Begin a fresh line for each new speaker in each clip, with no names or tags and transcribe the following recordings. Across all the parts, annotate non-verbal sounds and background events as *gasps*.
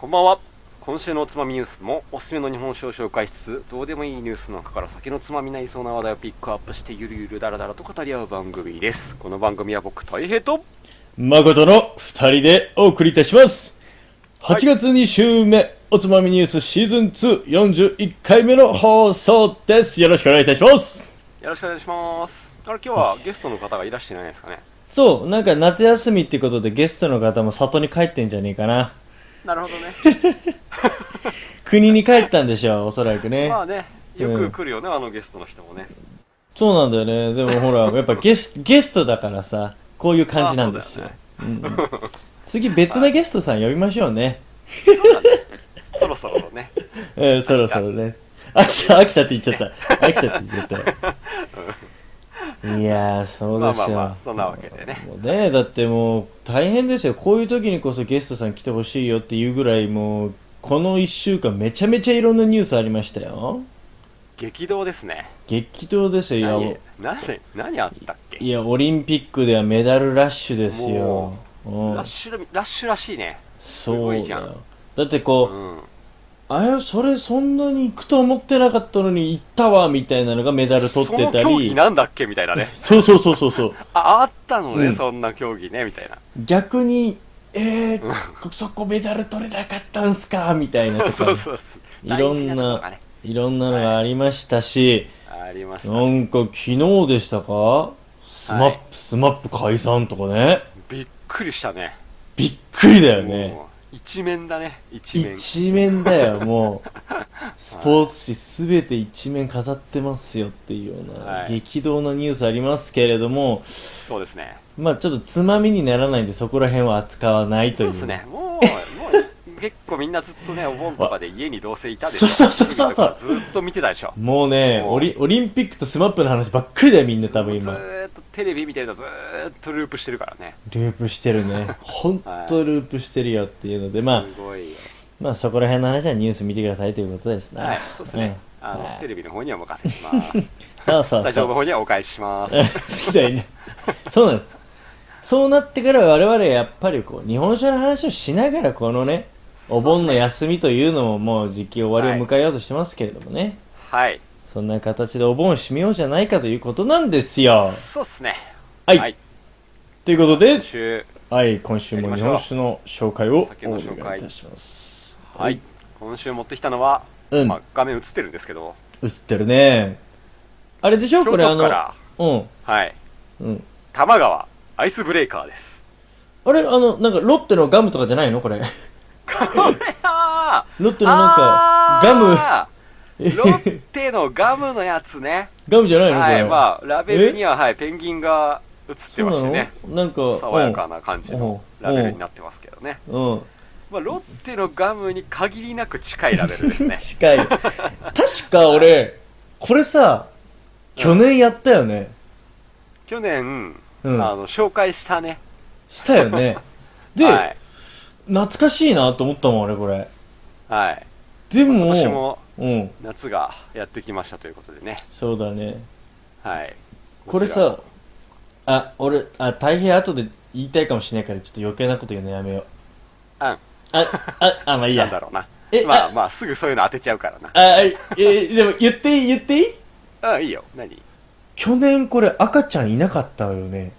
こんばんは今週のおつまみニュースもおすすめの日本酒を紹介しつつどうでもいいニュースの中から先のつまみになりそうな話題をピックアップしてゆるゆるだらだらと語り合う番組ですこの番組は僕大平と
誠の二人でお送りいたします。
い
8月2週目、おつまみニュースシーズン2、41回目の放送です。よろしくお願いいたします。
よろしくお願いしますあれ今日はゲストの方がいらしてないですかね
そう、なんか夏休みってことでゲストの方も里に帰ってんじゃねえかな。
なるほどね
国に帰ったんでし *laughs* ょう、おそらくね
ま。あ *laughs* ねよく来るよね、あのゲストの人もね
そうなんだよね。でもほら、やっぱゲ *laughs* スゲストだからさ、こういう感じなんですよ。うんうん次別のゲストさん呼びましょうね。
そろそろね
えー、そろそろね。秋田、秋田って言っちゃった。秋田って言っちゃった。いやー、そうです
ま
よ。
あまあまあそんなわけでね
もうね、だってもう大変ですよ。こういう時にこそゲストさん来てほしいよっていうぐらい、もう、この1週間めちゃめちゃいろんなニュースありましたよ。
激動ですね
激闘ですよ。い
何
や、
何何あったっけ
いや、オリンピックではメダルラッシュですよ
も。
うん
ラッシュラッシュらしいね
そ
ご
う
いじ
だ
ゃん
よ。だってこう、
うん
あれそれそんなに行くとは思ってなかったのに行ったわみたいなのがメダル取って
そ
た
の競技
り
なんだっけみたいなね
そうそうそうそうそう
ああったのね、
うん
そんな競技ねみたいな
逆にえー、そこメダル取れなかったんすかみたいな *laughs* とか
そう *laughs* そうそう
いろんな
大事とこがね
いろんなのがありましたし、
ありました
なんか昨日でしたかスマップ、スマップ解散とかね
びっくりしたね
びっくりだよね
もう一面だね一面
一面だよもうスポーツ紙全て一面飾ってますよっていうような、
はい
激動なニュースありますけれども
そうですね
まあちょっとつまみにならないんでそこら辺は扱わないと
そ
いうう
ですねもうもう結構みんなずっ
*laughs*
とねお盆とかで家に同棲いたでしょ
そうそうそうそう
ずっと見てたでしょ
もうね
もう
オリオリンピックとスマップの話ばっかりだよみんな多分
ず
今
ーっとテレビ見てるとずーっとループしてるからね
ループしてるねほんとループしてるよっていうので、まあ
すごいよ
まあそこら辺の話はニュース見てくださいということですね、
はいそうですね、
うん
あの、
はい
テレビの方にはお任せします
*laughs* そうそ
ス
う
タジ
そ
オの
う
方にはお返しします。
*laughs* みたいなそうなんですそうなってから我々はやっぱりこう日本酒の話をしながらこのねお盆の休みというのももう時期終わりを迎えようとしてますけれどもね、
はい。
そんな形でお盆を締めようじゃないかということなんですよ。
そうっすね。
はい。ということで
今、週、
はい、今週も日本酒の紹介をお
酒の紹介
願いいたします。
はい。。今週持ってきたのは、
うん
まあ、画面映ってるんですけど、
映ってるね。あれでしょ
京
これあ
都か
の、
ら、
うん、
はい。
うん。
多摩川、アイスブレイカー
*laughs*
です。
あれあの、なんかロッテのガムとかじゃな
*laughs*
いのこれ。
これは、
ロッテのなんか、ガム、
ム。ロッテのガムのやつ
*laughs*
ね。
ガムじゃないのこ
は
れ。
い。まあ、ラベルには、はい、ペンギンが映って
そう
ま
な
して
の
ね。
なんか、
爽やかな感じの
うん
ラベルになってますけどね。
うん。うん。。
まあ、ロッテのガムに限りなく近いラベルですね
*laughs* 近い。確か俺、これさ、去年やったよね。
去年、
うん
あの紹介したね
した
*laughs*
よね。で、
はい、
懐かしいなと思ったもん、俺、これ。
はい、
でも、
今年も
うん、
夏がやってきましたということでね
そうだね。
はい
これ
ちら
さ、あ、俺、あ、大変後で言いたいかもしれないから、ちょっと余計なこと言うのやめよう。
あん
あ、あ、あ、まあいい
なんだ
や。
ろうな
え
まあ
あ
まあすぐそういうの当てちゃうからな
あ、えー、でも言っていい言っていい
あいいよ何
去年これ赤ちゃんいなかったよね。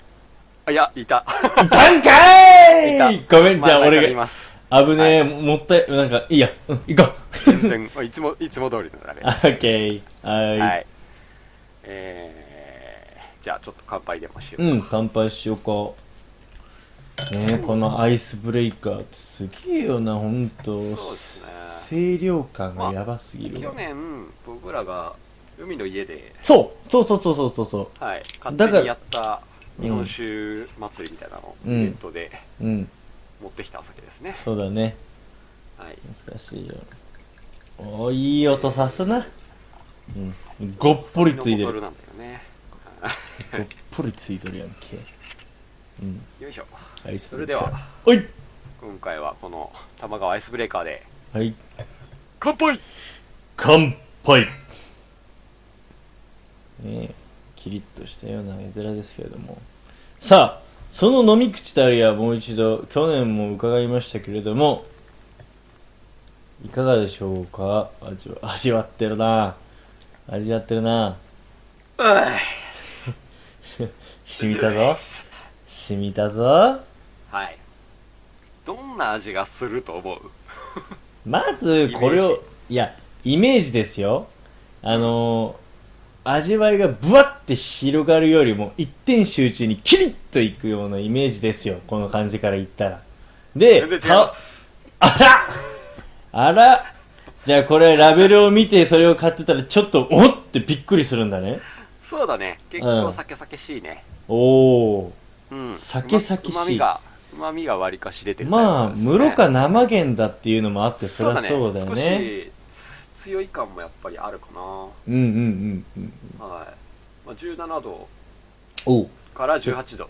あいやいた
いたんか
い
いご *laughs* めん、じゃあ
真ん中に
俺
い
が。
ます
危ねえ、もったい、なんか、いいや、うん、行こう。
全然 *laughs* いつもいつも通りのラベ
オッケー。は
ル
い。
はいえー、じゃあちょっと乾杯でもしよう、
うん、乾杯しようか。ねえ、このアイスブレイカーってすげえよな、ほんと。
そうです
清涼感がやばすぎる
去
わ。
年僕らが海の家で、
そうそうそうそうそうそうそ
はい、勝
だか
手
ら
にやった日本酒祭りみたいなのを
うん
イベントで
う。うん、
持ってきたお酒ですね、
そうだね。
はい、
難しいよ。おーいい音さすな。うん。ごっぽりついて
ボトル
る。
なんだよね
ごっぽりついてるやんけ。うん。
よいしょ
アイス
そ
ブ
れ
レイ
で
カー。
は
おい
今回はこの多摩川アイスブレーカーで
はい。
乾杯
乾杯ねえキリッとしたような絵面ですけれどもさあその飲み口たりはもう一度去年も伺いましたけれどもいかがでしょうか味わ *laughs* 味わってるな味わってるな *laughs* 染みた
*laughs*
ぞ染みたぞ
はいどんな味がすると思う
まずこれをいやイメージですよあのー味わいがブワッて広がるよりも一点集中にキリッといくようなイメージですよこの感じから言ったらで
全然違い
か
ます
あらあらじゃあこれラベルを見てそれを買ってたらちょっとおっってびっくりするんだね
そうだね結構酒々しいね
おお
うん
酒々しいう
まみがうまみがわりかし出てる
まあ
タイプですね
室か生源だっていうのもあってそりゃそうだよね
少しつ強い感もやっぱりあるかなは
うんうんうんうん
い、まあ、17度
おう
から18度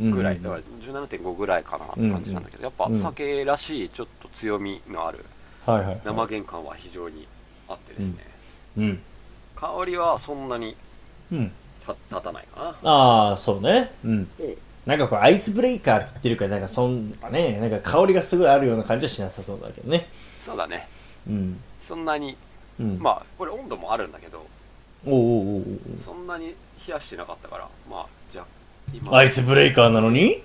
うんうん
ぐらい、だから17.5ぐらいかなって感じなんだけど、
うん
やっぱ酒らしいちょっと強みのある
はいはい
生玄関は非常にあってですね、
うん
香りはそんなに
うん
た立たないかな
ああそうねうん
うん
なんかこうアイスブレイカーって言ってるからなんかそんなねなんか香りがすごいあるような感じはしなさそうだけどね
そうだね
うん
そんなに
うん
まあこれ温度もあるんだけど
おうおうおう
そんなに冷やしてなかったからまあじゃあ
お
今
うアイスブレイカーなのに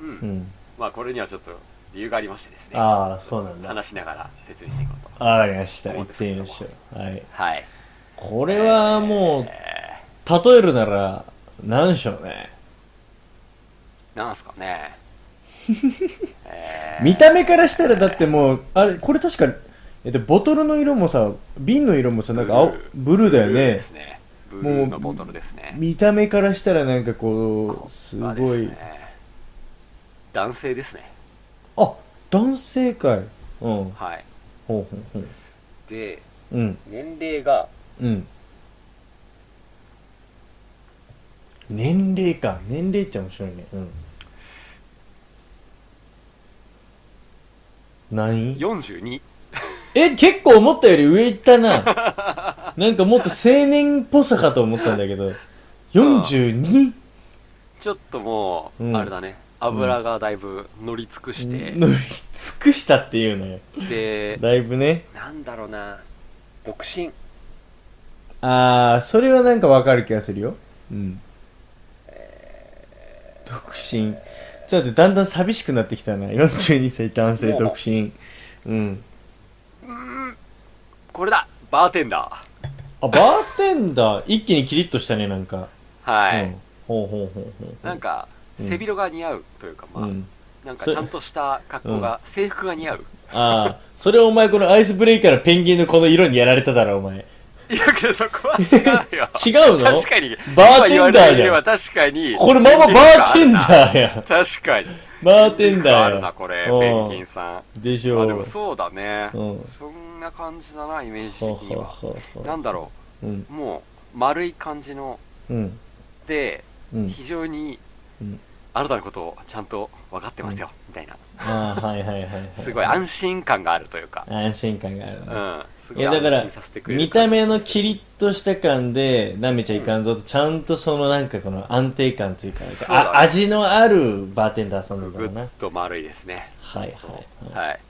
うん
うん
まあこれにはちょっと理由がありましてですね
ああそうなんだ
話しながら説明していこうと
ありました
そ
行
う
っ
です
てみましょうはい
はい
これはも
え
う例えるなら何でしょうね
ー、なんすかねえー
見た目からしたらだってもうあれこれ確かえっとボトルの色もさ瓶の色もさなんか青ブルーだよ
ブルー
ね
ですねブルーのボトルですね
見た目からしたらなんかこうす
あで
ご
す
い
ね男性ですね
あ男性かいうんほう
はい
ほうほう
で
うん
年齢が
うん年齢か年齢っちゃ面白いねうん何
42
え、結構思ったより上行ったな。
*laughs*
なんかもっと青年っぽさかと思ったんだけど、42?
ちょっともう、
うん
あれだね油がだいぶ乗り尽くして、
乗り尽くしたっていうのよ。
で
だいぶね。
なんだろうな独身
あー、それはなんかわかる気がするよ。うん。独身。ちょっと待ってだんだん寂しくなってきたな。42歳男性
もう
独身。うん。
これだバーテンダ
あ、バーテンダー、一気にキリッとしたね、なんか。
ーはい、
うん。ほうほうほうほう。
なんか
うん
背広が似合うというか、まあ、
うん。
なんか
そ
ちゃんとした格好が、制服が似合う。
ああ、それお前このアイスブレイカーのペンギンのこの色にやられただろ、お前。。
いや、けどそこは違うよ
*laughs* 違うの
確かに。
バーテンダーじゃん
今言われてみれば確かに。
これままバーテ
ー。
ンダ
*laughs*
ーや。
確かに。
バーテン
なんかあ
ダ
る
ー
な、
や。
これ、
うん
ペンギンさん。
でし
あ、
ょ
でもそうだね。
うん
そんな感じだな、イメージ
ほう
的に
ほう
は。
ほうほ
なんだろ
う。うん。
う、もう、丸い感じの、
うん。
で、
うん。
非常に
うん、
あなたのことをちゃんと分かってますよ、みたいな。
ああ、はいはいはいはい。
すごい安心感があるというか。
安心感がある
う
な。
ん。すご
い
い
や、だか
安
ら
心させて、くれる
見た目のキリッとした感で、舐めちゃいかんぞと、ちゃんとそのなんかこの安定感というか、なん
そうだね
かあ味のあるバーテンダーさんなんだ
ぐ
ろ
っ
うな。
と丸いですね。
はい
そう
はいは
はい、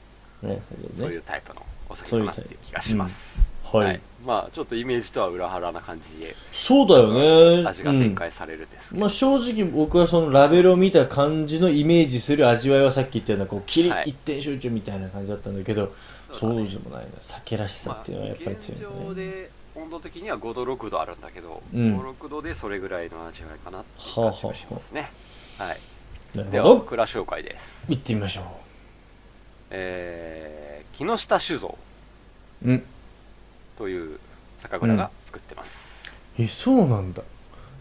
い。なるほ
そ
ど
うい
ね
う。タイプのお酒かなっていう気がします。
はい。
まあちょっとイメージとは裏腹な感じで
そうだよね。
味が展開されるんです
う
け
ん
ど、
まあ、正直僕はそのラベルを見た感じのイメージする味わいはさっき言ったようなこうキリ
はい
一点集中みたいな感じだったんだけど、
そ
そうう
だね
でもないな酒らしさっていうのはやっぱり強い
まあ
よ
現状
ね、
で温度的には5度6度あるんだけど、
うん
5、6度でそれぐらいの味わいかなっていう感じがしますね。はい。で
なるほ
は
ど
蔵紹介です。
行ってみましょ
えー、木下酒造
ううん
という酒蔵が作ってます。
えそうなんだ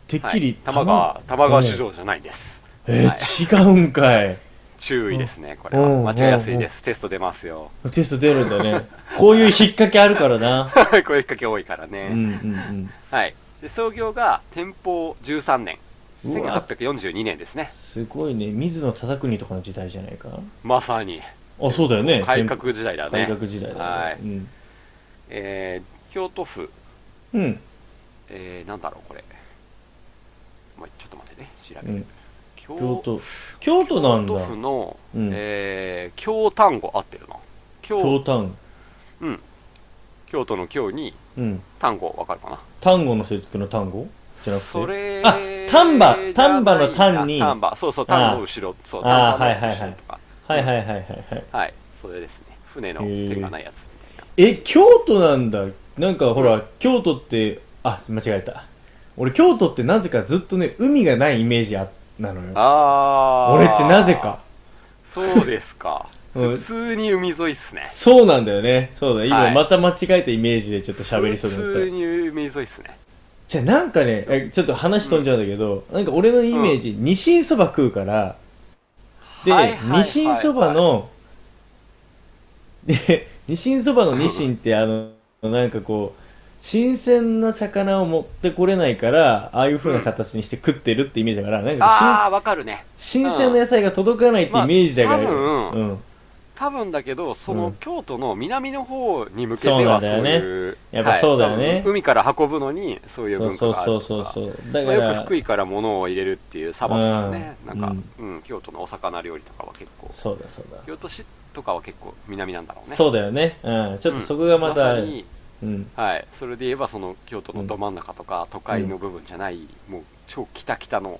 てっ
はい
きり
玉川玉川酒造じゃないんです。
え
はい
ー違うんかい
注意ですね、これは
うん
間違いやすいです。テスト出ますよ。 *laughs*
テスト出るんだねこういう引っ掛けあるからな
こういう引っ掛け多いから
う
ね。
んうん
はい。で、創業が天保13年。
うわ
1842年ですね。
すごいね水野忠邦とかの時代じゃないか
まさに、
あそうだよね
改革時代だね。
改革時代だね
はい。
うん
えー、京都府、
うん
えー、なんだろう、これ。まあ、ちょっと待ってね、調べ
う
る。
ん
京
京都京都なんだ
京都府の、
うん
えー、京丹後、合ってるな。京
京丹
うん京都の京に
うん
単語わかるかな
単語の節句の単語じゃなくて
それ
あ丹波丹波の丹に
あ丹波そうそう丹波後ろそう
あ
丹
ー
波の後ろとか
はいはいはいはいはい
はいそれですね船の手がないやつ
え京都なんだなんかほら、京都ってあ間違えた俺京都ってなぜかずっとね海がないイメージあなのよ
ああ
俺ってなぜか
そうですか
*laughs* うん
普通に海沿いっすね
そうなんだよねそうだ今
はい
また間違えたイメージでちょっと喋りそうにな
普
った
通に海沿いっすね
じゃあなんかねえちょっと話飛んじゃうんだけど、なんか俺のイメージ、ニシンそば食うからで、
はいはいはいはい
ニシンそばのでニシンそばのニシンってあのなんかこう新鮮な魚を持ってこれないからああいう風な形にして食ってるってイメージだから、なん
ああ
か
わかるね
新新鮮な野菜が届かないってイメージだから、
まあ多
う
分
ん、
多分だけどそうの
ん
京都の南の方に向けてはそ
そ
うう
なんだよね
いう
やっぱそうだよね
はい多分海から運ぶのにそういう
そう
文化
そう
がある
そう
とか
そうそうだ
ま
か
あ
ら、
よく福井から物を入れるっていうサバとかね、
うん
なんか、うん、京都のお魚料理とかは結構、
そうだそうだ、
京都市とかは結構南なんだろうね。
そうだよね、うん、ちょっとそこがまた、
さに、
うん、
はい、それで言えばその京都のど真ん中とか都会の部分じゃない、もう超北北の、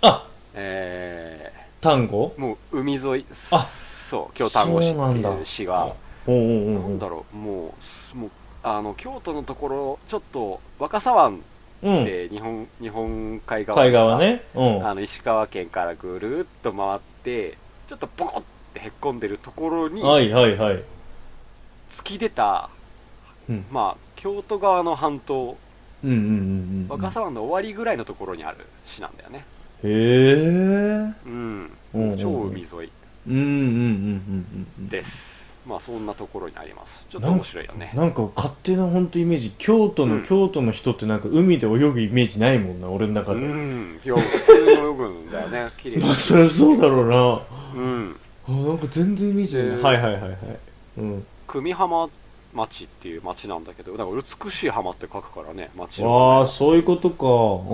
あ
え
単語
ー、もう海沿い、
あ
そう、京丹後市って
そうなん
い
だ
う市が、
おうおうお
なんだろう、もう、もうあの京都のところ、ちょっと若狭湾
う
っ
ん。
て日本,、日本海側
海
でさ
側ね。うん。
あの石川県からぐるっと回ってちょっとボコってへっこんでるところに
はいはいはい。
突き出た、
うん
まあ京都側の半島
うんうんうんうん。
若狭湾の終わりぐらいのところにある市なんだよね
へえ。
うん
うん
超海沿い
うんうんうんうんうん。
ですまあそんなところにありますちょっと面白いよね
なんか勝手な本当イメージ、京都の、
うん
京都の人ってなんか海で泳ぐイメージないもんな、俺の
う
中で。
んいや普通に泳ぐんだよね綺麗
*laughs*
に
まあそりゃそうだろうな。
うん
あなんか全然イメージない。
で
はいはいはいはい。うん。
久美浜町っていう町なんだけどだから美しい浜って書くからね町
あ
の
あ、そういうことか。う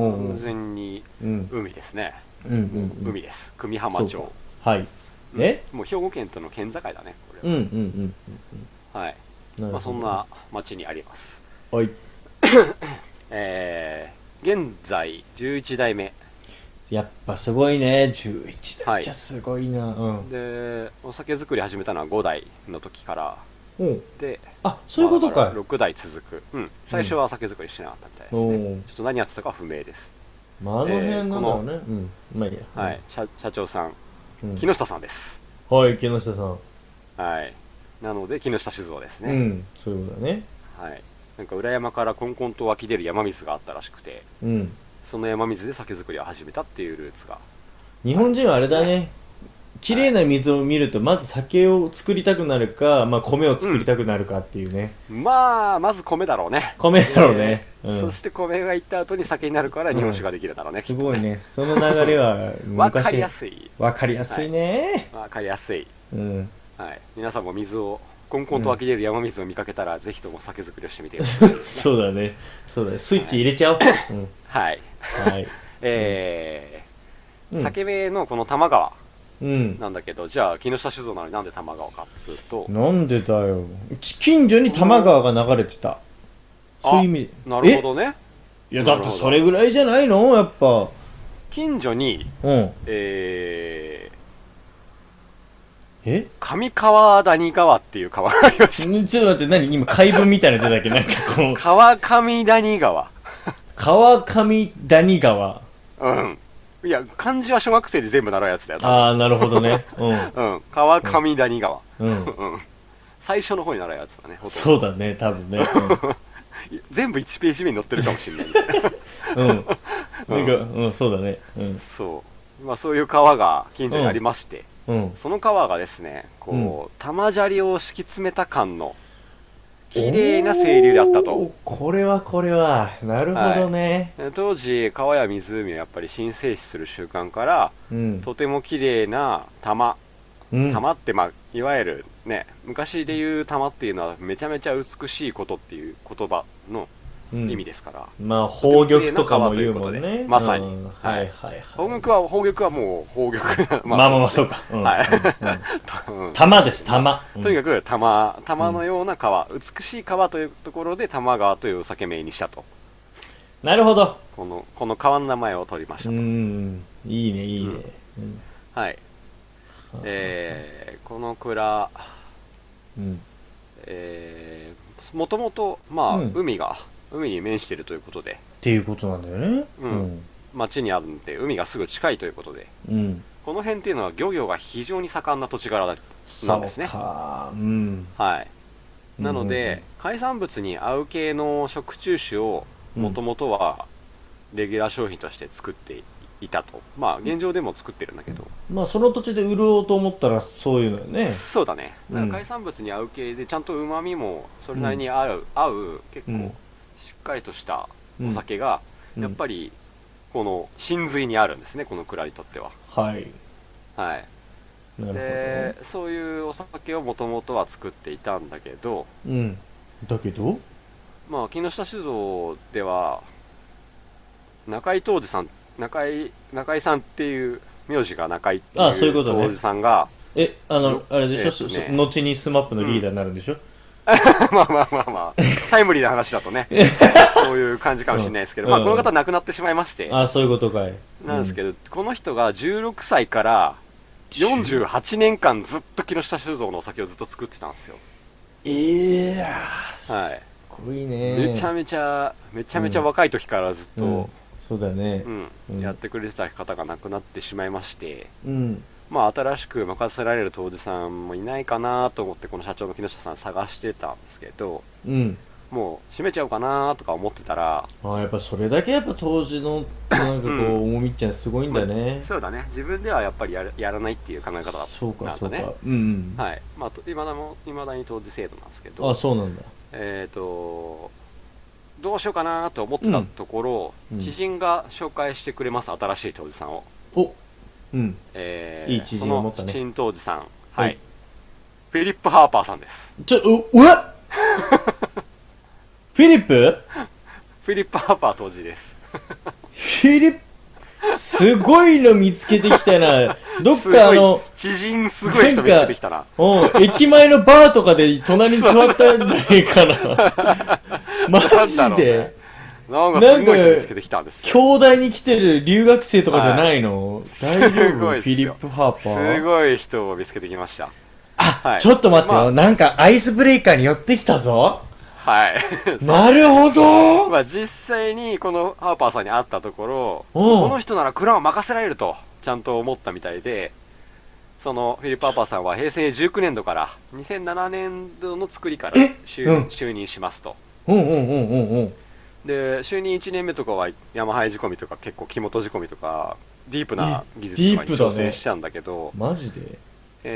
んう
完
ん。
全に
うん。
海ですね
うんうんうん。
海です久美浜
そう
町
はい。ね
うんもう兵庫県との県境だねこ
う
れ
ん
は、
うんうん
はい、
うん。な
ま
るほど
あ、そん。な町にあります
はい。
えー、現在11代目
やっぱすごいね11
は
代
い
じゃすごいな、うん
でお酒作り始めたのは5代の時から
おう
で
あそういうことかい、
6代続く、うん、最初は酒作りしてなかったみたいです
お
ね、
う
ちょっと何やってたかは不明です、
まあ、あの辺なんだろうね、
え
うんまあいいや
はい、社社長さん
うん
木下さんです、
はい木下さん、
はいなので木下酒造です
う
ね、
んそういうことだね
はいなんか裏山からこんこんと湧き出る山水があったらしくて
うん
その山水で酒造りを始めたっていうルーツが
日本人はあれだね綺麗な水を見るとまず酒を作りたくなるか、まあ、米を作りたくなるかっていうね、
まあまず米だろうね
米だろうね、う
そ
ん、
して米が行った後に酒になるから日本酒ができるだろうね、
すごいねその流れは
*laughs* わかり
昔
やすい
わかりやすいね、
わかりやすい、
うん
はい、皆さんも水をコンコンと湧き出る山水を見かけたら、ぜひとも酒造りをしてみてください
そうだねそうだねスイッチ入れちゃおう、うん
*laughs* はい
はい
えー
うん
酒名のこの玉川
うん
なんだけどじゃあ木下酒造なのになんで玉川かっつうと
なんでだよ近所に多摩川が流れてたそういう意味
なるほどね
えいやだってそれぐらいじゃないのやっぱ
近所に
うん
えー
え
上川谷川っていう川がありまし
ちょっと待って何今怪文みたいなの出たっけなんかこ
*laughs*
う
た川上谷川
川上谷川
うん。いや、漢字は小学生で全部習うやつだよ。多
ああなるほどねうん
分うん。川上谷川。
うん
うん。最初の方に習うやつだね。ほとん
そうだね多分ね
ど全部1ページ目に載ってるかもしれない。
*laughs* うん、うん、なんかうんそうだねうん
そう。まあそういう川が近所にありまして、
うん
その川がですね、こう、玉砂利を敷き詰めた感の、綺麗な清流だった
お
と
ー。これはこれはなるほどね、
え当時、川や湖をやっぱり神聖視する習慣から、
うん
とても綺麗な玉、
うん
玉って、まあ、いわゆるね、昔で言う玉っていうのは、めちゃめちゃ美しいことっていう言葉の
うん
意味ですから、
まあ宝玉とかも言うもん
ということ
ね
でまさに
うん
はい
はいはい
宝
はい
玉は宝玉はもう宝玉 *laughs*
まあまあまあそうか、うん
はい
うんうん
うん
玉です玉、
*laughs*
うん
とにかく玉玉のような川、美しい川というところで玉川というお酒名にしたと
なるほど
このこの川の名前を取りました
う
と、
んいいねいいね、うん
はいえー、この蔵
うん
えー、もともとまあ、
うん
海が海に面しているということで
っていうことなんだよね
う
うんん
町にあるんで海がすぐ近いということで
うん
この辺っていうのは漁業が非常に盛んな土地柄だな
そ
んですね
うかうん
はい
うん
なので、海産物に合う系の食中酒をもともとはレギュラー商品として作っていたとまあ現状でも作ってるんだけど、
まあその土地で売ろうと思ったらそういうのよね
そうだね、
うん
なんか海産物に合う系でちゃんとうまみもそれなりに合う,、合う結
うん
構しっかりとしたお酒が、
うん
やっぱりこの真髄にあるんですねこの蔵にとっては
はい
はい
なる
でそういうお酒をもともとは作っていたんだけど
ほどうんだけど
まあ木下酒造では中井東司さん中井中井さんっていう名字が中井っていう
あそういうことね
東司さんが *laughs*
えあの
よ
あれでしょ
えっと
そ
ね
そ後にスマップのリーダーになるんでしょ
まあまあまあまあタイムリーな話だと
*laughs*
ねそういう感じかもしれないですけど、
うん
まあ、この方亡くなってしまいまして
あそういうことかい
なんですけど、この人が16歳から48年間ずっと木下酒造のお酒をずっと作ってたんですよ。
ええ
はい。
すごいね
めちゃめちゃ、めちゃめちゃ若い時からずっ
うん
と、
そうだね
うん、
うん
やってくれてた方が亡くなってしまいまして、
うん
まあ新しく任せられる当時さんもいないかなと思って、この社長の木下さん探してたんですけど、
うん
もう閉めちゃおうかなとか思ってたら、
あーやっぱそれだけやっぱ当時のなんかこう、重みっちゃんすごいんだね、
そうだね、自分ではやっぱりやるやらないっていう考え方だった
そうか
なん
そ
だ
うか、
ね。
うん、うん
はい。まあ、と未だも、未だに当時制度なんですけど、
あそうなんだ
えー、とどうしようかなと思ってたところ、
うんうん
知人が紹介してくれます新しい当時さんを、
おうん
え
いい知人を持ったね
その新当時さんはい、
はい
フィリップ・ハーパーさんです
ちょううわ *laughs* フィリップ
フィリップ・ハーパー当時です
フィリップすごいの見つけてき
*laughs*
たなどっ
すごい
かあの
知人すごい人見つけてきたな
うん、駅前のバーとかで隣に座ったんじゃな
*laughs*
いかなマジ
なんだろうね
で
なんかすごい人見つけてきたんですよ
京大に来てる留学生とかじゃないの、大丈
すご
夫
いですよ
フィリップ・ハーパー
すごい人を見つけてきましたはい
ちょっと待ってよ、
まあ
なんかアイスブレイカーに寄ってきたぞ
はい
なるほど
まあ実際にこのハーパーさんに会ったところ、
お
こ
う
の人なら蔵を任せられると、ちゃんと思ったみたいで、そのフィリップ・ハーパーさんは平成19年度から、2007年度の作りから
え
就,、
うん
就任しますと。
うんうんうんうんうん
で、就任1年目とかは山ハイ仕込みとか結構木本仕込みとか、ディープな技術とか
ディ
に
ープだ
挑
ね
戦しちゃうんだけど、
マジで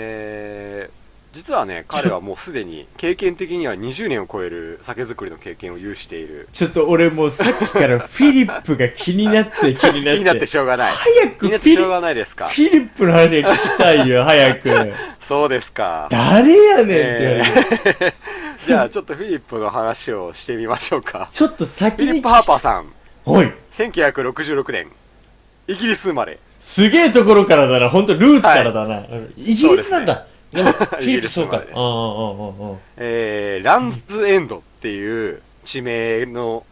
えー、実はね、彼はもうすで
*laughs*
に経験的には20年を超える酒造りの経験を有している。
ちょっと俺もうさっきからフィリップが気にな
*laughs*
って気に
気
なって
になってしょうがない。
早
気
く
に
フ
な
ィ
ってし
リ
ょう
ッ
がないです
プ
か
フィリップの話が聞きたいよ早く
そうですか。
誰やねんって
え
言われる、
ー *laughs* じゃあちょっとフィリップの話をしてみましょうか。
ちょっと
フ
先
ィリ
に
ップ・ハーパ
ー
ーさん、
おい
1966年、イギリス生まれ。
すげえところからだな本当ルーツからだな、イギリスなんだで,、もフ
ね
ィリップそう
*laughs*
か
イギリス生まれです
ああああああ
えー、ランズ・エンドっていう地名の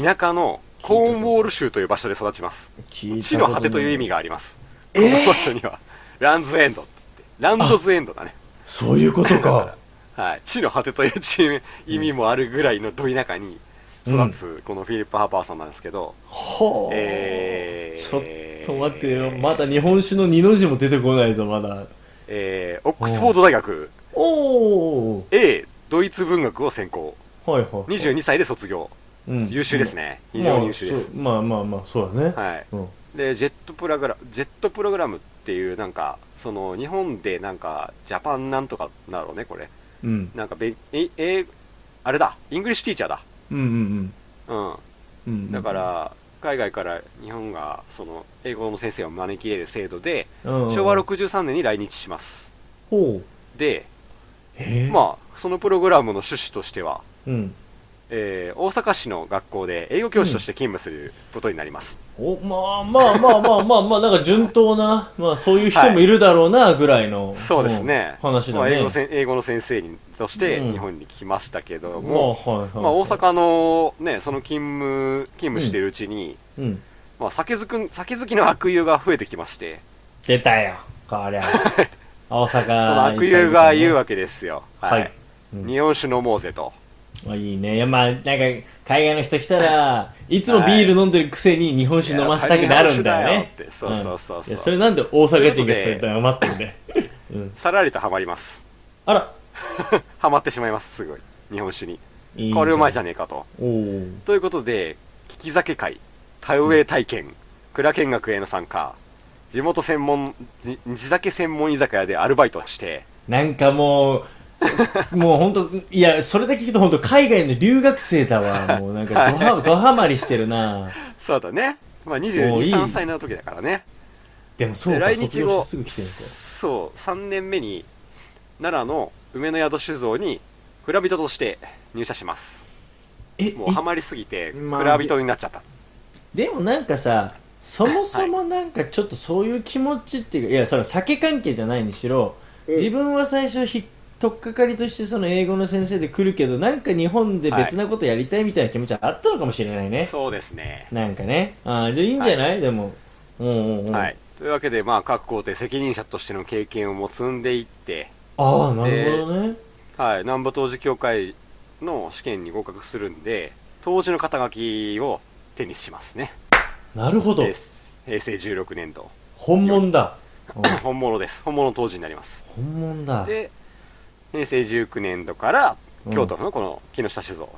田舎のコーンウォール州という場所で育ちます。
聞い
地
た
の
ことない
果てという意味があります。この場所には、ランズ・エンドって言って、ランドズ・エンドだね。
そういうことか
はい、地の果てという地名意味もあるぐらいのど田舎に育つ、このフィリップ・ハーパーさんなんですけど、
ほ
*laughs*
う、
えー
ちょっと待ってよまだ日本酒の二の字も出てこないぞまだ
えー、オックスフォード大学
おお
A ドイツ文学を専攻
はいはいはい
22歳で卒業
うん
優秀ですね、非常に優秀です、
まあそうまあまあまあそうだね、
はい
うん、
でジェットプログラジェットプログラムっていうなんかその日本でなんかジャパンなんとかなろうねこれ
うん、
なんかべええあれだイングリッシュティーチャーだ
うんうん
うん
うんうん
だから海外から日本がその英語の先生を招き入れる制度で昭
昭
和63年に来日します
ほう
で
えー、
まあそのプログラムの趣旨としては
うん
えー大阪市の学校で英語教師として勤務することになります、
おまあまあまあまあまあま *laughs* あなんか順当な、まあ、そういう人もいるだろうなぐらいの、
そうですね
うん話
ま
だ
あ、英
ね
語せん英語の先生にとして
うん
日本に来ましたけど
まあ
も、
はいはい、
まあ、大阪の、ね、その勤務勤務しているうちに、
うん
まあ、酒づく酒好きの悪友が増えてきまして
出たよこ
*laughs*
りゃ大阪
その悪友が言うわけですよ、
はい、うん
日本酒飲もうぜと
まあ、いいねいやまあなんか海外の人来たらいつもビール飲んでるくせに日本酒飲ませたくなるんだよ
いや
ね
日本酒だよってそうそうそうそうん
いやそれなんで大阪人がそれって黙ってんだよ、うん、
さらりとハマります
あら
ハマってしまいますすごい日本酒に
いいんじゃん
これうまいじゃねえかと
おお
ということで聞き酒会田植え体験蔵見学への参加地元専門地地酒専門居酒屋でアルバイトして
なんかもう *laughs* もう本当いやそれだけ聞くと本当海外の留学生だ
*laughs*
わもうなんかドハドハマりしてるな
そうだね、まあ、
おーいい
223歳の時だからね
でもそう
で
か
来
卒
日
業
後
してすぐ来てるんか
そう3年目に奈良の梅の宿酒造に蔵人として入社します
え
もうハマりすぎて
まあ
蔵人になっちゃった、
でもなんかさそもそもなんかちょっとそういう気持ちっていうか、い、やそれは酒関係じゃないにしろ、
うん
自分は最初ひ取っかかりとしてその英語の先生で来るけどなんか日本で別なことやりたいみたいな気持ちはあったのかもしれないね、
そうですね、
なんかねあーじゃあいいんじゃない、でもうんうんうん、
はいというわけでまあ各工程責任者としての経験をも積んでいって
ああなるほどね、
はい南部当時協会の試験に合格するんで当時の肩書きを手にしますね
なるほど
平平成16年度
本物だ、うん
本物です本物当時になります
本物だ
で平成19年度から京都府のこの木下酒造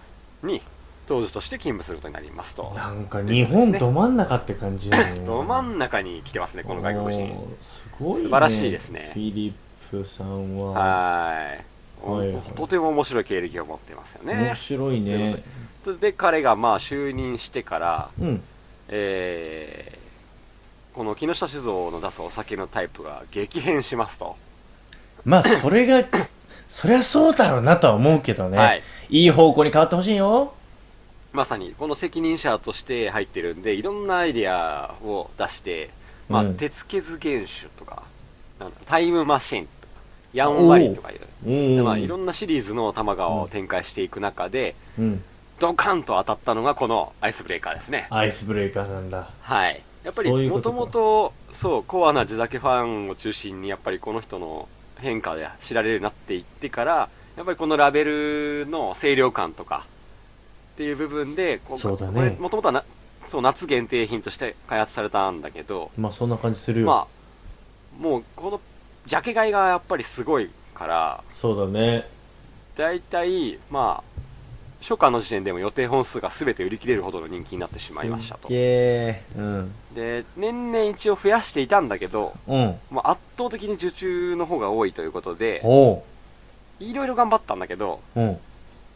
に当時として勤務することになりますと
なんか日本ど真ん中って感じだね
*laughs* ど真ん中に来てますねこの外国人
おーすごい、ね、
素晴らしいですね
フィリップさんは
は
はい
ーい
はい
おとても面白い経歴を持ってますよね
面白い
というこ
ね
それで彼がまあ就任してから、
うん
えーこの木下酒造の出すお酒のタイプが激変しますと、
まあそれが *laughs* そりゃそうだろうなとは思うけどね、
はい、
いい方向に変わってほしいよ
まさにこの責任者として入ってるんでいろんなアイデアを出して、まあ
うん
手付けず原酒とかなんだタイムマシンとかやんわりとかいう
うん
まあ、いろ
なん
なシリーズの玉川を展開していく中で、
うん
ドカンと当たったのがこのアイスブレイカーですね
アイスブレイカーなんだ
はいやっぱり
そういう
も
こと
と
か
もとそうコアな地酒ファンを中心にやっぱりこの人の変化で知られるようになっていってからやっぱりこのラベルの清涼感とかっていう部分でこ
そうだね
これもともとはなそう夏限定品として開発されたんだけど、
まあそんな感じするよ、
まあもうこのジャケ買いがやっぱりすごいから
そうだね
大体まあ初夏の時点でも予定本数が全て売り切れるほどの人気になってしまいました
す
と
っげえうん
で年々一応増やしていたんだけど、
うん
まあ、圧倒的に受注の方が多いということで
おう
いろいろ頑張ったんだけど
うん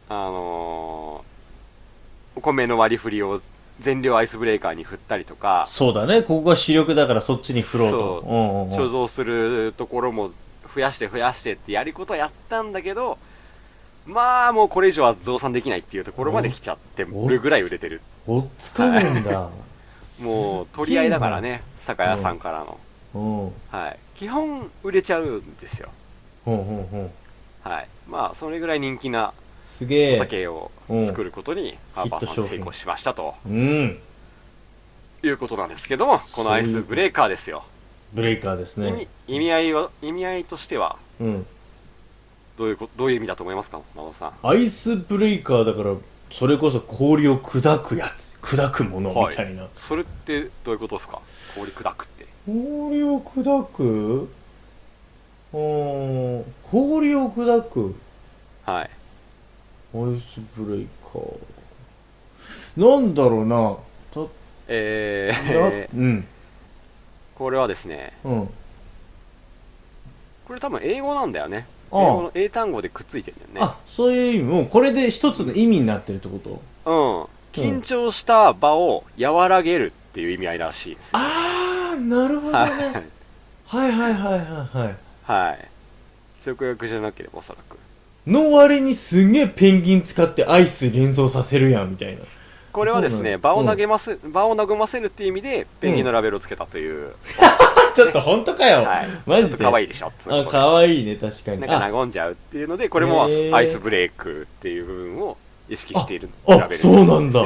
あのーお米の割り振りを全量アイスブレーカーに振ったりとか
そうだねここが主力だからそっちに振ろうと
そうん
んん
貯蔵するところも増やして増やしてってやることはやったんだけどまあもうこれ以上は増産できないっていうところまで来ちゃってるぐらい売れてる
追っつかないんだ
もう取り合いだからね酒屋さんからの、
うんうん
はい基本売れちゃうんですよ
うんうん
はいまあそれぐらい人気な
すげ
お
え
酒を作ることにハーバーさん成功しましたと
うん
いうことなんですけどもこのアイスブレーカーですよ
ブレイカーです
意
ね
味意味合いは意味合いとしては
うん
どういうこどういう意味だと思いますか真帆さん
アイスブレイカーだからそれこそ氷を砕くやつ砕くもの
はい
みたいな、
それってどういうことですか氷砕くって
氷を砕くうーん氷を砕く
はい
アイスブレイカーなんだろうなただ、
えー、
うん
これはですね
うん
これ多分英語なんだよね英
ああ
語の英単語でくっついてんだよね
あそういう意味もうこれで一つの意味になってるってこと
うん、緊張した場を和らげるっていう意味合いらしいです。
ああなるほどね
はい。
はいはいはいはいはい
はい。食欲じゃなければおそらく。
の割にすげえペンギン使ってアイス連想させるやんみ
*laughs*
たいな
これはです
そうな
ね
の
場を投げます、場を和ませるっていう意味でペンギンのラベルをつけたという、
ちょっと本当かよ、
はい
マ
ちょ
ジ
っと
で
可愛いでしょっつう
あ
ことで
可愛いね確かに
なんか和んじゃうっていうのでこれも
へー
アイスブレイクっていう部分を意識しているラ
あ
ベルですね
そうなんだ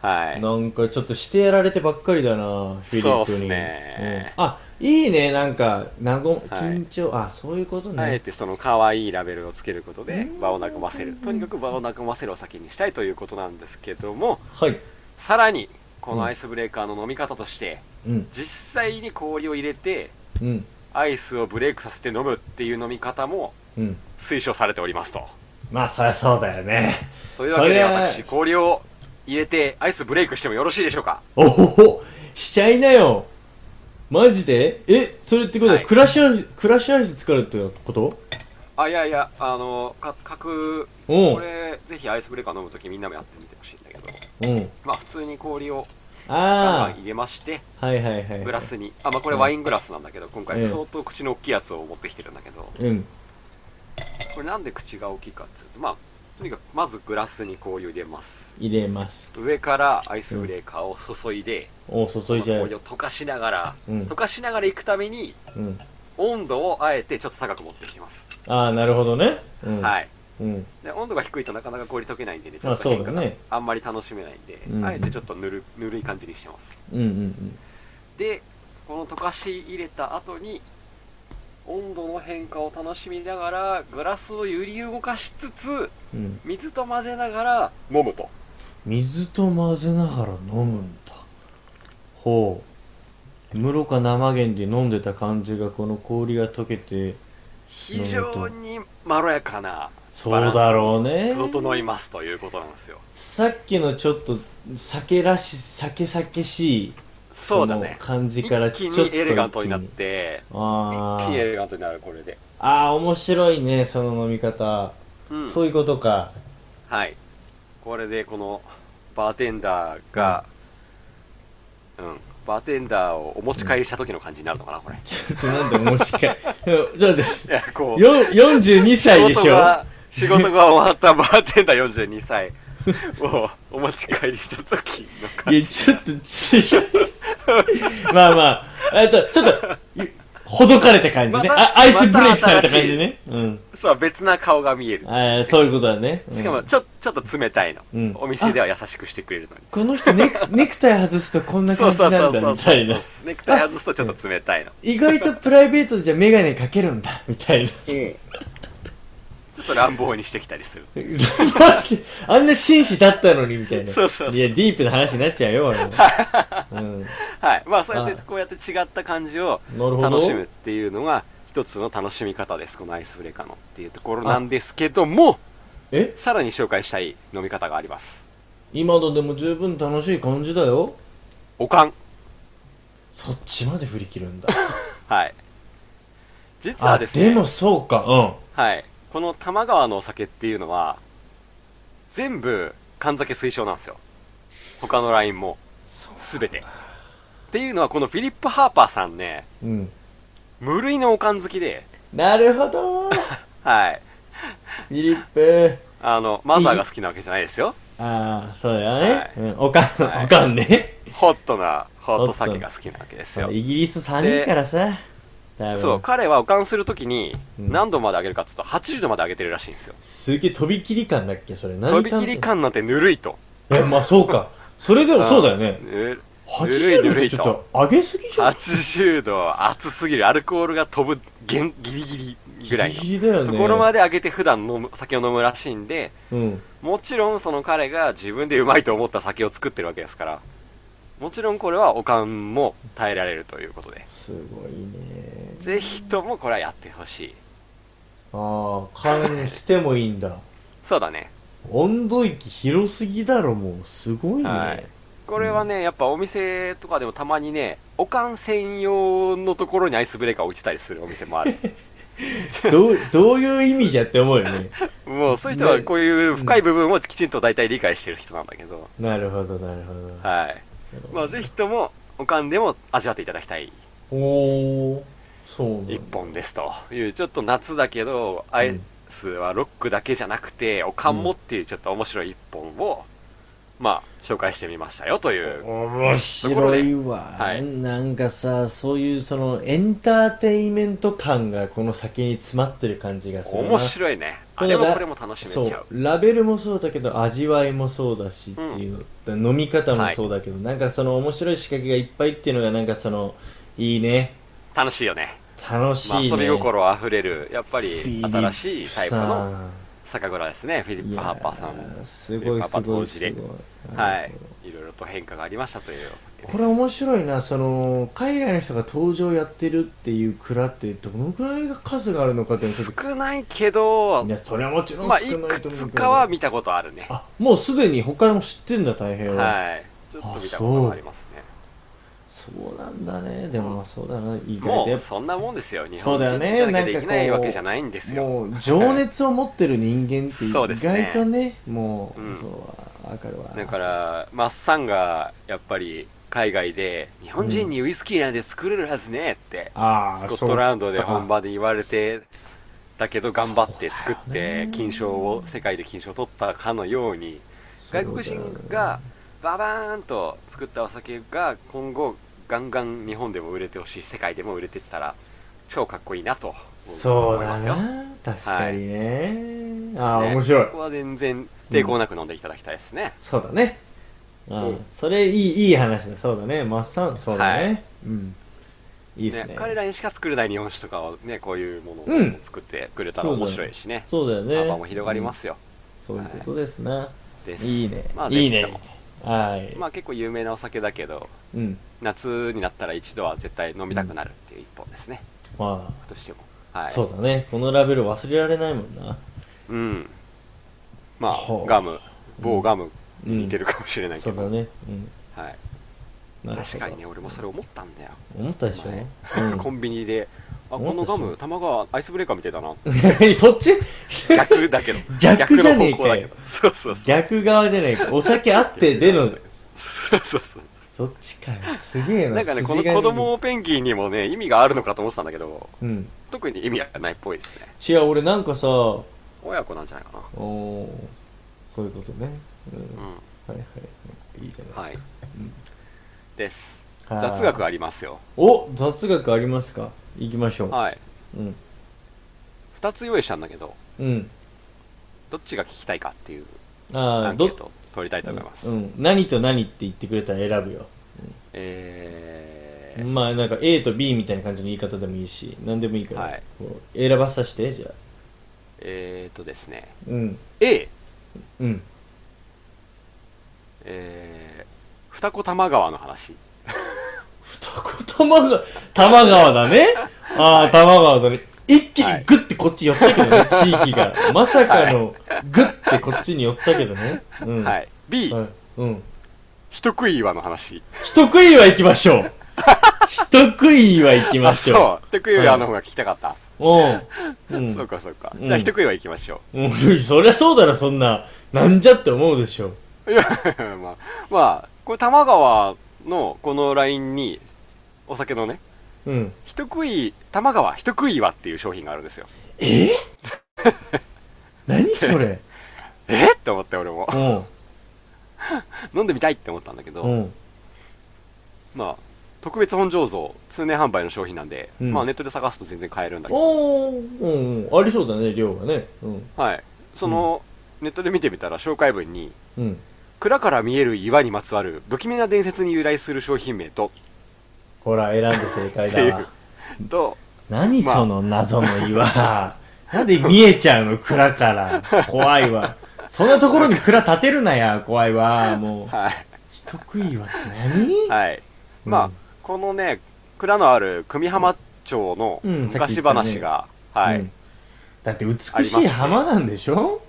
はい
なんかちょっとしてやられてばっかりだなフィリップ
そうっす
に
ね
うんあいいねなんかなご
はい
緊張、あそういうことね、
あえてその可愛いラベルをつけることで場を和ませるとにかく場を和ませるを先にしたいということなんですけども
はい
さらにこのアイスブレイカーの飲み方として
うん
実際に氷を入れて
うん
アイスをブレイクさせて飲むっていう飲み方も
うん
推奨されておりますと
まあそりゃそうだよね
というわけで
そりゃ
私氷を入れてアイスブレイクしてもよろしいでしょうか
おほほしちゃいなよマジでえそれってことは、
はい
クラッシュアイスクラッシュアイス使うってこと
あいやいやあのか各
うん
これぜひアイスブレイカー飲むときみんなもやってみてほしいんだけど
うん
まあ普通に氷をガン
あ
ガン入れまして
あはいはいはい
グラスにあまあこれワイングラスなんだけど今回相当口の大きいやつを持ってきてるんだけど
うん
これなんで口が大きいかっつうとまあとにかくまずグラスに氷を入れます
入れます
上からアイスブレイカーを注いで、
お注いじゃ
氷
う
を溶かしながら、
うん
溶かしながら行くために
うん
温度をあえてちょっと高く持ってきます、
ああなるほどねうん
はい
うん
で温度が低いとなかなか氷溶けないんでねちょっ
あ
と
そう
変
だ
化
ね
があんまり楽しめないんで、
うん
あえてちょっとぬるぬるい感じにしてます
うんうん
でこの溶かし入れた後に温度の変化を楽しみながらグラスを揺り動かしつつ
うんうん
水と混ぜながら飲むと
水と混ぜながら飲むんだほう室か生源で飲んでた感じがこの氷が溶けて
非常にまろやかな
そうだろうね
整いますということなんですよ
さっきのちょっと酒らし酒酒しい
そうだね
その感じからち
一
ょっ
気
と
にエレガントになって
あ
一気にエ
ー
レガントになるこれで、
あー面白いねその飲み方、
うん
そういうことか
はいこれでこのバーテンダーがうんバーテンダーをお持ち帰りした時の感じになるのかなこれ
ちょっとなんで
*laughs*
面白いそうです
いやこう
よ42歳で
仕
し
事
ょ
が仕事が終わったバーテンダー42歳をお持ち帰りした時
*laughs*
の感
い
じ
や、ちょっと違う。まあまあ、あと、ちょっと、いほどかれた感じね。
また
あアイスブレイクされた感じね。うん。
そう別な顔が見える
ああ、そういうことだね。うん
しかも、ちょちょっと冷たいの、
うん
お店では優しくしてくれるのに
この人ネク、 *laughs* ネクタイ外すとこんな
そ
感
う
じ
そう
な
そ
ん
うそ
だ、
う
みたいな。
ネクタイ外すとちょっと冷たいの
意外とプライベートじゃメガネかけるんだ、 *laughs* みたいな。
ちょっと乱暴にしてきたりする
あんな紳士だったのに、みたいな。
そうそうそう
いや、ディープな話になっちゃうよ、俺もうん。
はいまあそうやっ
は
て
い
こうやって違った感じを
なるほど
楽しむっていうのが一つの楽しみ方ですこのアイスブレイカーのっていうところなんですけども
え
さらに紹介したい飲み方があります
今のでも十分楽しい感じだよ。
おかん
そっちまで振り切る
*laughs*
んだ。
はい実
あ、
はですね
でもそうか。うん。
はい、この多摩川のお酒っていうのは全部缶酒推奨なんですよ他のラインも全てっていうのはこのフィリップ・ハーパーさんね
うん。
無類のおかん好きで
なるほどー
はい
フィリップ
あのマザーが好きなわけじゃないですよ
ああそうだよね、
はい
うん、おかん、
はい
おかんね
ホットなホット酒が好きなわけですよ
イギリス3人からさ多分
そう彼はおかんするときに
うん
何度まで上げるかっていうと80度まで上げてるらしいんですよ
すげえ飛び切り感だっけそれ何
飛び切り感なんてぬるいと
えまあそうかそれでもそうだよね
ぬる
80度ってちょっと上げすぎじゃん
80度熱すぎるアルコールが飛ぶげんギリギリぐらい
ギ
の
リギリだよね
ところまで上げて普段飲む酒を飲むらしいんで
うん
もちろんその彼が自分でうまいと思った酒を作ってるわけですからもちろんこれはおかんも耐えられるということです
ごいね
ぜひともこれはやってほしい
ああ缶してもいいんだ *laughs*
そうだね
温度域広すぎだろもうすごいね、
はいこれはねやっぱお店とかでもたまにねおかん専用のところにアイスブレーカー置いてたりするお店も
*laughs*
ある
どうどういう意味じゃって思うよね
もうそういう人はこういう深い部分をきちんと大体理解してる人なんだけど
なるほどなるほど、
はいまあ、ぜひとも、おかんでも味わっていただきたい
おおそうなんだ
一本ですという、ちょっと夏だけど、あえ
うん
スはロックだけじゃなくて、おかんもっていうちょっと面白い一本を、まあ、紹介してみましたよという。
面白いわ、
はい
なんかさそういうそのエンターテインメント感がこの先に詰まってる感じがするな
面白いね。あれもこれも楽しめちゃう。
そうラベルもそうだけど味わいもそうだしっていう、飲み方もそうだけど、なんかその面白い仕掛けがいっぱいっていうのがなんかそのいいね
楽しいよね。
楽しい
まあ、
ね、
遊び心あふれる、やっぱり
フィリップ
新しいタイプの
さん
酒蔵ですね、フィリップ・ハーパーさん
いや
も。
すごいすごいすごい
フィリッ
うん
はい。いろいろと変化がありましたというお酒
これ面白いなその海外の人が登場やってるっていう蔵ってどのくらいが数があるのかっていうのはちょっと
少ないけど
い、やそれはもちろん
まあ、
少ない
い
と思う
く
けど、
つかは見たことあるね。
あもうすでに他も知ってんだ大変は、
はい。ちょっと見たことがありますね。
そうなんだねでもまあそうだな意外
も
とやっ
うそんなもんですよ日
そう
本
だよ
人
ね
じゃなきゃできな
なん
い
かこう
わけじゃないんです
ぱ
よ
もう情熱を持ってる人間って
*laughs*
意
そうですね
外とねもう、
うん
そうわかるわ
だからマッサンがやっぱり海外で日本人にウイスキーなんて作れるはずねって、
ああ
スコットランドで
そう
本場で言われてだけど頑張って作っ
そうだよ
て
ね
金賞を世界で金賞を取ったかのように
そうだ
外国人がババーンと作ったお酒が今後ガンガン日本でも売れてほしい世界でも売れてったら超かっこいいなと思います
そう
よ
だな確かにね、ああ
ね
面白い
そこは全然抵抗なく飲んでいただきたいですね、
そうだね。う
うん
ん。それいい、いい話だ。そうだね。マッサン、そうだね。
はい
うん。いいっすね。
ね彼らにしか作れない日本酒とかをねこういうものを
うん
作ってくれたら面白いしね
そうだよね。
幅も広がりますよ、
うん。そういうことですな。
です
いいね
ま。あ
いいね
ぜひと。
はい。
まあ結構有名なお酒だけど
うん。
夏になったら一度は絶対飲みたくなるっていう一本ですね、
ま
今年もは
あ、
い
そうだね。このラベル忘れられないもんな。
うんまあ
ほう
ガム某ガム
うん
に似てるかもしれないけ
そう
ど、
だね。うん。
はい、
なるほ
確
ど
かにね俺もそれ思ったんだよ、
思ったでしょ
前
う
*laughs*
ん
コンビニであ
思
こ
った
の
でしょ
ガム玉川アイスブレーカーみたいだな
*laughs* そっち
逆だけど
*laughs* 逆じゃねえ
逆の方
かよ
向だけどそうそうそう
逆側じゃないか。お酒あってで
*laughs*
の、
そうそうそう
そっちかよ。すげえな。
なんかね、この
筋金入り
子供ペンギンにもね、意味があるのかと思ってたんだけど、
うん。
特に意味はないっぽいですね。
違う、俺なんかさ、
親子なんじゃないか
おーそういうことね、うん
な。
は
うん。
いはいいいじゃな
はいい
です。
です。
か、はい
雑学ありますよ。
お雑学ありますか行きましょう、
はい。
うん
二つ用意したんだけど、
うん
どっちが聞きたいかっていう
あ
ア
あ
ンケ
ど
ートを取りたいと思います。
うん、何と何って言ってくれたら選ぶよ、
えー、
まあなんか A と B みたいな感じの言い方でもいいし何でもいいから、
はい
こう選ばさせてじゃあ
えーとですね、
うん
A、
うん
えー、二子玉川の話。
二子玉川玉川だね
*laughs*
ああ玉川だね一気にグッてこっち寄ったけど
*laughs*
ね、地域がまさかのグッてこっちに寄ったけどね、うん、
はい。B、
はい、うん。
人食い岩の話。
人食いは行きまし
*laughs*
ょう。人食いは行きましょ
そう。人食い岩の方が聞きたかった。
う。うん。う
そうんかそうか。
うん
じゃあ人食い岩行きましょう。
うん。そりゃそうだろ、そんな。なんじゃって思うでしょ。
いや、 *laughs* まあ、まあ、これ多摩川のこのラインに、お酒のね、
うん。
人食い、多摩川人食い岩っていう商品があるんですよ。
え *laughs* 何それ
えって思って俺も *laughs*
う。ん。
飲んでみたいって思ったんだけど、
うん。
まあ、特別本醸造、通年販売の商品なんで、
うん
まあネットで探すと全然買えるんだけど、
おー、うんうん。ありそうだね、量がね。うん。
はい。その、ネットで見てみたら紹介文に、
うん。
蔵から見える岩にまつわる不気味な伝説に由来する商品名と、
ほら、選んで正
っ
解だ
てい
わ
う。と、
何その謎の岩。 *laughs* なんで見えちゃうの、蔵から。怖いわ。そんなところに蔵建てるなや、怖いわ。もう。
はい。
人食い岩って何
はい。まあ、
うん
このね、蔵のある久美浜町の
うん
昔話が、はい、
うんだって美しい浜なんでしょ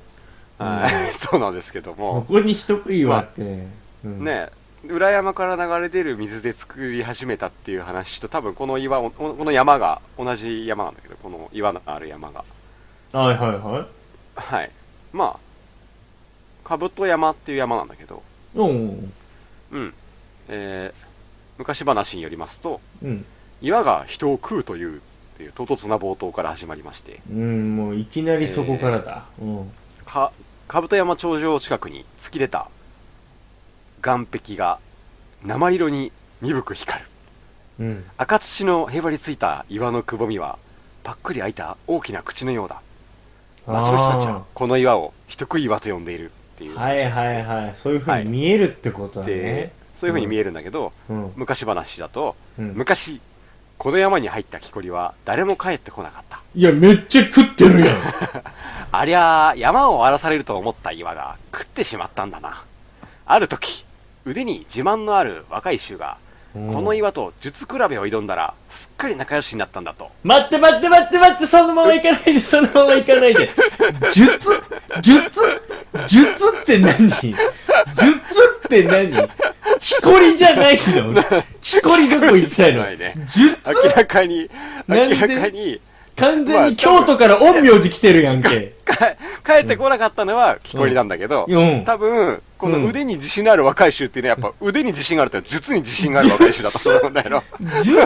はい、 *laughs* そうなんですけど
こ
も、
こに人食い岩って、うん
ね、裏山から流れ出る水で作り始めたっていう話と、多分この岩を、この山が同じ山なんだけど、この岩のある山が。
はいはいは
はい。まあ、かぶと山っていう山なんだけど、
いうん
うん。えー昔話によりますと、
うん
岩が人を食うというっていう唐突な冒頭から始まりまして
うんもういきなりそこからだ、うん
か兜山頂上近くに突き出た岩壁が生色に鈍く光る
うん
赤土のへばりついた岩のくぼみはパックリ開いた大きな口のようだ町の人たちはこの岩を一食い岩と呼んでいるっていう、
はいはいはいそういうふうに見えるってことだ
で
ね、
そういう風に見えるんだけど、
うん
昔話だと、
うん、
昔この山に入った木こりは誰も帰ってこなかった
いやめっちゃ食ってるやん
ありゃあ山を荒らされると思った岩が食ってしまったんだなある時腕に自慢のある若い衆がこの岩と術比べを挑んだらすっかり仲良しになったんだと
待って待って待って待ってそのまま行かない *laughs* でそのまま行かないで術術術って何術って何木こりじゃないの木こりどこ行
*laughs*
きたいの
木こりじゃないね
*laughs* 術
明らかに
なん
明
で
らかに
完全に京都から陰陽師来てるやんけ
か帰ってこなかったのは木こりなんだけど、
うん
多分この腕に自信のある若い衆っていうのはやっぱ腕に自信があるって術に自信がある若い衆だと思うん
*laughs*
だよ
術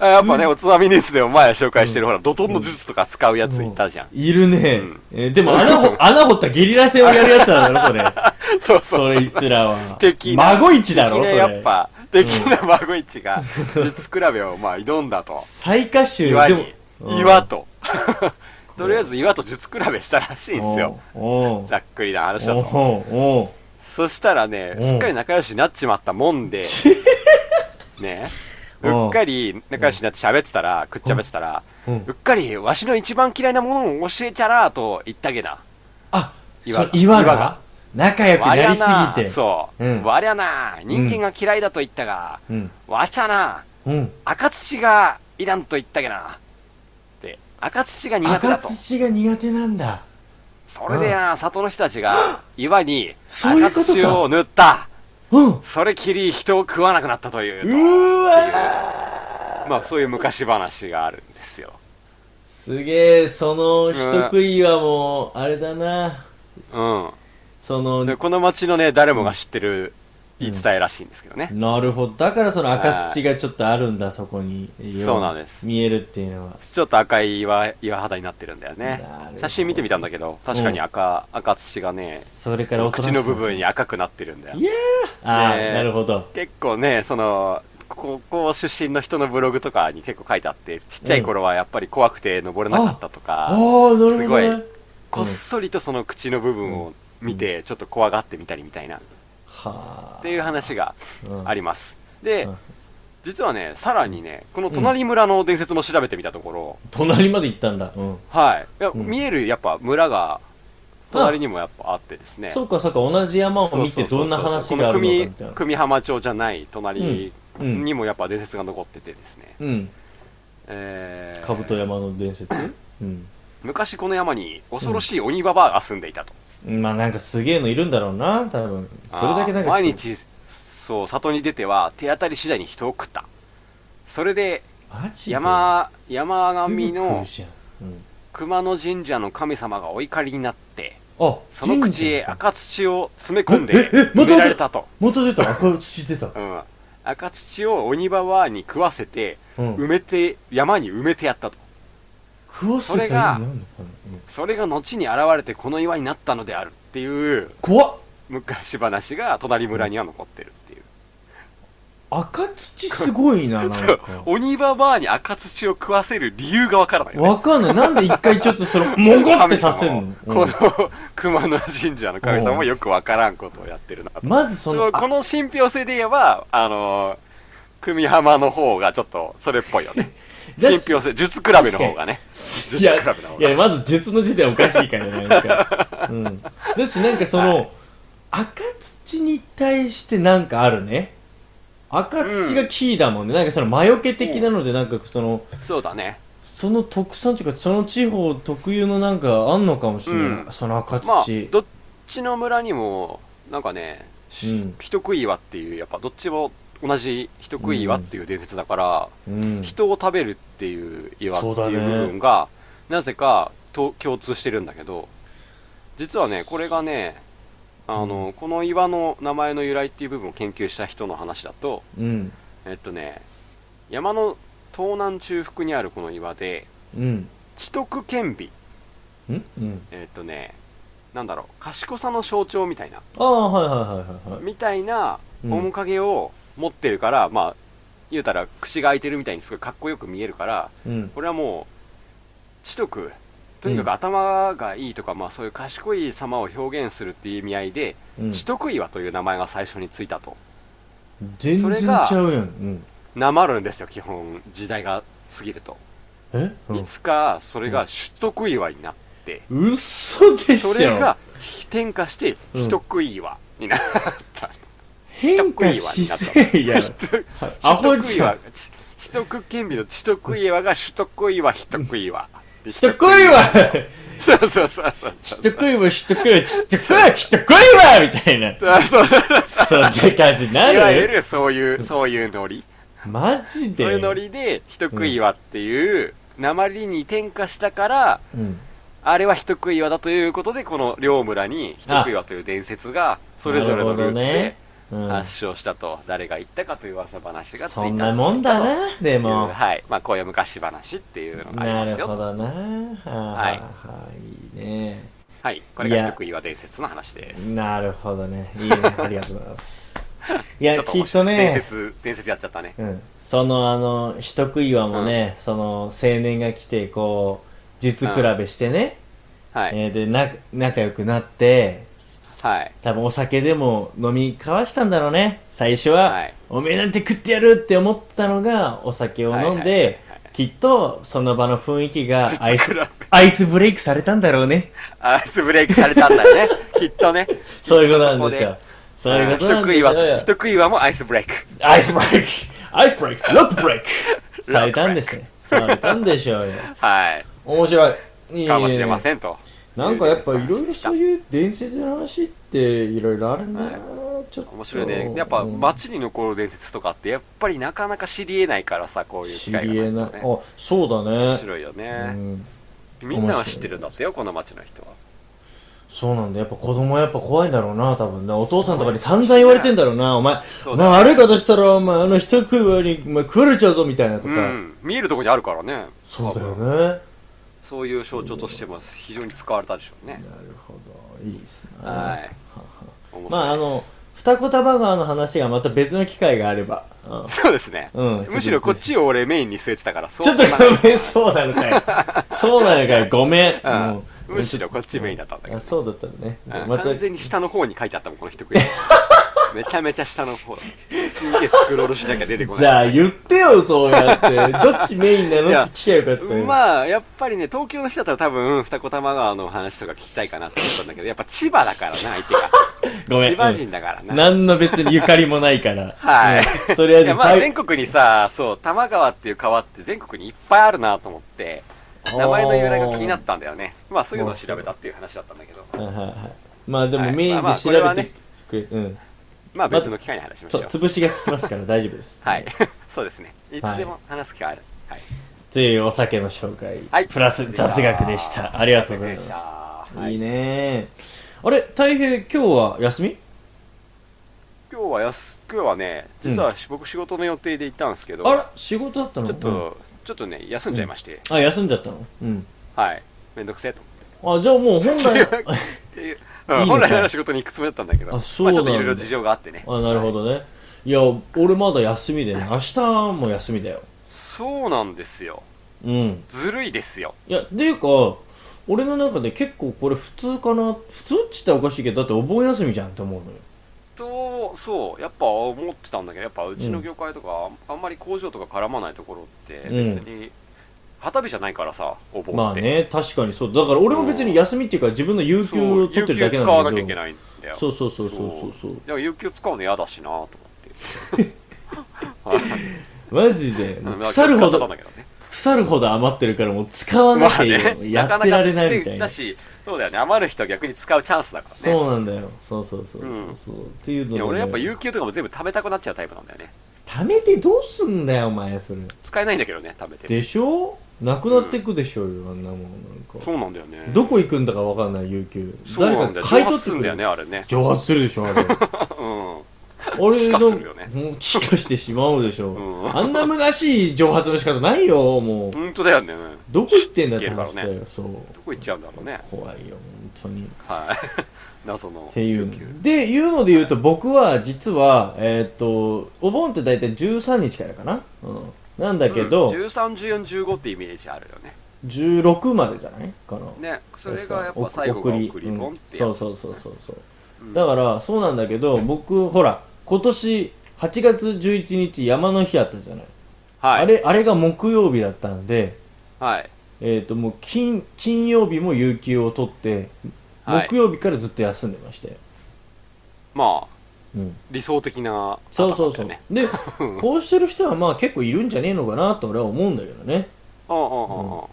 あやっぱね、おつまみニュースでも前紹介してる、ほら、怒涛の術とか使うやついたじゃん。
いるね
うん、
えーでも
*laughs*
穴ほ穴掘ったゲリラ戦をやるやつなんだろそれ
そう
そ
そう
れいつらは
敵な
孫市だろ
敵
そ
な
れ
やっぱ、敵な孫一が、術比べをまあ挑んだと。
最下衆
岩
で
に
も、うん
岩と。 *laughs* とりあえず岩と術比べしたらしいんですよ。
おう
ざっくりな話だ
おう
と。
おう
そしたらね、
うん
すっかり仲良しになっちまったもん
*laughs*
で、ね、
うん
うっかり仲良しになって喋ってたら、くっちゃべってたら、
おう
うっかりわしの一番嫌いなものを教えちゃらーと言ったげな。
あ
岩が
岩岩
岩
が
が
仲良くな
わりゃ
りす
な
ぎて
そう、
うん
わりゃな人間が嫌いだと言ったが、
うん
わしゃな
うん
赤土がいらんと言ったけなって赤土が苦手だ
赤
と
土が苦手なんだ
それでな、里の人たち
*gasps*
が岩に
そういう
赤
ことか
土を塗った
うんう
それきり人を食わなくなったという
ーわ
まあそういう昔話があるんですよ
ーすげえその人食いはもうあれだな
う
そ
んで
の
この町のね誰もが知ってる言い伝えらしいんですけどね、
なるほどだからその赤土がちょっとあるんだそこに
そうなんです
見えるっていうのは
ちょっと赤い岩岩肌になってるんだよね
なるほど
写真見てみたんだけど確かに赤,、赤土がね
それか
そ
らお
の
とな
口
しく
の部分に赤くなってるんだよ
いやーあ
ね
ー
え
なるほど
結構ねそのここ出身の人のブログとかに結構書いてあってちっちゃい頃はやっぱり怖くて登れなかったと
あ
か、
あーなる
す
ほ
ご
どね
いこっそりとその口の部分を見てちょっと怖がってみたりみたいなっ
はあ
ていう話があ
り
りますで
うん
実はねさらにねこの隣村の伝説も調べてみたところ、
隣まで行ったんだうん
はいいや、
うん
見えるやっぱ村が隣にもやっぱあってですね
そうかそうか同じ山を
そうそ
見て
うそうそう
どんな話があるのかみ
こ
たい
の久
な
美久美浜町じゃない隣
うんうん
にもやっぱ伝説が残っててですね、
うん
えー
兜山の伝説う
昔この山に恐ろしい鬼ババアが住んでいたと、
んまあなんかすげえのいるんだろうな多分それだけなんか
あー毎
ちょっと
日そう里に出ては手当たり次第に人を食ったそれで
マジで
山山神
すぐ来
の
るじゃんうん
熊野神社の神様がお怒りになって
あ
その
神
口
社
へ赤土を詰め込んで
えええ待って
埋められたと、
また出た赤写してた
うん、赤土を鬼ババアに食わせて
うん
埋めて山に埋めてやったと
食わせた意味あんのかなうん
それが後に現れてこの岩になったのであるっていう
怖っ
昔話が隣村には残ってるっていう
赤土すごいななんか
*laughs* 鬼ババアに赤土を食わせる理由がわからないよね
わかんない。なんで一回ちょっとそ
*laughs*
の、もごってさせんの、
神様を
うん
この熊野神社の神様もよくわからんことをやってるなと
まずその、
この信憑性で言えばあのー久美浜の方がちょっとそれっぽいよ
*laughs*
ね信
だし
憑性術比べの方がね
いや、
術クラブだもん
いや、まず術の時点おかしいからね、なん
*laughs*
か。うん。だし、なんかその、赤土に対してなんかあるね。赤土がキーだもんね。なんかその魔除け的なので、なんかその、
そうだね
その特産というか、その地方特有のなんかあんのかもしれな
う
い。
ん
その赤
まあ
土。
どっちの村にもなんかね、し
うん
人食い岩っていうやっぱどっちも同じ人食い岩っていう伝説だから、
うん。
人を食べるっていう岩って
そうだ
い
ね
う部分が、なぜかと共通してるんだけど実はねこれがねあの、この岩の名前の由来っていう部分を研究した人の話だと
うん。
えっとね山の東南中腹にあるこの岩で
うん
既得顕微
うんうん
えーっとねなんだろう賢さの象徴みたいな
ああはいはいはいはいはい
みたいな
うん
面影を持ってるから、まあ言うたら口が開いてるみたいにすごいかっこよく見えるから
うん
これはもう知得とにか
うん
く頭がいいとか、まあそういう賢い様を表現するっていう意味合いで、
うん
知得岩という名前が最初についたと
全
そ
然
れ
ち
が
ゃうやんうん
なまるんですよ基本時代が過ぎると、
え
いつかそれが取得岩になって、
うん嘘でしょ
それが転化して
う
取
ん
得岩になった、
変化しせいやアホ
取得
じゃ
岩
ん
取得権利の取得岩が取得岩取得岩
ひとこいわ
*laughs* そうそうそうそうそう
ちっとこいわ、ちっとこいわ、ちっとこいわ、ひとこいわみたいな。
そう
そんな感じにない
わゆ
る
るそういうそういうノリ
マジで
そういうノリで「人食い岩」っていう鉛に転化したから、
うん。
あれは人食い岩だということでこの両村に人食い岩という伝説がそれぞれのルーツ
な
で
るほどねうん
発祥したと誰が言ったかという噂話がついた
そんなもんだな、で
という
も。
はいまあこういう昔話っていうのがあり
な
ます
る
よ
ほどな。
は
はいい。はい、いね。
はいこれが人食い岩伝説の話です
なるほどね。
*laughs*
いいね。ありがとうございます。い
ちょ
や、
っと
き
面
っと
白い伝
ね、
説伝説やっちゃったね
うん、その、あの、人食いはもね、その、青年が来て、こう、術比べしてね、
はい
えーで、な、仲良くなって、
はい
多分お酒でも飲み交わしたんだろうね最初は、
はい
おめえなんて食ってやるって思ったのがお酒を飲んで、
はいはいはい
きっとその場の雰囲気がアイス
実比べ
アイスブレイクされたんだろうね
アイスブレイクされたんだよねきっとね
*laughs* そういうことなんですよそういうことなん
人食
です
い
よ
岩人食い岩もアイスブレイク
アイスブレイクアイスブレイクロック
*laughs*
ブレイクされたんですよされたんでしょうよ
はい
面白いいい
かもしれま
ん
せんと
なんかやっぱいろいろそう
う
いう伝説の話っていろいろあるんだな、ちょっと
面白いねやっぱ
うん
街に残る伝説とかってやっぱりなかなか知りえないからさこういう機
知
会
り
が
えない
とね
あそうだね
面白いよ
う
ね
ん、
みんなは知ってるんだってよこの街の人は
そうなんだやっぱ子供はやっぱ怖いんだろうな多分なお父さんとかに散々言われてんだろうなお前
そう
お
だ
前悪いことしたらお前あの人食うにお前食われちゃうぞみたいなと
う
か、
ん見えるとこにあるからね
そうだよねなる
そういう象徴としても非常に使われたでしょうね
ほどいいですね
はい面白いです
まああの二子玉川の話がまた別の機会があれば、うん
そうですね、
うん
むしろこっちを俺メインに据えてたから
ちょっと
そう
ごめんそうなの
*laughs*
かよそうなのかよごめん、も
うん、むしろこっちメインだったんだけ
あ
ど、
そうだったのねじゃあ
うん
また
完全に下の方に書いてあったもんこ
*laughs*
の一食いめちゃめちゃ下の方すげえスクロールしなきゃ出てこない
じゃあ言ってよそうやってどっちメインなの
いや
って聞きゃよかったよ、
まあやっぱりね東京の人だったら多分二子玉川の話とか聞きたいかなと思ったんだけどやっぱ千葉だからな相手が
*laughs* ごめ
千
ん
葉人だから
う
な、
ん何の別にゆかりもないから
はい
うんとりあえ
い
ず
やまあ
大
全国にさそう多摩川っていう川って全国にいっぱいあるなと思って名前の由来が気になったんだよねまあそういうのを調べたっていう話だったんだけど
はいはいはいまあで
は
も
い
メイン
まあまあ
で調
これは
べ
ね
てくれうん
まあ別の機会に話しまし
そ
ょ
う
う
潰しが効きますから大丈夫です
はい *laughs* そうですねいつでも話す機会あるはい、
というお酒の紹介、
はい
プラス雑学でしたありがとうございます、、
はい
い
い、
ねあれ大平今日は休み
今日はやす今日はね実は僕仕事の予定で行ったんですけど、
あら仕事だったの
ちょっと、ちょっとね休んじゃいまして、
うんあ休んじゃったのうん
はいめんどくせえと
あじゃあもう本
*laughs*
来
っていう、
いいのか
本来なら仕事に行くつもりだったんだけど
あそうなんだ
まあ、ちょっといろいろ事情があってね
あなるほどねいや俺まだ休みでね明日も休みだよ
そうなんですよ
うん
ずるいですよ
いやっていうか俺の中で結構これ普通かな普通っちったらおかしいけどだってお盆休みじゃんって思うのよ
とそうやっぱ思ってたんだけどやっぱうちの業界とか、あんまり工場とか絡まないところって
うん
別に、旗日じゃないからさお盆って、
まあね確かにそうだから俺も別に休みっていうか自分の有
そ
給を
う
取っ
有
てるだ
給
け
使
なん
わ
だ
なきゃい
け
け
ど
ないんだよ
そうそうそうそうそうそう
でも有給使うの嫌だしなと思って
*laughs* マジでもう
うん
腐る
使
ほ
ってたんだ
ど
けどね
腐るほど余ってるからもう使わな
ま
きゃ
あ
いい
ね、
やってられないみたいな
だし、そうだよね、余る人は逆に使うチャンスだからね。
*laughs* そうなんだよそうそうそうそうそうっていうの
いや
で
俺やっぱ
ね
有給とかも全部貯めたくなっちゃうタイプなんだよね。
貯めてどうすんだよお前それ
使えないんだけどね、貯めて。
でしょなくなってくでしょうよ、あんなもんなんか
そうなんだよね。
どこ行くんだかわかんない有給
そう
誰
な
か
んだよ。
買い
蒸発
取って
す
く
る *laughs*
る
んだよね、あれね。
蒸発するでしょあれ
うん。
俺の
気化するよね
もう気化してしまうでしょ、
うん
あんな虚しい蒸発の仕方ないよもう
本当だよね
どこ行ってんだって
知
話
って
だ
る
よ、
から
そう
どこ行っちゃうんだろうね
怖いよ本当にっ
はい *laughs* 謎の
ていうでいうので言うと僕は実はえーっとお盆って大体13日からかな、うん、なんだけど、
131415ってイメージあるよね
16までじゃないかな
ねそれがやっぱ最後が送り
う
盆っ
ん
てやつ
そうそうそうそうそう
うん
だからそうなんだけど僕ほら今年8月11日山の日あったじゃない、
はい
あれあれが木曜日だったんで
はい
えっ、ともう金金曜日も有給を取って
はい
木曜日からずっと休んでましたよ、
まあ
うん、
理想的な
そうそうそう、
パターンだよね *laughs*
でこうしてる人はまあ結構いるんじゃねえのかなと俺は思うんだけどね
うんうんうんうん
っ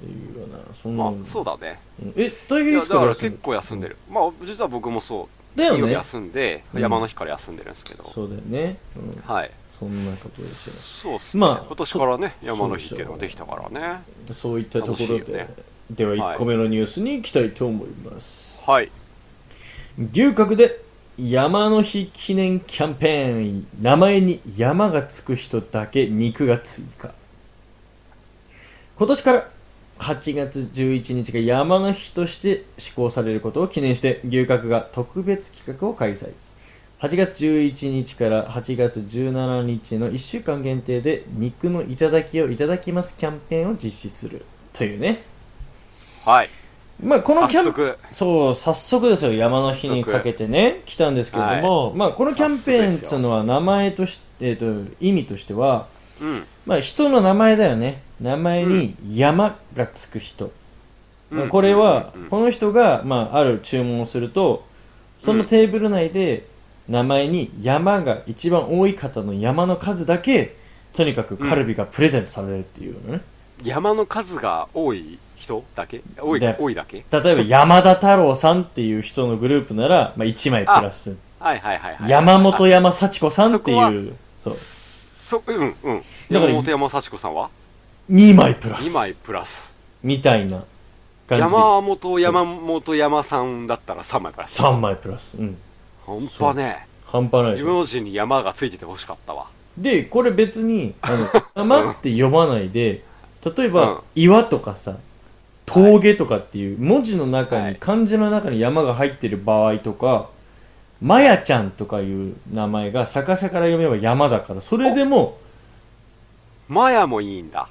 ていうようなそんな、
まあそうだね
うんえ大
い
変
や
い
だ
つか
からら
休ん
結
で
構休んでるまあ実は僕もそう
だよ
金曜日
ね
休んで、
うん
山の日から休んでるんですけど、
そうだよね、うん、
はい、
そんなことですよ
そうっすね、
まあ
今年からね、
そ
山の日っていうのができたからね、
そういったところ
楽し
で、
いよね
では1個目のニュースに行きたいと思います、
はい、
牛角で山の日記念キャンペーン名前に山がつく人だけ肉が追加今年から8月11日が山の日として施行されることを記念して牛角が特別企画を開催8月11日から8月17日の1週間限定で肉の頂きをいただきますキャンペーンを実施するというね
はい、
まあこのキャ
早
ン
速、
そう早速ですよ山の日にかけてね来たんですけれども、まあ、このキャンペーンっつうのは名前とし、えー、と意味としては、
うん、
まあ、人の名前だよね名前に山がつく人、まあこれは
うんうんうん
この人が、まあ、ある注文をするとそのテーブル内で名前に山が一番多い方の山の数だけとにかくカルビがプレゼントされるっていうのね、
山の数が多い人だけ、多い
で
多いだけ、
例えば山田太郎さんっていう人のグループなら、まあ、1枚プラス
はいはいはい、はい、
山本
あ
山幸子さんって
そこは
いうそう
そうんうん、
だから
山本山幸子さんは
2枚プラス
2枚プラス、
みたいな感じで
山本山本山さんだったら3枚プラス、
3枚プラスうん
本当ね、
半端ない
自
でし
分
ょ
の字に山がついててほしかったわ、
でこれ別にあ
*laughs*
の山って読まないで例えば、
うん
岩とかさ峠とかっていう文字の中に、
はい
漢字の中に山が入ってる場合とかまやちゃんとかいう名前が逆さから読めば山だからそれでも
マヤもいいんだ。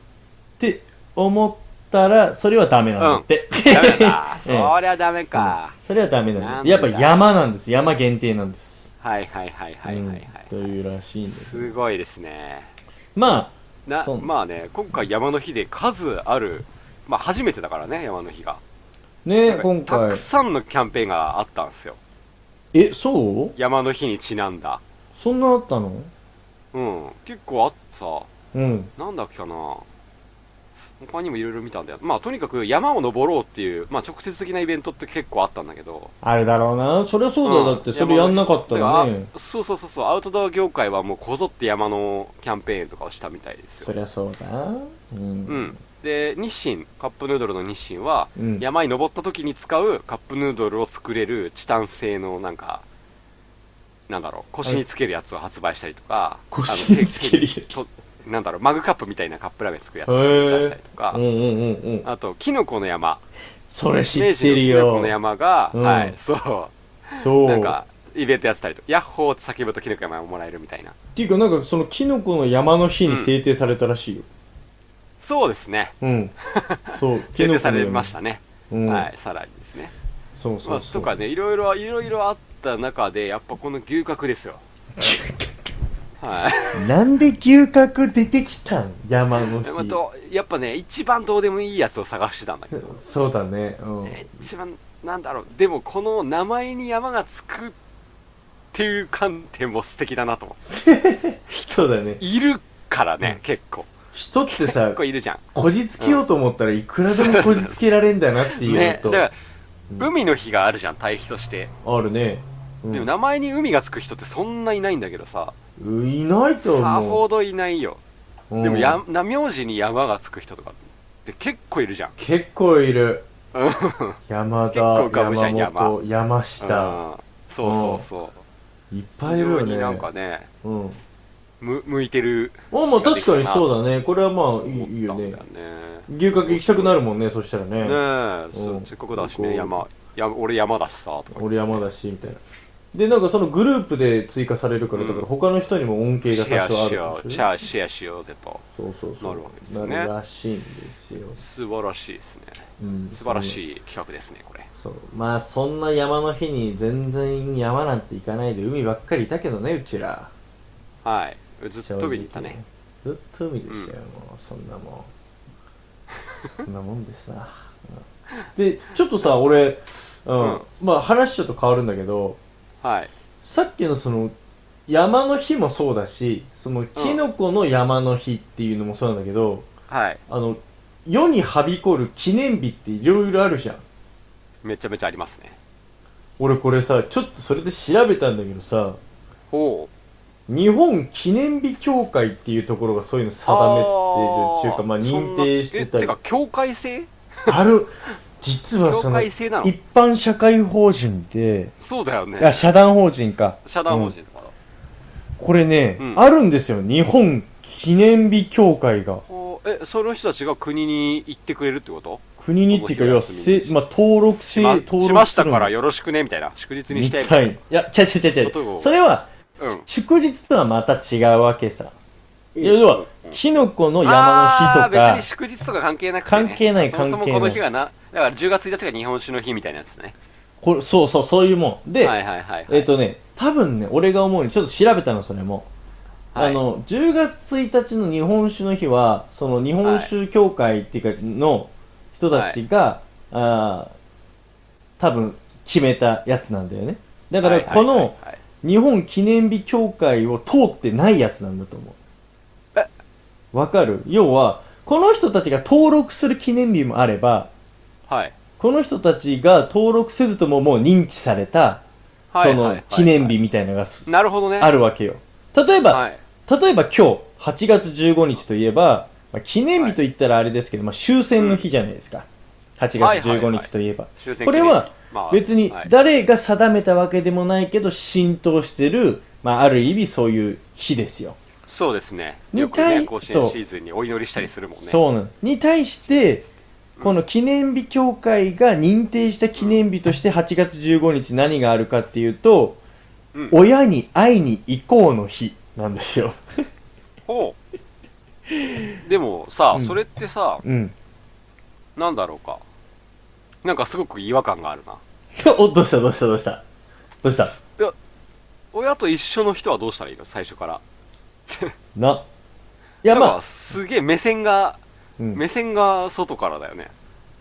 って思ったらそれはダメなんだって、
ダメ *laughs* だ
ええ
そりゃダメか、
それはダメなん
な
だ
んだ
やっぱ山なんです山限定なんです
はいはいはいはいはいはい、
うんというらしいんです
すごいですね
ま
な
そう
まあね今回山の日で数あるまあ初めてだからね山の日が、
あね
なんか
今
た
回
くさんのキャンペーンがあったんですよ
えそう
山の日にちなんだ
そんなあったの
うん結構あってさ
うん
なんだっけかな他にもいろいろ見たんだよまあとにかく山を登ろうっていうまあ直接的なイベントって結構あったんだけど
あれだろうなそりゃそうだよ、だってそれやんなかったらね
あそうそうそうそうアウトドア業界はもうこぞって山のキャンペーンとかをしたみたいですよ
そりゃそうだうん
うん、で日清カップヌードルの日清は、
うん
山に登った時に使うカップヌードルを作れるチタン製のなんかなんだろう腰につけるやつを発売したりとか
腰につけるやつ
あの手手にとなんだろうマグカップみたいなカップラーメン作るやつ
へー
を出したりとか、
うんうんうんうん
あとキノコの山
それ知
明
っ
治
て
の
る
キノコ
よ
の山が、
うん
はいそ
そうう
なんかイベントやってたりとかヤッホーって叫ぶとキノコの山もらえるみたいな
っていうかなんかそのキノコの山の日に制定されたらしいよ
そうですね
うん、そう
*laughs* 制定さ
の
れ
山
ましたね、
うん、
はいさらにですね
そうそ
まあ、
うそ
と
う、
かね、いろいろ、いろいろあった中で、やっぱこの牛角ですよ。はい。
なんで牛角出てきたん山の日、
まあと、やっぱね、一番どうでもいいやつを探してたんだけど、
そうだねうん
え一番、なんだろう、でもこの名前に山がつくっていう観点も素敵だなと思って。
*laughs* そうだね
いるからね、結構。
人ってさ
*laughs* 結構いるじゃん。
こじつけようと思ったらいくらでもこじつけられんだなっていう
ね
の。
だ
と、
から、
うん
海の日があるじゃん、対比として。
あるね、うん
でも名前に海がつく人ってそんないないんだけどさ、
うんいないと
さ
思
ほ
う
どいないよ。
うん
でもや、な名字に山がつく人とかって結構いるじゃん。
結構いる
うん
山田
結構浮かぶじゃん
山本山
うん
下
そうそうそう
いっぱいいるよ
非常
ね。
になんかね
うん。
む向いてる
おまあ確かにそうだね。これはまあいいいい
思
よ
ったん
ね
だよ。ね
牛角行きたくなるもんね、そしたら
ねえ、
ね。
そう
うん
せっかくだし
こう
ね山や俺山だしさとか
俺山だし、みたいな。で、なんかそのグループで追加されるから、だから他の人にも恩恵
シェ
が多
ア
少あ
し
るん
よう
で
シ
すよね
ェアシェアしようぜと
そうそうそう。
なるわけですよね
なるらしいんですよ。
素晴らしいですね
うん
素晴ら
い。
しい企画ですねこれ
そう。まあそんな山の日に全然山なんて行かないで海ばっかりいたけどね、うちら。
はいずっと見に行ったね
正直。ずっと海でしたよ、もう、そんなもん。そんなもんでさ。うんで、ちょっとさ、俺、うん、
うん
まあ話ちょっと変わるんだけど、
はい
さっきのその、山の日もそうだし、その、キノコの山の日っていうのもそうなんだけど、
はい
あの、世にはびこる記念日っていろいろあるじゃん。
めちゃめちゃありますね
俺これさ、ちょっとそれで調べたんだけどさ、
ほう
日本記念日協会っていうところがそういうの定めてるっていうか、まあ認定してた
そん
り
なえてか教会制
ある実は
教
その
会
一
制なの
般社会法人で、
そうだよね
あ社団法人か
社団法人とかだ
これね、
うん
あるんですよ日本記念日協会が
ほうえその人たちが国に行ってくれるってこと
国にっていうか要はせ、まあ、登録制
しま
登録
しましたから
よ
よろしくねみたいな祝日に
み
したい
たいいや違う違う
こ
違
と
う違
を
うそれは
うん
祝日とはまた違うわけさ、
うん
要はキノコの山の日と
あー
か
別に祝日とか関係なくて、ね、
関係ない関係ない
そもそもこの日がなだから10月1日が日本酒の日みたいなやつね
これそうそうそういうもんで、
はいはいはい、はい、
えっ、とね多分ね俺が思うにちょっと調べたのそれも
はい
あの10月1日の日本酒の日はその日本酒協会っていうかの人たちが、あー多分決めたやつなんだよねだからこ
はいはい
の
はいはい
日本記念日協会を通ってないやつなんだと思
え
うわかる要はこの人たちが登録する記念日もあれば
はい
この人たちが登録せずとももう認知された
はい
そ
はいはい
の記念日みたいなのがす
なるほどね
あるわけよ例えば、
はい
例えば今日、8月15日といえば、まあ、記念日と言ったらあれですけど、まあ、終戦の日じゃないですか。8月15日といえば。
終戦記
こ
念
れ
日
は
まあ
別に
はい
誰が定めたわけでもないけど、浸透してる、まあ、ある意味そういう日ですよ。
そうですね
二
よくね
回
甲子
そ
園
う
シーズンにお祈りしたりするもんね
そうなの。に対して、この記念日協会が認定した記念日として8月15日何があるかっていうと、
うん
親に会いに行こうの日なんですよ。
ほうでもさ、
うん
それってさ
うん。 *laughs*
なんだろうかなんかすごく違和感があるな
お、どうしたどうしたどうしたどうした
親と一緒の人はどうしたらいいの最初から
な。いや、
なん
ま
かすげえ目線が、
うん
目線が外からだよね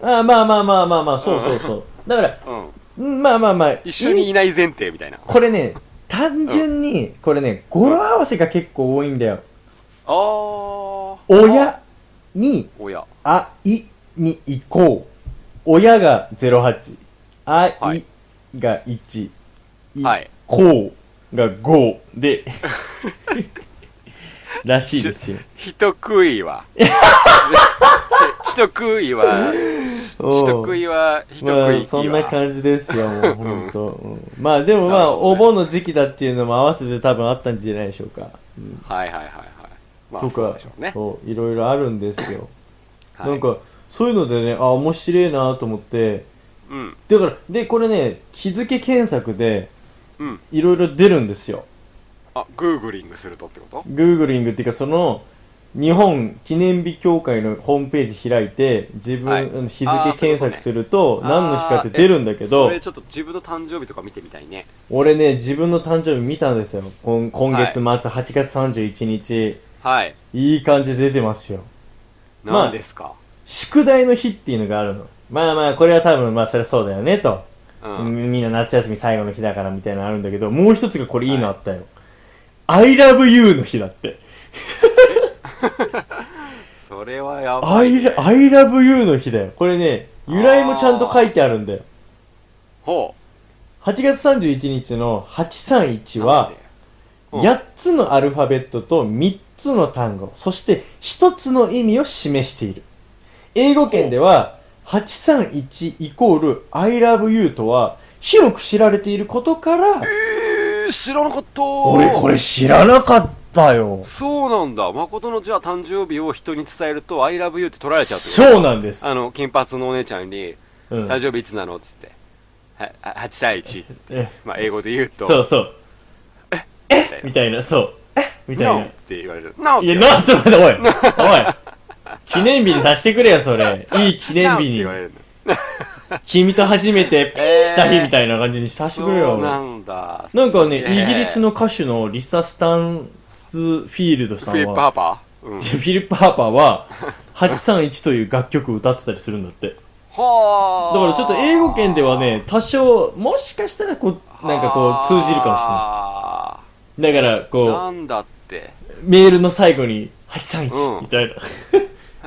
あ、あまあまあまあまあまあ、そうそう
*laughs*
そう。だから、
うん
うんまあまあまあ、
一緒に
い
いない前提みたいな
これね、単純に、これね、語呂合わせが結構多いんだよ。
あー
親に、
親
あいに行こう。親が08、あ
はい
が1、
はい
こうが5で、
*laughs*
らしいですよ。
人食い
*laughs*
はち人食いは人
うん
食いは人食い
ま
は
あ、そんな感じですよ、もう、ほんと。うんまあ、でもま
なる
あ、
ほどね
お盆の時期だっていうのも合わせて多分あったんじゃないでしょうか。うん
はいはいはいはいまあ
と
そう
か
でしょうね、
そういろいろあるんですよ。
はい、
なんか、そういうのでね、あ、面白いなと思って、
うん
だから、で、これね、日付検索で、
うん
いろいろ出るんですよ。
あグーグリングするとってこと
グーグリングっていうか、その、日本記念日協会のホームページ開いて、自分、
はい
うん日
あーそういうこと
付
ね
検索すると、何の日かって出るんだ
あー
け
え
ど
そ、れちょっと自分の誕生日とか見てみたいね
俺ね、自分の誕生日見たんですよ。今今月末、8月31日。
はい
いい感じで出てますよ。まあ
何ですか、
宿題の日っていうのがあるの。まあまあ、これは多分、まあそれはそうだよね、と。
うん
みみんな夏休み最後の日だからみたいなのあるんだけど、もう一つがこれいいのあったよ。I love you の日だって。
それはやば
I,
い、ね
lo-、I love you の日だよ。これね、由来もちゃんと書いてあるんだよ。
ほ
8月31日の831
う
は、
うん
8つのアルファベットと3つの単語、そして1つの意味を示している。英語圏では、831イコール I love you とは広く知られていることから、
えーえー、知らなかった
俺これ知らなかったよ
そうなんだ誠のじゃあ誕生日を人に伝えると「ILOVEYOU」って取られちゃうってこと
そうなんです
あの金髪のお姉ちゃんに
う
「
ん
誕生日いつなの?」っつって「はあ8対1」
*laughs* え
まあ、英語で言うと
そうそうえみたいなそうえみたい
なおっ
な
て言われる。なおっ
い
て
や
言わ
なちょっと待っておいおい記念日に出してくれよそれいい記
れる。なおっ
念
て
日に
言われるの。
君と初めてピーした日みたいな感じにさしてくれ
そ
よ
うなんだ。
なんかね、
いやいやいや
イギリスの歌手のリサ・スタンス・フィールドさ
フ
ん
ィ
は
リップ・ハーパーうん。
フィリップ・ハーパーは831という楽曲を歌ってたりするんだって
は
だ
あ。
からちょっと英語圏ではね多少もしかしたらこうなんかこう通じるか
か
もしれないだからこ
なんだって。
うメールの最後に
う
831
ん
みたいな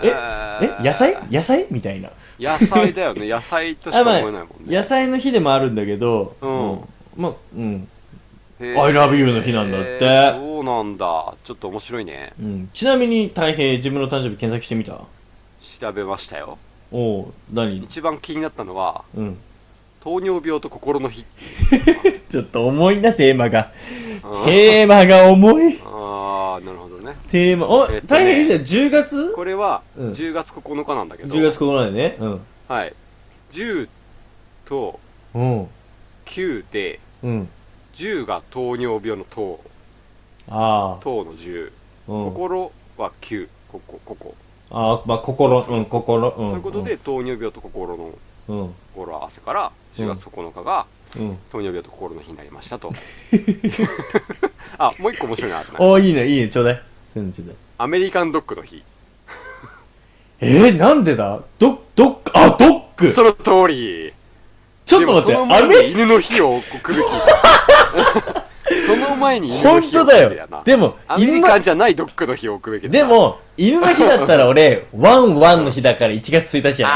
ええ野菜野菜みたいな
野菜だよね。野菜としか
あま
思
あ
えないもんね。
野菜の日でもあるんだけど
うん
うまあうん
へ
I love you の日なんだって
へえそうなんだ。ちょっと面白いね。
うんちなみに大平自分の誕生日検索してみた
調べましたよ。
おおう何
一番気になったのは、
うん
糖尿病と心の日。
ちょっと重いなテーマが
うん
テーマが重い
ああ、なるほどね。
テーマ
え
お
っとね
大変いいじゃん10月
これは
うん
10月9日なんだけど、
10月9日でね
はい10と
うん
9で
うんうん
10が糖尿病の糖
ああ
糖の10、
うん
心は9ここここ、
ああまあ心うん心うん
ということで糖尿病と心の
うん
語呂合わせから
うん
10月9日が
うん
糖尿病と心の日になりました
*laughs*
と *laughs* あもう一個面白いのあるな
おいいねいいねちょうだいそういうのちょうだい
アメリカンドッグの日
えー、なんでだどどっあドッグ
その通り
ちょっと待っ
で
て
もその
ア
前
メ
に犬の日を送るべき
*laughs*
その前に犬の
本
日を
当
送
だ
るべきだ
よ
な
でも
アメ
犬
リ
の
カンじゃないドッグの日を置くべきだな
で、も犬の日だったら俺ワンワンの日だから1月1日じゃな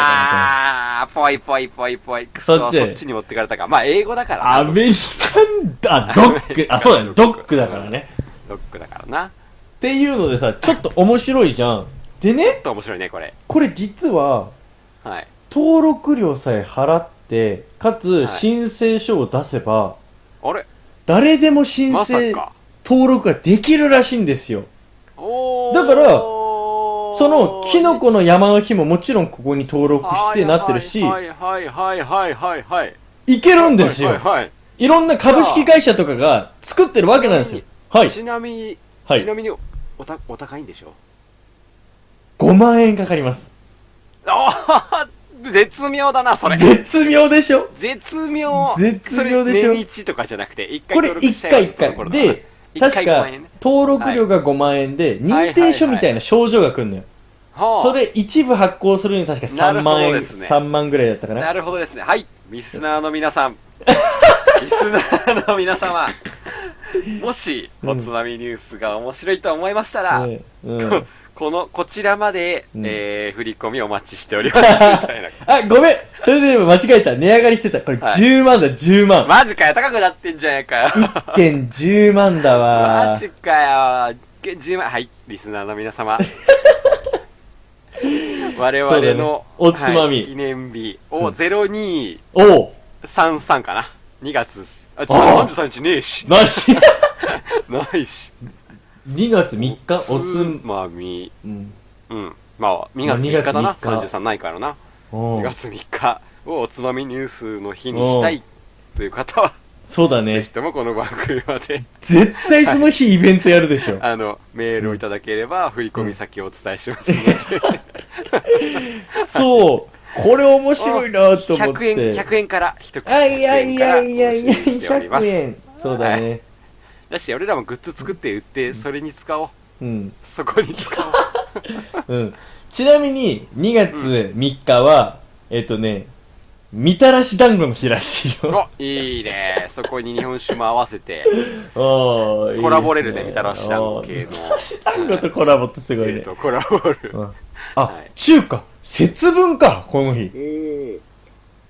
いかなと思っ
あ
て
ー、ぽいぽいぽいぽい。く
そっち
そっちに持ってかれたか。まあ、英語だからな
アメリカンだ、ドッグ、あ、そうだね、ドッグだからね。
ドッグだからな。
っていうのでさ、ちょっと面白いじゃん。で
ちょ
ね
っ、と面白いね、これ。
これ実は、
はい。
登録料さえ払って、かつ
い
申請書を出せば、
あれ
誰でも申
まさ
請、
か。
登録ができるらしいんですよ。
おー
だからその、キノコの山の日ももちろんここに登録してなってるし、
はいはいはいはいはいはい。
いけるんです
はい
よ。
はいはい。
いろんな株式会社とかが作ってるわけなんですよ。はい。
ちなみに、
はい
ちなみに、おた、お高いんでしょ
5万円かかります。
あー *laughs* 絶妙だな、それ。
絶妙でしょ
絶妙。
絶妙でしょ
それ年一とかじゃなくて、一回
これ
登録しち
1
ゃえば
回1
この頃
回
だな
で、確
一回5
か
万円ね
登録料が5万円で、認定書みたいな症状が来るのよ。
はあ
それ一部発行するのに確か3万
なるほ
円、
どですね
3万ぐらいだったか
な
な。
るほどですね。はい。リスナーの皆
*laughs*
さん。リスナーの皆様。もし、
うん
おつまみニュースが面白いと思いましたら、
うんうん
この、こちらまで、
うん
えー、振り込みお待ちしており
*laughs*
ます。みたいな。
あ、ごめんそれで間違えた。値上がりしてた。これ
はい
10万だ、10万。
マジかよ、高くなってんじゃねえかよ。
1件10万
マ
だわ。
ジかよ。10万、はい。リスナーの皆
*laughs*
様。我
そうだ
々
よ
の
ね、おつまみ
はい記念日を0233
おう
かな。2月。あ、ちょ
あ
33日ねえし。 *laughs*
なし
ないし。
!2 月3日、おつん、
まみ。
うん。
うん。まあ、2月3日だな。
2月3日
33ないからな。
お
2
う
月3日をおつまみニュースの日にしたいという方は、
そうだ
ぜひ
ね。
ともこの番組まで、
絶対その日イベントやるでしょ。
あの、メールをいただければ、振り込み先をお伝えしますので、
*laughs* そう。これ面白いなと思って。
100円、100円から、一口100円から。
あいやいやいやいや、
しております
100。円。そうだね。
だし、俺らもグッズ作って売って、それに使おう。
うん。
そこに使
*laughs*
おう。
うん。ちなみに、2月3日は、えっとね、みたらし団子の日らしいよ。
おいいね。そこに日本酒も合わせて、
おー
コラボれるねみたらし団子
おー
系の
みたらし団子とコラボってすごい
えっ
ね。
と、コラボール。
うんあ
はい、
中華節分かこの日。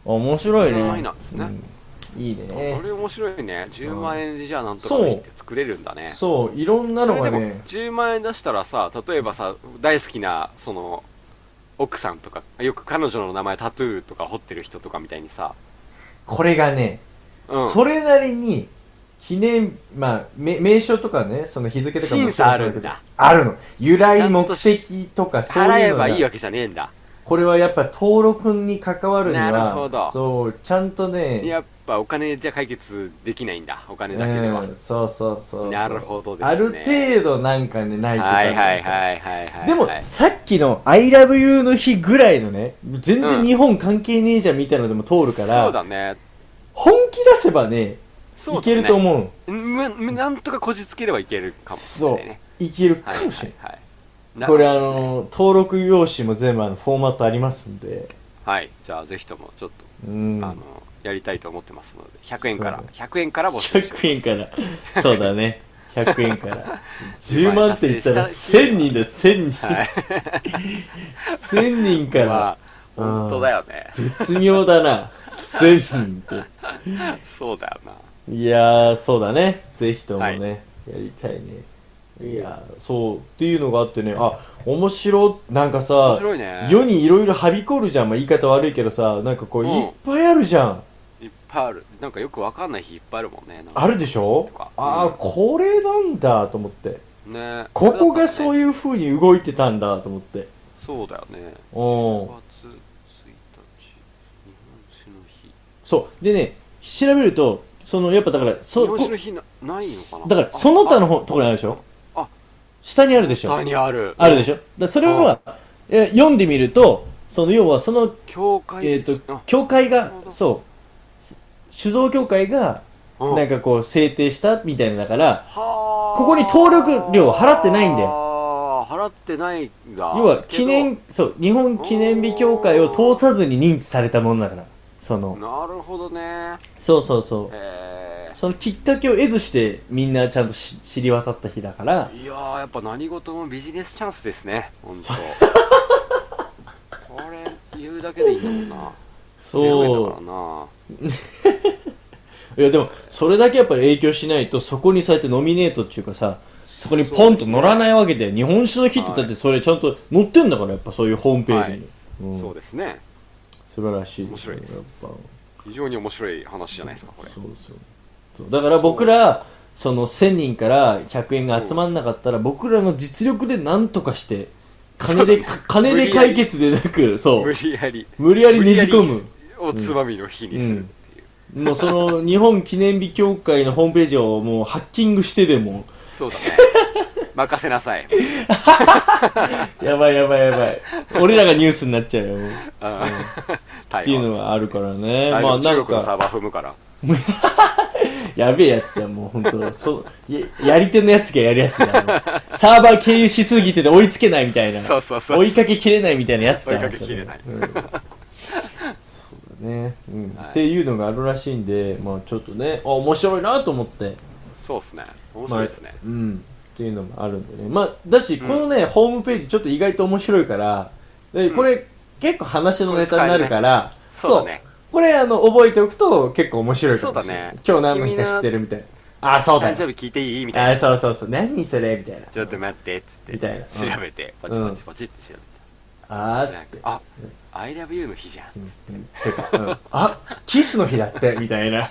お
あ面白いね。
うまいなですね
うんいい
こ
ね。
れ面白いね10万円でじゃあなんとかの日って作れるんだね
そう、いろんな
そ
の
れ
が
でも
ね。
10万円出したらさ例えばさ大好きなその奥さんとかよく彼女の名前タトゥーとか彫ってる人とかみたいにさ、
これがね、
うん、
それなりにひね、まあ、め名称とかね、その日付とかも
審査あるんだ。
あるの。由
ちゃ
来、
んと
目的とか、そういうのが
払えばいいわけじゃねえんだ。
これはやっぱ登録に関わるには、
なるほど
そう、ちゃんとね、
やっぱお金じゃ解決できないんだ。お金だけでは。
うんそうそうそうそう。
なるほどですね
ある程度なんかね、ないとダ
は
メ
いはい
い。
はいはいはい。
でも、
はい
さっきの I love you の日ぐらいのね、全
う
然
ん
日本関係ねえじゃんみたいなのでも通るから、
そうだね。
本気出せばね、
そうだね
いけると思う。
むむなんとかこじつければいけるかもしれ
そ
ないね。
う。いけるか
はい
もしれない。
はいはいな
これあの、登録用紙も全部あの、フォーマットありますんで。
はい。じゃあぜひともちょっと、
うん。
あの、やりたいと思ってますので、100円から
そう、
100円から募集します
100円から。そうだね。100
*laughs*
円から。10万って言ったら
10
1000人だ、1000人。 *laughs*
はい。
1000人か
ま
ら
あ。、本当だよね。
絶妙だな。1000人っ
そうだよな。
て。いやー、そうだね。ぜひともね、
はい
やりたいね。いやー、そう。っていうのがあってね、あ、面白、なんか
面
さ、
白いね。
世にいろいろはびこるじゃん。まあ、言い方悪いけどさ、なんかこう、
うん
いっぱいあるじゃん。
いっぱいある。なんかよくわかんない日いっぱいあるもんね。なんか
あるでしょ
とか
あ
うん
ー、これなんだと思って。
ね
ここがそう
う。
いう風に動いてたんだと思って。
そうだよね。5
う
月
ん。
1日、日本酒の日。
そう。でね、調べると、その、やっぱだから、そ
日本
こ
酒の日なないのかな
だから、その他の
方
ほところにあるでしょ
あ
下にあるでしょ
下にある。
あるでしょだからそれは、え読んでみると、その、要はその、
教会
えっ、
あ
と、教会
な
が
るほ、ど
そう、す酒造教会が、
うん
なんかこう、制定したみたいなだから、
はあ
ここに登録料払ってないんだよ
ああ払ってないんだ
要は、記念、そう、日本記念日協会を通さずに認知されたものだから。そ
け
の、
どなるほどね
そうそうそう。
え
そのきっかけを得ずしてみんなちゃんとし知り渡った日だから
ー、いやーやっぱ何事もビジネスチャンスですね本当これ言うだけでいいんだもんなゼロ円だからな
ういやでもそれだけやっぱり影響しないとそこにそうやってノミネートっていうかさそこにポンと乗らないわけで日本酒の日ってだってそれちゃんと載ってんだからやっぱそういうホームページに、うん
そうですね
素晴らしい
面白いです
やっぱ
非常に面白い話じゃないですかこれ
そうそうそうだから僕らその1000人から100円が集まんなかったら僕らの実力で何とかして金で、か *laughs* 金で解決でなくそ
無
う
理やり
無理やりねじ込む
おつまみの日にするっていう、
もうその日本記念日協会のホームページをもうハッキングしてでも
そうだね任せなさ *laughs* い
やばいやばいやばい俺らがニュースになっちゃうよもうっ
って
いうのはあるからね
大
まあ
丈夫中国
なん
のサー
か
バー踏むから
やべえやつじゃんもう本当そうややり手のやつがやるや
*laughs*
つだよサーバー経由しすぎてて追いつけないみたいな
そうそうそう
追いかけきれないみたいなやつだよ
追いかけきれない
それうんそうだね、うん
はい
っていうのがあるらしいんでまあちょっとねあ面白いなと思って
そうっすね面白いですね、
まあうんっていうのもあるんでねまあだしこのね、ホームページちょっと意外と面白いからでこれ、結構話のネタになるから、
これ使えるねそうだね
これあの覚えておくと結構面白いかもしれない、
そうだね
今日何の日か知ってるみたいなあそうだ
誕生
よ
日聞いていいみたい
あ
な。
そうそうそう何それみたいな
ちょっと待って、っつって。
みたいなうん
調べて、ポチポチポチって調べて。
あーっつって
あ、I love you の日じゃん。
てか、うんあキスの日だってみた
*laughs*
いな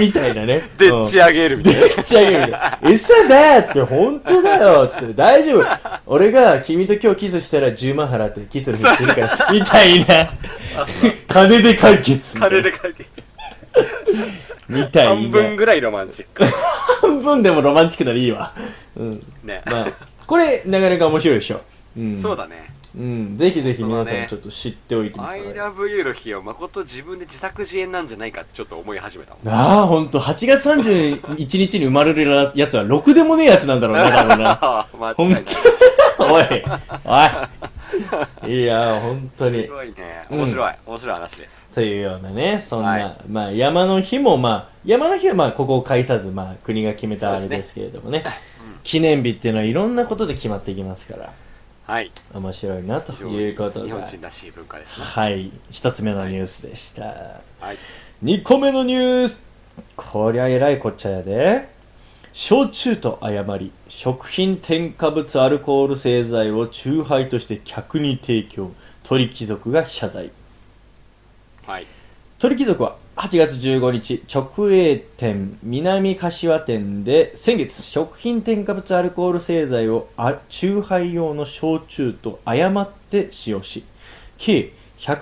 みたいなね
で
うん
っち上げるみたいな。
打ち上げるみたいな。嘘だって、本当だよつって、大丈夫。俺が君と今日キスしたら10万払ってキスの日にするからさ、みたいな。金で解決。
金で解
*laughs*
決。
みたい
半分
な。
ぐらいロマンチック。
半分でもロマンチックならいいわ。うん。
ね。
まあ、これ、なかなか面白いでしょ。うん。
そう。だね。
うん。ぜひぜひ皆
そう
さ
だ
ん
ね
ちょっと知っておいてみて
I
ください。
love you の日を誠自分で自作自演なんじゃないかってちょっと思い始め
*laughs*
たもん。
なあ、ほんと、8月31日に生まれるやつは、ろくでもねえやつなんだろうな、多分な。
ああ、間
ほ
違
ん
い
と
ない。、
おい、おい。いや、ほんとに
す。ごいね。面白い。面白い話です。
というようなね、そんな、
はい
まあ山の日もまあ、山の日はまあここを介さず、まあ国が決めたあれ
そうで
ですけれどもね、記念日っていうのはいろんなことで決まっていきますから、
はい。
面白いなと
非常に
いうこと
日
で、
本人らしい文化ですね。
はい、一つ目のニュースでした。
はい。
二個目のニュースこりゃえらいこっちゃやで。焼酎と誤り、食品添加物アルコール製剤を酎ハイとして客に提供、鳥貴族が謝罪。
はい。
鳥貴族は8月15日、直営店南柏店で先月、食品添加物アルコール製剤をあ酎ハイ用の焼酎と誤って使用し、計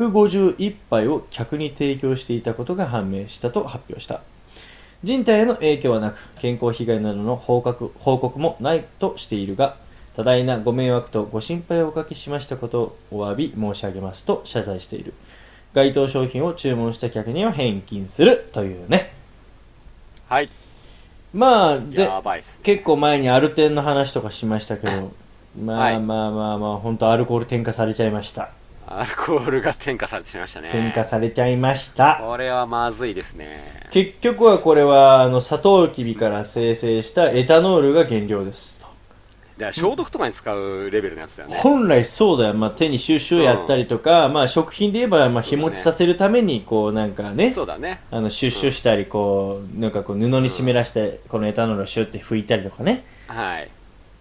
151杯を客に提供していたことが判明したと発表した。人体への影響はなく、健康被害などの報告報告もないとしているが、多大なご迷惑とご心配をおかけしましたことをお詫び申し上げますと謝罪している。該当商品を注文した客には返金するというね。
はい。
まあ、ぜ
やばいっす。
結構前にアルテンの話とかしましたけど、ま
は
あ
い
まあまあまあ、本当アルコール添加されちゃいました。
アルコールが添加されてしまいましたね。
添加されちゃいました。
これはまずいですね。
結局はこれは、あの、サトウキビから生成したエタノールが原料ですと。
だから消毒とかに使うレベルのやつだよね。
本来そうだよ、まあ、手に収集やったりとか、まあ、食品で言えば、まあ、
そうだ
日
ね
持ちさせるためにこうなんかね
そうだね。
あのシュッシュしたりこうなんかこう布に湿らしてこのエタノールをシュッて拭いたりとかね
はい。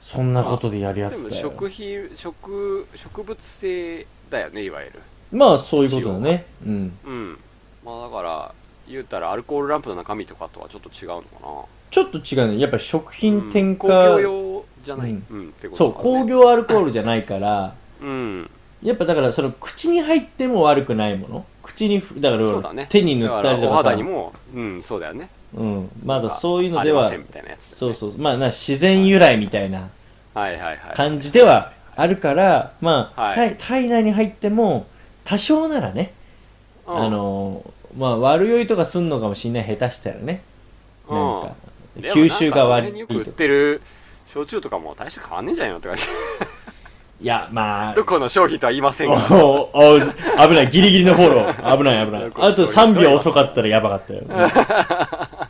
そんなことでやるや
で
つ
も
だよ
食品、食、植物性だよね、いわゆる。
まあそういうことだねうん
うん。まあだから、言うたらアルコールランプの中身とかとはちょっと違うのか
ちょっと違うねやっぱり食
な。
品添
うん
加、
工業用じゃない。
う
うんん、ってこと
そう
だね
工。業アルコールじゃないから
うん。
やっぱだからその口に入っても悪くないもの口にふだから
そうだね。
手に塗ったりと
だらお
かさ
肌にも、うん、そうだよね。
うん、まだそういうので
ありま
は
せんみたいなやつだ
そ
よ
う
ね。
そうまあな自然由来みたいな
はいはいはい。
感じではあるからまあ、
はい
体体内に入っても多少ならね、
うん
あ、のまあ悪酔いとかすんのかもしんない下手したらね、
うん
なんか
でも
吸収が悪
なんかその辺に
い
よく売っ
と
てる焼酎とかも大して変わんねえんじゃないのって感じ。
いやまあ
どこの商品とは言いません
お
が。
おお危ないギリギリのフォロー危ない危ないあと3秒遅かったらやばかったよ、
は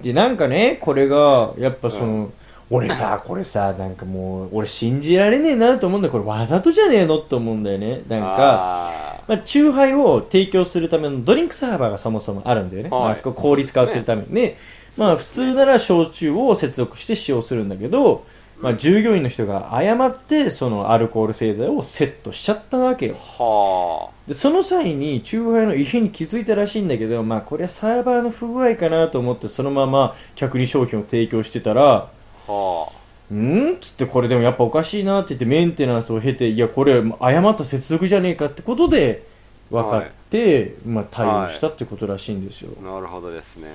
い。
でなんかねこれがやっぱその、俺さこれさなんかもう俺信じられねえなと思うんだよこれわざとじゃねえのと思うんだよねなんか
あ
まあ、チューハイを提供するためのドリンクサーバーがそもそもあるんだよね、
はい
まああそこ効率化をするためにねまあ普通なら焼酎を接続して使用するんだけど、まあ、従業員の人が誤ってそのアルコール製剤をセットしちゃったわけよ
ーは
でその際にチューハイの異変に気づいたらしいんだけどまあこれはサーバーの不具合かなと思ってそのまま客に商品を提供してたら
あ。は
んっつってこれでもやっぱおかしいなって言ってメンテナンスを経ていやこれ誤った接続じゃねえかってことで分かって、まあ、対応したってことらしいんですよ、
あ。なるほどですね。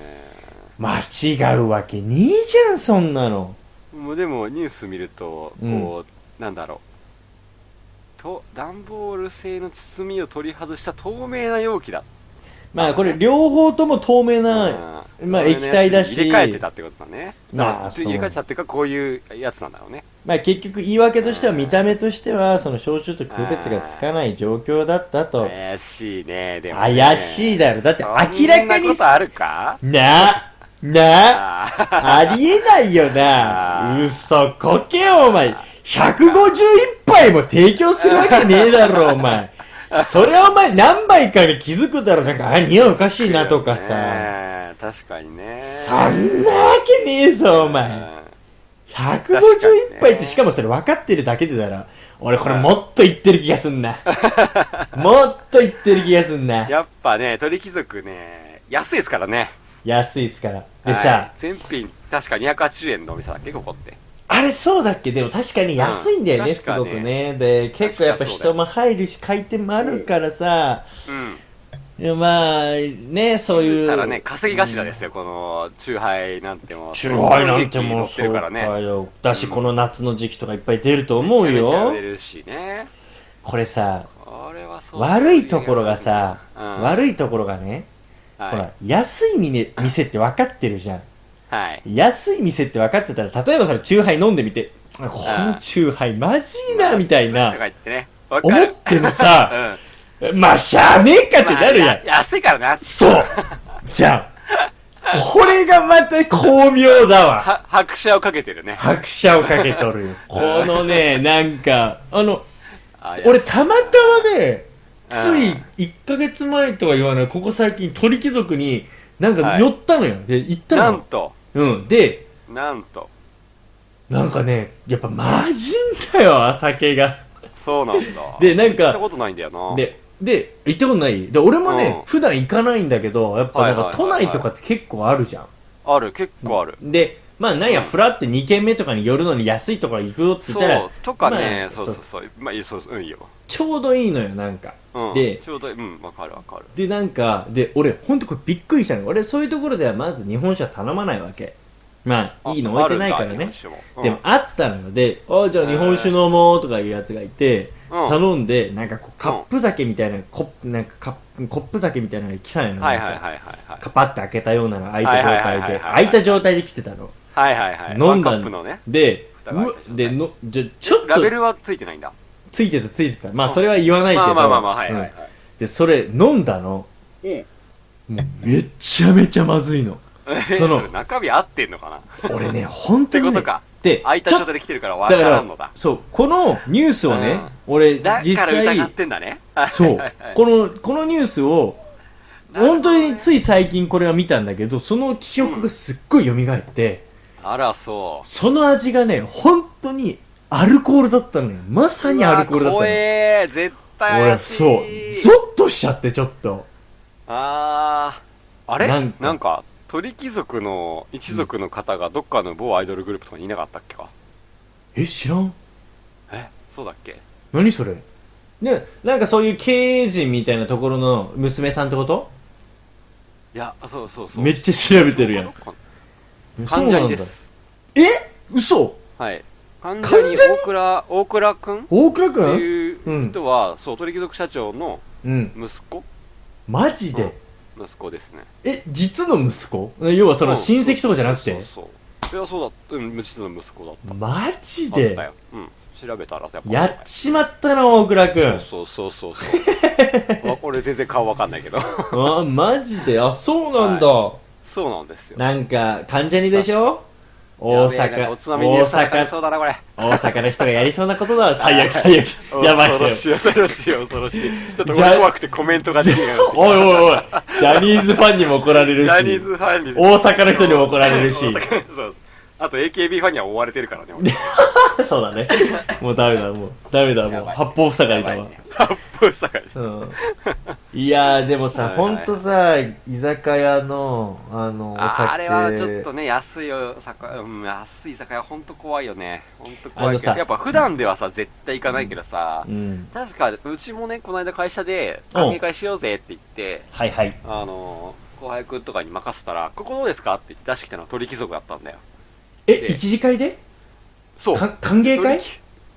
間違うわけねえじゃんそんなの
もうでもニュース見ると、こう、なんだろう。と、段ボール製の包みを取り外した透明な容器だ。
まあこれ両方とも透明な
うん
まあ
これのやつ
液体だし
入れ替えてたってことだね。
まあ
だから
そう
入れ替えてたっていうか、こういうやつなんだろうね。
まあ結局言い訳としては見た目としてはその焼酎と区別がつかない状況だったと
怪しいね、でも、ね。
怪しいだろだって明らか
そんな
に
ことあるか
なな
あー
ありえないよ
あ
な。
ー
嘘こけよ、お前。151杯も提供するわけねえだろ、お前。それはお前何杯かが気づくだろ、なんか、あ、匂いおかしい *laughs* なとかさ。
ねえ確かにね
そんなわけねえぞ、お前。151杯ってしかもそれ分かってるだけでだろ。俺これもっと言ってる気がすんな。もっと言ってる気がすんな
うん。やっぱね鳥貴族ね安いですからね
安いっすから。
は
で
い
さ、
全品確か280円のお店だっけここって
あれそうだっけでも確かに安いんだよね、
うん
すごく
確か
ねで結構やっぱ
確かそうだよ
人も入るし回転もあるからさ、
うん
まあねそういう
ただね稼ぎ頭ですよ、このチューハイなんてもう
チューハイなんてもう
そ
そ
の時期乗
う
ってるから
だ
ね
よだしこの夏の時期とかいっぱい出ると思う
めちゃめちゃ売
よ
れるしね
これさ
これはそう
悪いところがさ、
うん
悪いところがね、
はい
ほら安いみね店って分かってるじゃん
はい
安い店って分かってたら例えばそのチューハイ飲んでみてこのチューハイマジいいなみたい
とか
な
言ってねわか
思っ
る
ても
*laughs* う
さ、
ん
まあ、しゃあねえかってなるやん。
まあや安いからな
そうじゃあ、これがまた巧妙だわ。
は拍車をかけてるね
拍車をかけとるよ。このね、なんか、あの、
あ
俺たまたまね、つ
う
い
ん
1ヶ月前とは言わない、ここ最近鳥貴族に、なんか
はい
寄ったのよ。で、行ったの
な
よ。
んと
うん。で、
なんと
なんかね、やっぱマジんだよ、酒が。
そうなんだ。
*laughs* でなんか
行ったことないんだよな。
で、で行ったことないで俺もね、
うん
普段行かないんだけどやっぱなん
はい
か
はい
都
はいはい
内とかって結構あるじゃん
ある結構ある、
でまあなんや、フラって2軒目とかに寄るのに安いところ行くよって言っ
そ
たら
うとかね、
まあ
そうそうそうまあいいそうそううんいいよ、
ちょうどいいのよなんか
うん、
で
ちょうどいいうんわかるわかる
でなんかで俺ほんとこれびっくりしたの俺そういうところではまず日本酒は頼まないわけまあいいの置いてないからね、でもあったので「あじゃあ日本酒飲もう」とかいうやつがいて、
うん
頼んでなんかこうカップ酒みたいなコップなんかカップコップ酒みたいなのが来たのよ、
あるんだ日本酒もうんはいはい
な
はいはい
んか
はい
カパッて開けたようなの開いた状
はいはい
態
はいは
で
いはい
開いた状態で来てたの
はいはいはい
飲ん
ワ
だ
ンカップのね
で
蓋が開いた状態
うでのじゃちょっ
ラベ
と
ルはついてないんだ
ついてたついてたまあそれは言わないけ
まあ
ど
まあまあまあはいはいは
うんでそれ飲んだの
い、うん
もうめちゃめちゃまずいのその
れ *laughs* 中身合ってんのかな
俺ね本当に、ね、
ってことか
で
開いた
ちょ
状態で来てるからわ
だ
か
からら
んのだ
そうこのニュースをね、俺
だ
実
から
際
疑ってんだねはい
そう
はいはい
このこのニュースを
なるほ
本
ど
当
ね
につい最近これは見たんだけどその記憶がすっごい蘇って、
あらそう
その味がね本当にアルコールだったのよまさにアルコール
う
だった
わ怖
のよ
えー絶対
俺
怪しい
そうゾッとしちゃってちょっと
あーあれ
な
なんん
か
か鳥貴族の一族の方がどっかの某アイドルグループとかにいなかったっけか
え知らん
えそうだっけ
何それねなんかそういう経営陣みたいなところの娘さんってこと
いやあそうそうそう
めっちゃ調べてるやん
関ジャニです
そうなんだえ嘘
はい完全に
関ジャニ
大倉大倉くんっ
大倉
て
君
いう人は、そう鳥貴族社長の
うん
息子
マジで、
うん息子ですね
え実の息子要はその親戚とかじゃなく
そう
て
そうそういやそうだったうん無実の息子だった
マジ
あった
で
ようん調べたらやっぱ
やっちまったな大倉君
そうそうそうそう *laughs* わ俺全然顔わかんないけど *laughs*
*laughs* あマジであそうなんだ、
そうなんですよ
なんか関ジャニでしょ *laughs* 大
やべえ
阪
なおつまみニュ
大
ース流れそ
阪
うだ *laughs* なこれ
大阪の人がやりそうなことだ最悪最悪 *laughs* やばい
*laughs*
よ
恐ろしい恐ろしい恐ろしいちょっと
*laughs* じゃ
俺怖くてコメントができない
おいおいおいジャニーズファンにも怒られ
ジ
る
ャニー
し
ズファンに
大阪の人にも怒られるし
大阪の *laughs* そうあと AKB ファンには追われてるからね
*laughs*
俺
そうだねもうダメだもうダメだもう八方塞がりだわ
八方塞がり
うんいやーでもさ、
はいはい
ほんとさ、居酒屋の、あの、お酒
ああれはちょっとね安いよ酒屋、うん、安い酒屋ほんと怖いよねほんと怖いけ
あの
ど
さ
やっぱ普段ではさ絶対行かないけどさ、
うん。
確かうちもねこの間会社で
うん
歓迎会しようぜって言って
はいはい。
あのー後輩くんとかに任せたら「ここどうですか?」って言って出してきたのは鳥貴族だったんだよ
え、
で
一次会で
そう
か歓迎会
鳥貴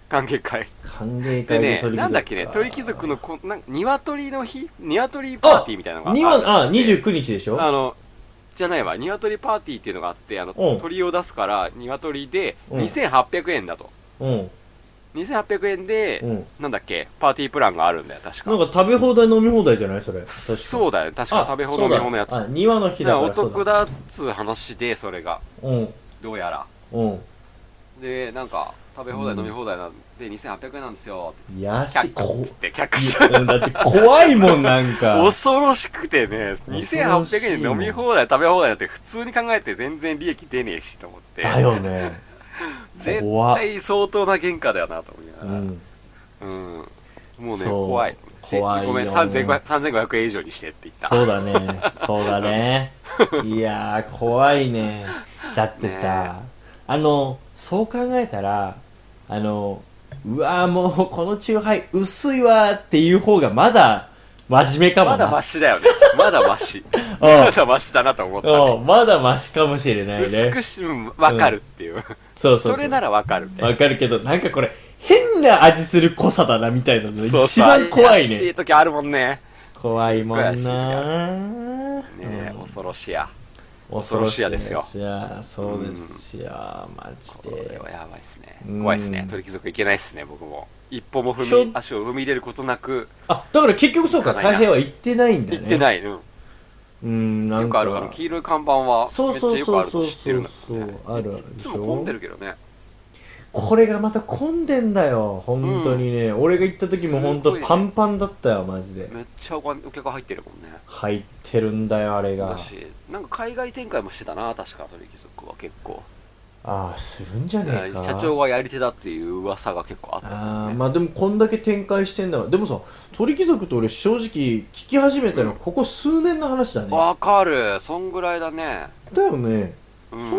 歓迎会
歓迎
で
会
ね
で鳥貴族か
なんだっけね鳥貴族のこなん鶏の日鶏パーティーみたいなのがある
に
んだよ
は、あ、29日でしょ
あの、じゃないわ、鶏パーティーっていうのがあって、あの、
うん
鳥を出すから、鶏で、
うん
2800円だと。
うん。
2800円で、
うん。
なんだっけ、パーティープランがあるんだよ、確か。
なんか食べ放題飲み放題じゃないそれ。確か
そうだよ、確か食べ放題のやつ。だ
あ、庭の日
か
だ
ら
か
お
らそう
得
だ。
だっつう話で、それが。
うん。
どうやら。
うん。
で、なんか、食べ放
う
題、
ん
飲み放題なんで、2800円なんですよ、
安い。こ
って却下し
うんだって怖いもん、な
*laughs*
んか。
恐ろしくてね、2800円で飲み放題、食べ放題だって普通に考えて全然利益出ねえしと思って。
だよね。
絶
怖っ
対相当な原価だよなと思いなが
う
ら、
ん。
うんもうね
そう
怖い
怖いよ
ごめん3500 3500円以上にしてって言った
そうだね。そうだね。いやー、怖いね。だってさ、あの、そう考えたら、あの、うわーもうこのチューハイ薄いわーっていう方がまだ真面目かも
まだ
な。
マシだよねまだマ
*laughs*
シまだマシだなと思った、ね、
うん、まだマシかもしれない
薄
ね。
くしうんわかるっていう、
そうそう
そ
そう。
れならわかるみたい
わかるけど、なんかこれ、変な味する濃さだなみたいなの
なそう
一
そう
番怖い
怪しい
ね。
時あるもんね
怖いもんな
怪しい時
ー。
ねえ
うん
恐ろしや
恐ろしい
恐ろしいやです
いやそうですよ、マジ
これ
で
はやばいですね
うん
怖いですね鳥貴族いけないですね僕も一歩も
しょ
踏み足を踏み入れることなく
あだから結局そうか
行かないな
太平は行ってないんだね
行ってない、うん
うんなん
よく
か
あるあの黄色い看板は
そ
めっ
う
ちゃ
そう
よく
そ
あ
う
る
そ
と
う
知ってるの
そうあるある
い
でし
つ
ょ
も混んでるけどね
これがまた混んでんだよ本当にね、俺が行った時も本
す
当
ごいね
パンパンだったよマジで
めっちゃお客お客入ってるもんね
入ってるんだよあれが
だしなんか海外展開もしてたな確か鳥貴族は結構
ああするんじゃねえか
社長がやり手だっていう噂が結構あった
あ
ん
あ
ですね
まあでもこんだけ展開してんだからでもさ鳥貴族と俺正直聞き始めたのはここ数年の話だね
わかるそんぐらいだね
だよね
う
そ
ん
んな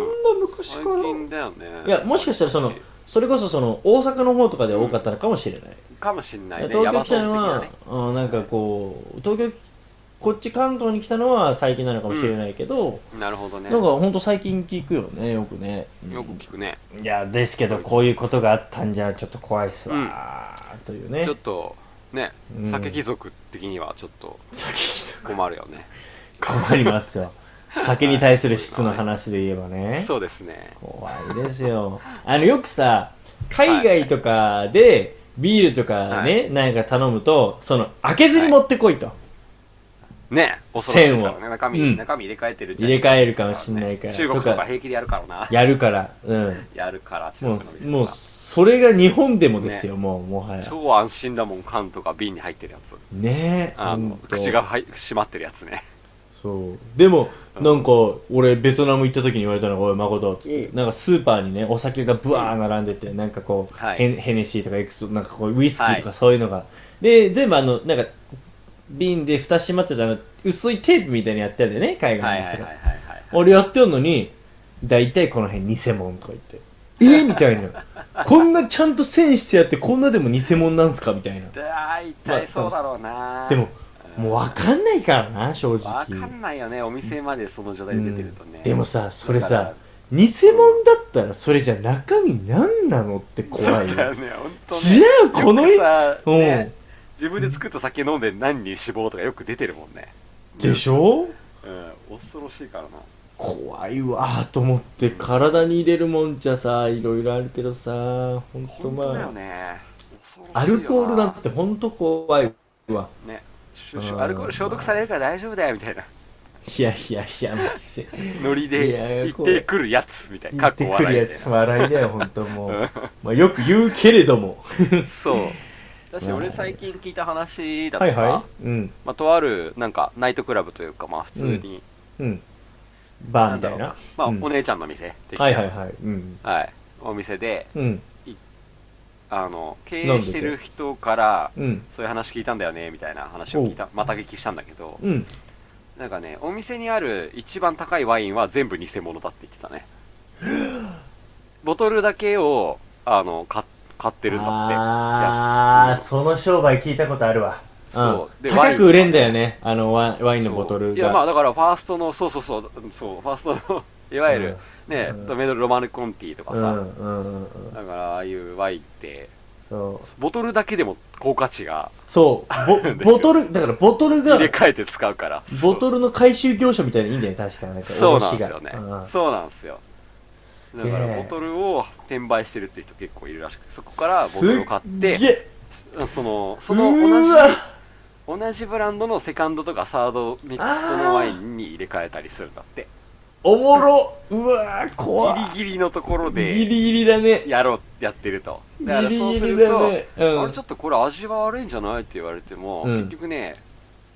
昔
最
から
近だよね
いやもしかしたらそのそれこそその大阪の方とかで多かったのかもしれない
かもしんないね
東京来た
ヤ
の
マトン
は
的なね、
うんなんかこう東京こっち関東に来たのは最近なのかもしれないけど、
なるほどね
なんかほんと最近聞くよねよくね、うん
よく聞くね
いやですけどこういうことがあったんじゃちょっと怖いっすわ、というね
ちょっとね
うん
酒貴族的にはちょっと
酒貴族
困るよね、
困りま
*laughs*
すよ酒に対する質の話で言えばね
そうですね
怖いですよあのよくさ海外とかでビールとかね、なんか頼むとその開けずに持ってこいと、
ね恐ろしいから
線
ね
を
中身、
うん
中身入れ替えてる
入れ替えるかもしんないから
中国
と
と
か
か平気でやるからな
やるからうん
やるから中国
も
の店は
う、もう、それが日本でもですよ、もう、もはや。
超安心だもん缶とか瓶に入ってるやつ
ねえ。
あ
ほ
の
んと
口が。はい閉まってるやつね
そう。でも、なんか、俺、ベトナム行った時に言われたのが、おい、誠、つって、なんかスーパーにね、お酒がブワー並んでて、なんかこう、
はい
ヘヘネシーとかエクス、なんかこう、ウイスキーと
は
かそういうのが。で、全部あの、なんか、瓶で蓋閉まってたの、薄いテープみたいにやってるんだよね、海
はい
外の
はい
や
はいは。
つが
いはい
俺やってんのに大体この辺偽物とか言ってえみたい
*laughs*
なこんなちゃんと線してやってこんなでも偽物なんすかみたいな
大体そうだろうな、
でももう分かんないからな正直
わかんないよねお店までその状態で出てるとね、
うんでもさそれ
だか
さ
ら
偽物だったらそれじゃ中身何なのって怖
そ
い
う
よ
だよね本当
じゃあこの
よくさ、
うん
ね、自分で作った酒飲んで何人死亡とかよく出てるもんね
でしょ
うん、恐ろしいからな
怖いわーと思って体に入れるもんじゃさいろいろあるけどさほんと
本当だよ
ま
ね恐ろしいよ
あ
な
アルコールなんてほんと怖いわ
ねし
う
ょし
ん
ょアルコール消毒されるから大丈夫だよみたい
*laughs*
ない
やいやいやマジで
ノリ
いやいや
で行ってくるやつみたいな
言
か
っ
っこ
て
笑
くる
い
や
みたい
つ笑いだよ本当も
*laughs*
う、まあ、よく言うけれども
な *laughs* そうだし俺最近聞いた話だと
は
さ、
いはいうん
まあ、とあるなんかナイトクラブというかまあ普通に、
うんバ
な
ーみ
んだ
た
ろ
いうな
まあ、
うん
お姉ちゃんの店的な
はいはいはいうん
はいお店で
うん
あの経営してる人から
うん
そういう話聞いたんだよねみたいな話を聞いたまた聞きしたんだけど
うん
なんかねお店にある一番高いワインは全部偽物だって言ってたね
*gasps*
ボトルだけをあの買買ってるんだって
ああ
安く
その商売聞いたことあるわ
そう
うん、
で
高く売れんだよねあのワワインのボトルが
いやまあだからファーストのそうそうそうそうファーストの *laughs* いわゆる、ね
うん
ドメドロマネコンティとか
う
さ、
んうんうんうん
だからああいうワインって
そう
ボトルだけでも高価値が *laughs*
そうぼボトルだからボトルが
入れ替えて使うから
ボトルの回収業者みたいでいいんだよね確かなんか
そうなん
卸
で
が
すよね
うん
そうなんですよだ
げえ
からボトルを転売してるっていう人結構いるらしくてそこからボトルを買っ
すげ
て
え
そのその同
う
じ
ーわ
同じブランドのセカンドとかサードミックスとのワインに入れ替えたりするんだって
おもろうわー怖い
ギリギリのところで
ギリギリだね
やろうやってると
ギ
だから
リ
そう
ギ
す
リ
ると、
だねうん
あれちょっとこれ味は悪いんじゃないって言われても、
うん
結局ね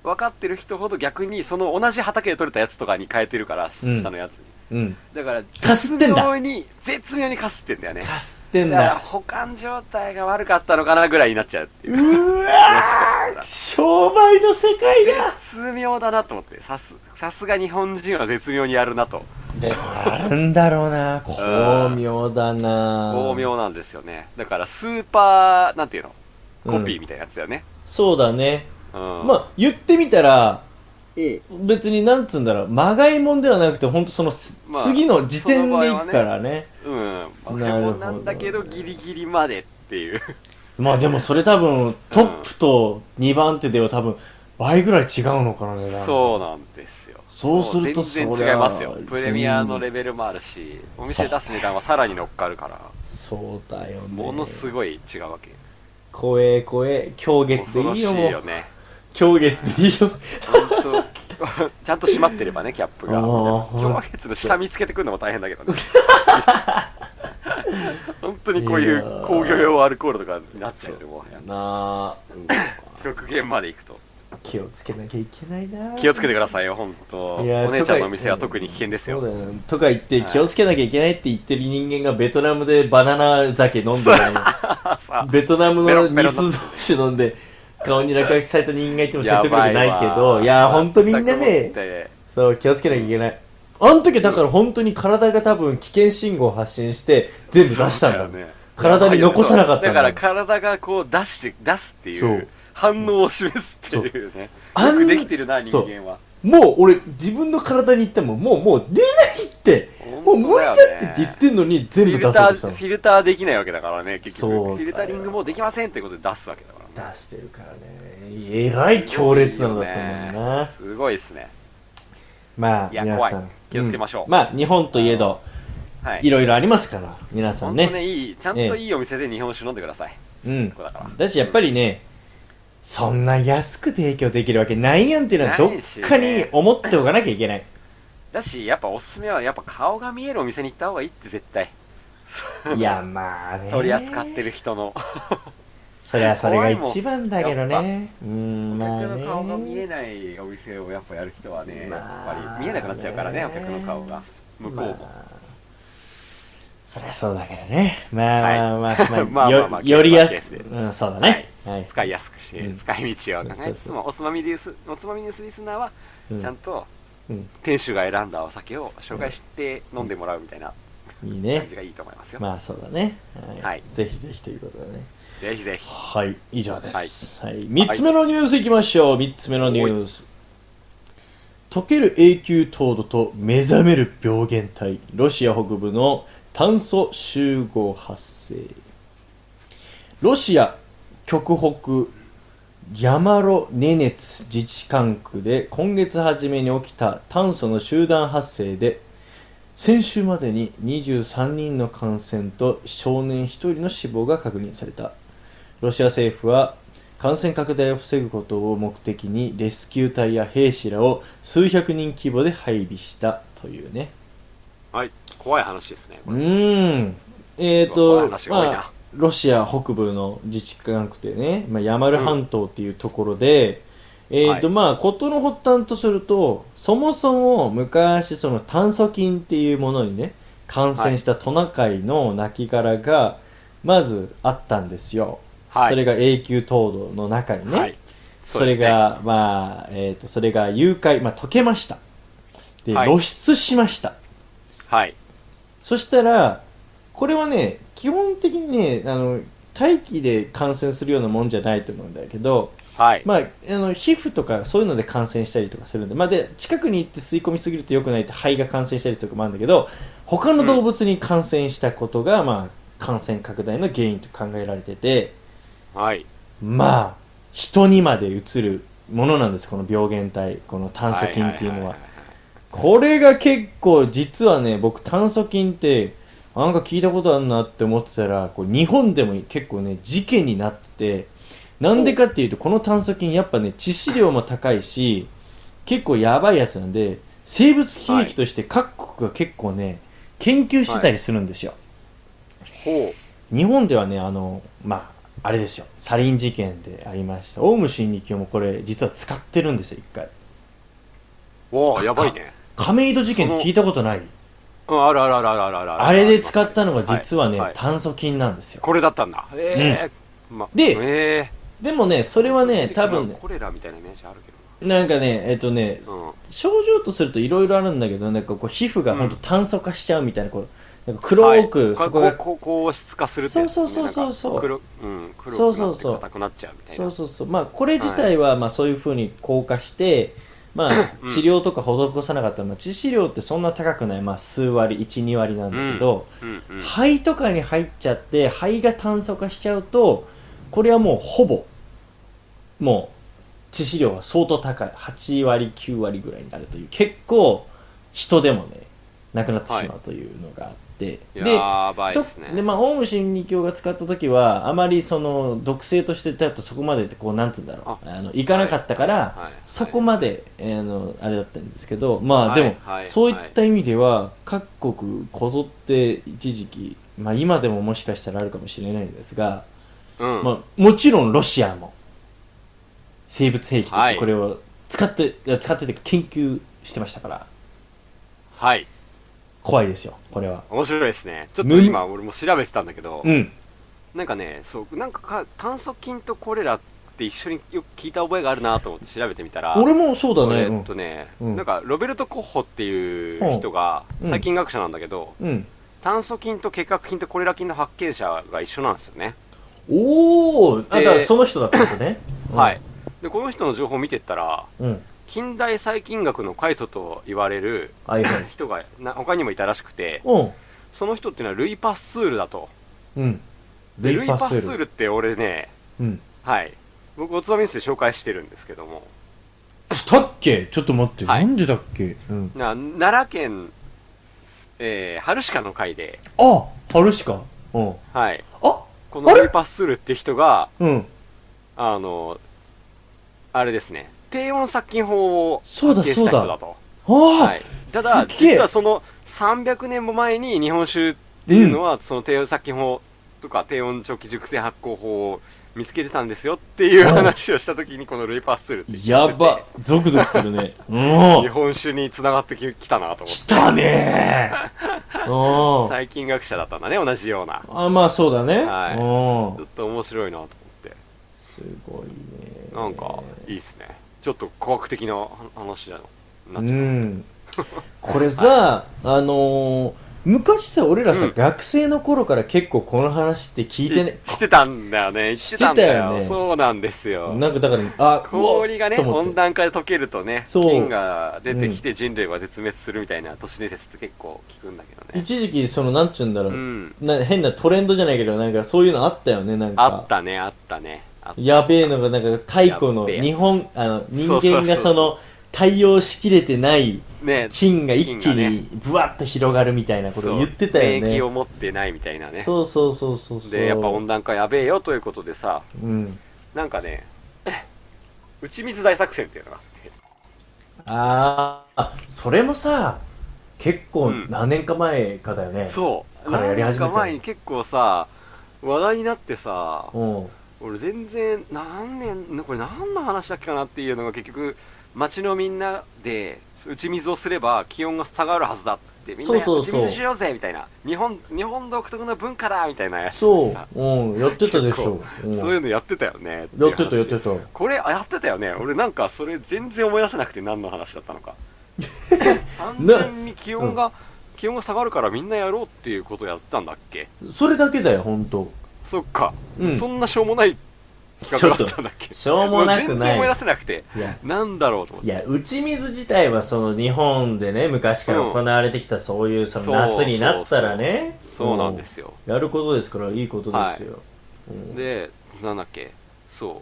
分かってる人ほど逆にその同じ畑で取れたやつとかに変えてるから、
うん
下のやつに
うん
だから
かすってんだ
絶妙に絶妙にかすってんだよね
かすってん
だから
だ
保管状態が悪かったのかなぐらいになっちゃうっていうう
わー商売の世界だ
絶妙だなと思ってさすさすが日本人は絶妙にやるなと
でもあるんだろうな巧妙だな
巧妙なんですよねだからスーパーなんていうの
うん
コピーみたいなやつだよね、
そうだね
うん
まあ言ってみたら別になんつうんだろうまがいもんではなくてほんとそのす
まあ
次の時点でいくからね
うん、ポケ
なる
モ
ほど
ンなんだけどギリギリまでっていう
まあでもそれ多分トップと2番手では多分倍ぐらい違うのかな値段
そうなんですよ
そうすると
そう全
そり
然
ゃ
違いますよ
全然
プレミアのレベルもあるしお店出す値段はさらに乗っかるから
そうだよね
ものすごい違うわけ
怖え怖え今日月
恐
で
ろ
い
し
い
い
よも
よ
う
ね
今日月でいいよ
本当 *laughs* ちゃんと閉まってればねキャップが
あー
上月の下見つけてくるのも大変だけどね
*laughs*
本当にこうい
いや
う
ー
工業用アルコールとかになっちゃうよねもう
なあ
極限までいくと
気をつけなきゃいけないな
気をつけてくださいよ本当
いや
お姉ちゃん
と
の
か
店は特に危険ですよ
そうだよねとか言って
はい
気をつけなきゃいけないって言ってる人間がベトナムでバナナ酒飲んでない
さ
*laughs* ベトナム
ペ
の
ロペロ
密
の
造酒飲んで顔に落書きされた人間がいても説得力ないけ
わ
どいや本当みんな
全
ね
くもって
そう気をつけなきゃいけないあの時だから本当に体が多分危険信号を発信して全部出したんだ
そうよね
体に残さなかったんだ
だから体がこう出して出すってい
そうう
反応を示すっていうね
そう
よくできてるな
あん
人間は
もう俺自分の体に言ってももうもう出ないってもう
本当
無理
だ
だ
よね
ってって言ってんのに全
フ
部
ィ
出
ル
そう
タ
とした
ー
の
フィルターできないわけだからね結
そうだ
局
よ
フィルタリングもできませんってことで出すわけだから
出してるからねえらい強烈なのだったもんな、
すごいですね
まあ
いや
皆さ
怖
ん
い気をつけましょうん
まあ日本といえど
はい
いろいろありますから皆さ
本
ん
当
ね
ねいいちゃんといいお店で日本酒飲んでください
うん
ここだから
だしやっぱりねそんな安く提供できるわけないやんっていうのはどっかに思っておかなきゃい
*laughs*
けない
だしやっぱおすすめはやっぱ顔が見えるお店に行った方がいいって絶対
いやまあね
取り扱ってる人の
そりゃそれが一番だけど
怖い
ねうん
お
まあ
客の顔が見え
ね
ないお店をやっぱやる人はね、
まあ
やっぱり見えなくなっちゃうからね、
ね
お客の顔が。向こうも。
まあそりゃそうだけどねまあまあま
は
あ
い *laughs* まあまあ
よ
まあ
よりやす
ケースバイケースで
うんそうだねはい
使いやすくして、
うん
使い道を考えつつ
そうそうそ
も、おつまみニュース、おつまみニュースリスナーは、
うん
ちゃんと
うん
店主が選んだお酒を紹介して飲んでもらうみたいない
い
感
ね
じがいいと思いますよ。
まあそうだね
はい
ぜひぜひということでね
ぜひぜひ。
はい、以上です。はい、三つ目のニュースいきましょう。三つ目のニュース。溶ける永久凍土と目覚める病原体。ロシア北部の炭素集合発生。ロシア極北ヤマロネネツ自治管区で今月初めに起きた炭素の集団発生で先週までに23人の感染と少年1人の死亡が確認されたロシア政府は感染拡大を防ぐことを目的にレスキュー隊や兵士らを数百人規模で配備したというね
はい。怖い話ですね。
うーんえっ、ー、
うわ怖い
と
話が多いな
まあ、ロシア北部の自治区なくてね、まあ、ヤマル半島っていうところで、えっ、と、
は
まあ事の発端とするとそもそも昔その炭疽菌っていうものにね感染したトナカイの亡骸がまずあったんですよ、
はい
それが永久凍土の中にね、
はい。
それが、まあ、えっ、と、それが融解、まあ、溶けました。で、
はい
露出しました。
はい。
そしたら、これはね、基本的にね、あの、大気で感染するようなもんじゃないと思うんだけど、
はい。
まあ、あの皮膚とかそういうので感染したりとかするんで,、まあ、で近くに行って吸い込みすぎると良くないって肺が感染したりとかもあるんだけど他の動物に感染したことが、まあ、感染拡大の原因と考えられてて
はい。
まあ人にまでうつるものなんですこの病原体この炭疽菌っていうのは
は
これが結構実はね僕炭疽菌ってなんか聞いたことあるなって思ってたらこう日本でも結構ね事件になっててなんでかっていうとこの炭疽菌やっぱね致死量も高いし結構やばいやつなんで生物兵器として各国が結構ね研究してたりするんですよ、
いはいはいほ
日本ではねあのまああれですよサリン事件でありましたオウム真理教もこれ実は使ってるんですよ一回
う。おおやばいね。
亀戸事件って聞いたことない
うん、あるあるあるあるあるある。
あれで使ったのが実はね、
いい
炭疽菌なんですよ。
これだったんだ。ええ。ま
で
ええ。
でもね、それはね、多分ね、
コレラみたいなイメージあるけ
なんかね、えっ、とね、
どな。うん。
症状とするといろいろあるんだけど、なんかこう皮膚が
うん
ほんと炭素化しちゃうみたいな、こう、なんか黒く、
はい
そこが、
こうこう硬質化するってやつ
そうそうそうそうそう
なんか黒うん黒
そう
く
そ
な
う
って
そう
硬くなっちゃうみたい
そ
な
うそうそう、まあこれ自体は、まあそういうふうに硬化して、まあ
うん
治療とか施さなかったら、まあ致死量ってそんな高くない、まあ数割、1、2割なんだけど、
うんうん
肺とかに入っちゃって肺が炭素化しちゃうとこれはもうほぼもう致死量が相当高い8割9割ぐらいになるという結構人でもね亡くなってしまうというのがあって、で
やばいですね
とでまあ、オウム真理教が使った時はあまりその毒性としてだとそこまでこうなんつうんだろうあのいかなかったから、
いはい
そこまで、えーあのあれだったんですけどま
は
あ
い
でも、
はい
そういった意味では各国こぞって一時期、まあ、今でももしかしたらあるかもしれないんですが、
うん
まあ、もちろんロシアも生物兵器とし
は
て
い
これを使って、いや使ってていうか研究してましたから
はい。
怖いですよこれは
面白いですね。ちょっ
む
と今俺も調べてたんだけど、
うん
なんかね、そう、なんかか炭疽菌とコレラって一緒によく聞いた覚えがあるなと思って調べてみたら、
俺もそうだね
えっとね、
うん
なんかロベルト・コッホっていう人が
うん
細菌学者なんだけど、
うん、うん、
炭疽菌と結核菌とコレラ菌の発見者が一緒なんですよね、
おおだから
で
その人だったことね、うん
*laughs* はいでこの人の情報を見てったら
うん
近代細菌学の開祖と言われる
はいはい
人がな他にもいたらしくて
うん
その人っていうのはルイ・パッスールだと
うん
でルイ・パ
セ
ッスールって俺ね
うん
はい僕おつまみニュースで紹介してるんですけども
したっけちょっと待って、
はい
なんでだっけ、うん、
な奈良県えー、春鹿の会で、
あ春しかうん
はい、
あ
この
あれ
ルイ・パッスールって人が
うん
あの、あれですね、低温殺菌法を発
そうだ
見した人
そうだ
だと。
あ、
はい、ただ、
すっげえ
実はその300年も前に日本酒っていうのは、その低温殺菌法とか低温長期熟成発酵法を見つけてたんですよっていう
うん
話をしたときに、このルイパースールって人
や
が出て
ばゾクゾクす
*laughs*
るね
日
うん
本酒に繋がってききたなと思っ
来
て。
たねーうん
細菌学者だったんだね、同じような。
あまあそうだね、
はい
うん
ずっと面白いなと思って。
すごいね
なんか、いいっすね。ちょっと科学的なは話だよ。な
う
っちゃった。
んこれさ、あのー昔さ俺らさ、
うん
学生の頃から結構この話って聞いてね
してたんだよね。言ってたんだよ。
してたよね
そうなんですよ。
なんかだからあ
氷がね、
うわっと思
温
って
暖化で溶けるとね、
そう
菌が出てきて人類は絶滅するみたいな都市伝説って結構聞くんだけどね。
一時期そのなんちゅうんだろ
う
う、
ん。
な変なトレンドじゃないけどなんかそういうのあったよねなんか
あったね、あったね。あった
やべえのがなんか太古の
やっべえ
日本あの人
そうそうそ
間
う
がその対応しきれてない
ね。
菌が一
菌
気
がね
にブワッと広がるみたいなこと
そう
を言ってたよ
免疫を
ね
持ってないみたいなね。
そうそうそうそうそう
で、やっぱ温暖化やべえよということでさ、
うん
なんかね、打ち水大作戦っていうのがあって。
あーあそれもさ結構
うん
何年か前かだよね
そう。
からやり
なん
始めた
か
の
前に結構さ、話題になってさ、
うん
俺全然何年これ何の話だっけかなっていうのが結局町のみんなで打ち水をすれば気温が下がるはずだっつってみんな
そう
打
そう
ち
そう
水しようぜみたいな日本日本独特の文化だみたいなやつ
そ
さ
う、うん、やってたでしょ、うん、
そういうのやってたよねていう
や
話
ってたやってた
これあやってたよね俺なんかそれ全然思い出せなくて何の話だったの
*laughs*
か完全に気温が、気温が下がるからみんなやろうっていうことやったんだっけ
それだけだよ本当
そっか、
うん
そんなしょうもない企画だったんだっけ
しょうもな
全
く
然
ない
思い出せなくて
いや
なんだろうと思っ
い
て
や打ち水自体はその日本でね昔から行われてきたそういうその
そう
夏になったらね
そうなんですよ、
うんやることですからいいことですよ、うん
でなんだっけそ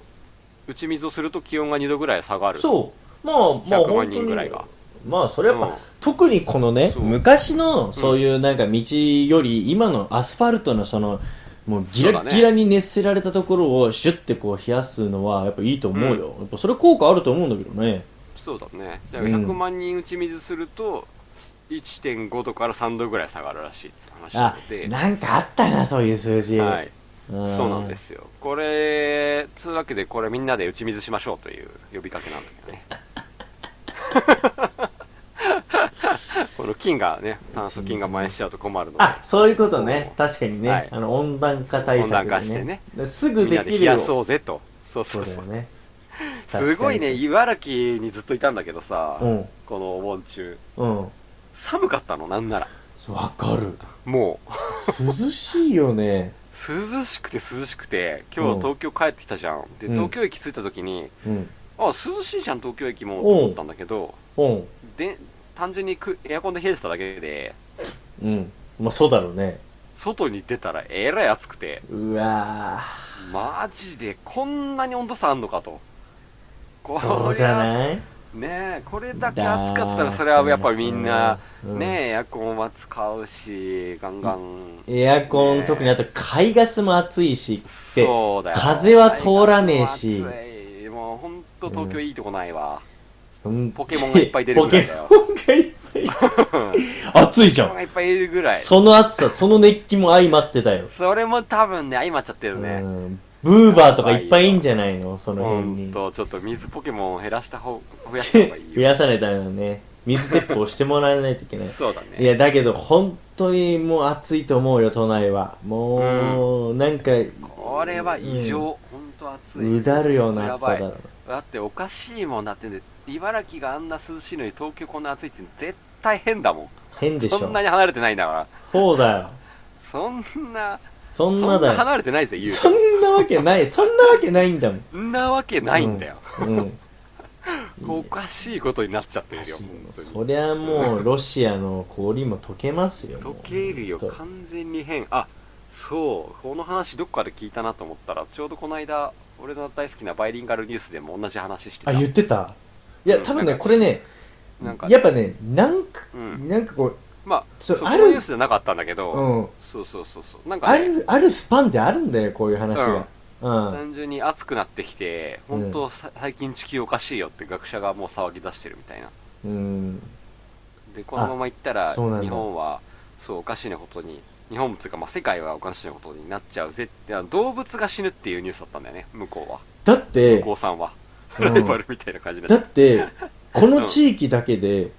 う打ち水をすると気温が2度ぐらい下がる
そうまあまあ
100
本
万
当
人
に
ぐらいが
まあそれはやっぱ、
うん
特にこのね
そう
昔のそういうなんか道より今のアスファルトのそのもうギラッギラに熱せられたところをシュッてこう冷やすのはやっぱいいと思うよ、やっぱそれ効果あると思うんだけどね
そうだねだ
う
か
ん
ら100万人打ち水すると1.5度から3度ぐらい下がるらしいって話な
あ
ので
なんかあったなそういう数字、
はい、
うん
そうなんですよこれそういうわけでこれみんなで打ち水しましょうという呼びかけなんだけどね
*laughs*
この菌がね炭素菌が蔓延しちゃうと困るので
あそういうことね
うん
確かにね、
はい
あの温暖化対
温
策
暖化してね
ですぐ
みん
で
なで
き
冷
る
や
よ
そうぜとそうそ
そう
う
だ
そ
よ
う
ね
*laughs* すごいね
確
茨城にずっといたんだけどさ、
かにうん
このお盆中
うん
寒かったのなんなら
そうわかる
も
涼しいよね
う涼しくて涼しくて今
う
日
ん
東京帰ってきたじゃん、で
うん
東京駅着いた時に、
うん
あ涼しいじゃん東京駅もと思ったんだけど、
うん
で単純にくエアコンで冷えてただけで
うんまあそうだろうね
外に出たらえらい暑くて
うわー
マジでこんなに温度差あんのかとこり
そうじゃない
ねえこれだけ暑かったらそれはやっぱりみんな
そうそううん
ねえエアコンは使うしガンガン
エアコン、
ねえ
特にあと貝ガスも暑いしって
そうだよ
風は通らねえし
暑いもうほんと東京いいとこないわ、
うん
ポケモンがいっぱい出るぐらいだよ
ポケモンがいっぱい暑いじ
人
ゃ
が
ん
いっぱいいるぐらいそ
その暑さその熱気も相まってだよ
れも多分ね相まっちゃってるね、
うんブーバーとかいっぱいいんじゃないのその辺
本
に。
当ちょっと水ポケモンを減らした方増やした方がいい
*laughs* 増
よ
やさないためのね、水鉄砲してもらわないといけない。
そうだね
いや、だけど本当にもう暑いと思うよ、都内は。もう、なんか、
これは異常、ほんと暑いう
だるような
や
暑さ
ば
だ
い
ろうな。
だっておかしいもんだってね茨城があんな涼しいのに東京こんな暑いって絶対変だも
変で
ん
しょ。
そんなに離れてないんだから
そうだよ。
そんな
そ
そ
んなだよ。
離れてないぜ言う
そんなわけない。そんなわけないんだもん。
そんなわけないんだよ、
うん。うん。
おかしいことになっちゃってるよ本
そりゃもう、ロシアの氷も溶けますよ。
当
も
に
う
溶けるよ
ほんと
完全に変あそうこの話どっかで聞いたなと思ったらちょうどこの間俺の大好きなバイリンガルニュースでも同じ話してた
あ、言ってたいや、多分ね、これね、
なんか
やっぱね、なんか、
うん
なんかこう、
まあ
そ
そうう
あ
こ
る
のニュースじゃなかったんだけど、
うん、
そうそうそうそうなんか、
あ
ね、
るあるスパンであるんだよこういう話が、うん
単純に暑くなってきて本当、さ最近地球おかしいよって学者がもう騒ぎ出してるみたいな
うん
でこのまま行ったら
あそうなんだ
日本はそうおかしなことに日本というか、まあ、世界はおかしなことになっちゃうぜってあの動物が死ぬっていうニュースだったんだよね向こうは
だって
向こうさんは、
うん
ライバルみたいな感じに
だ
なっ
って
*laughs*
この地域だけで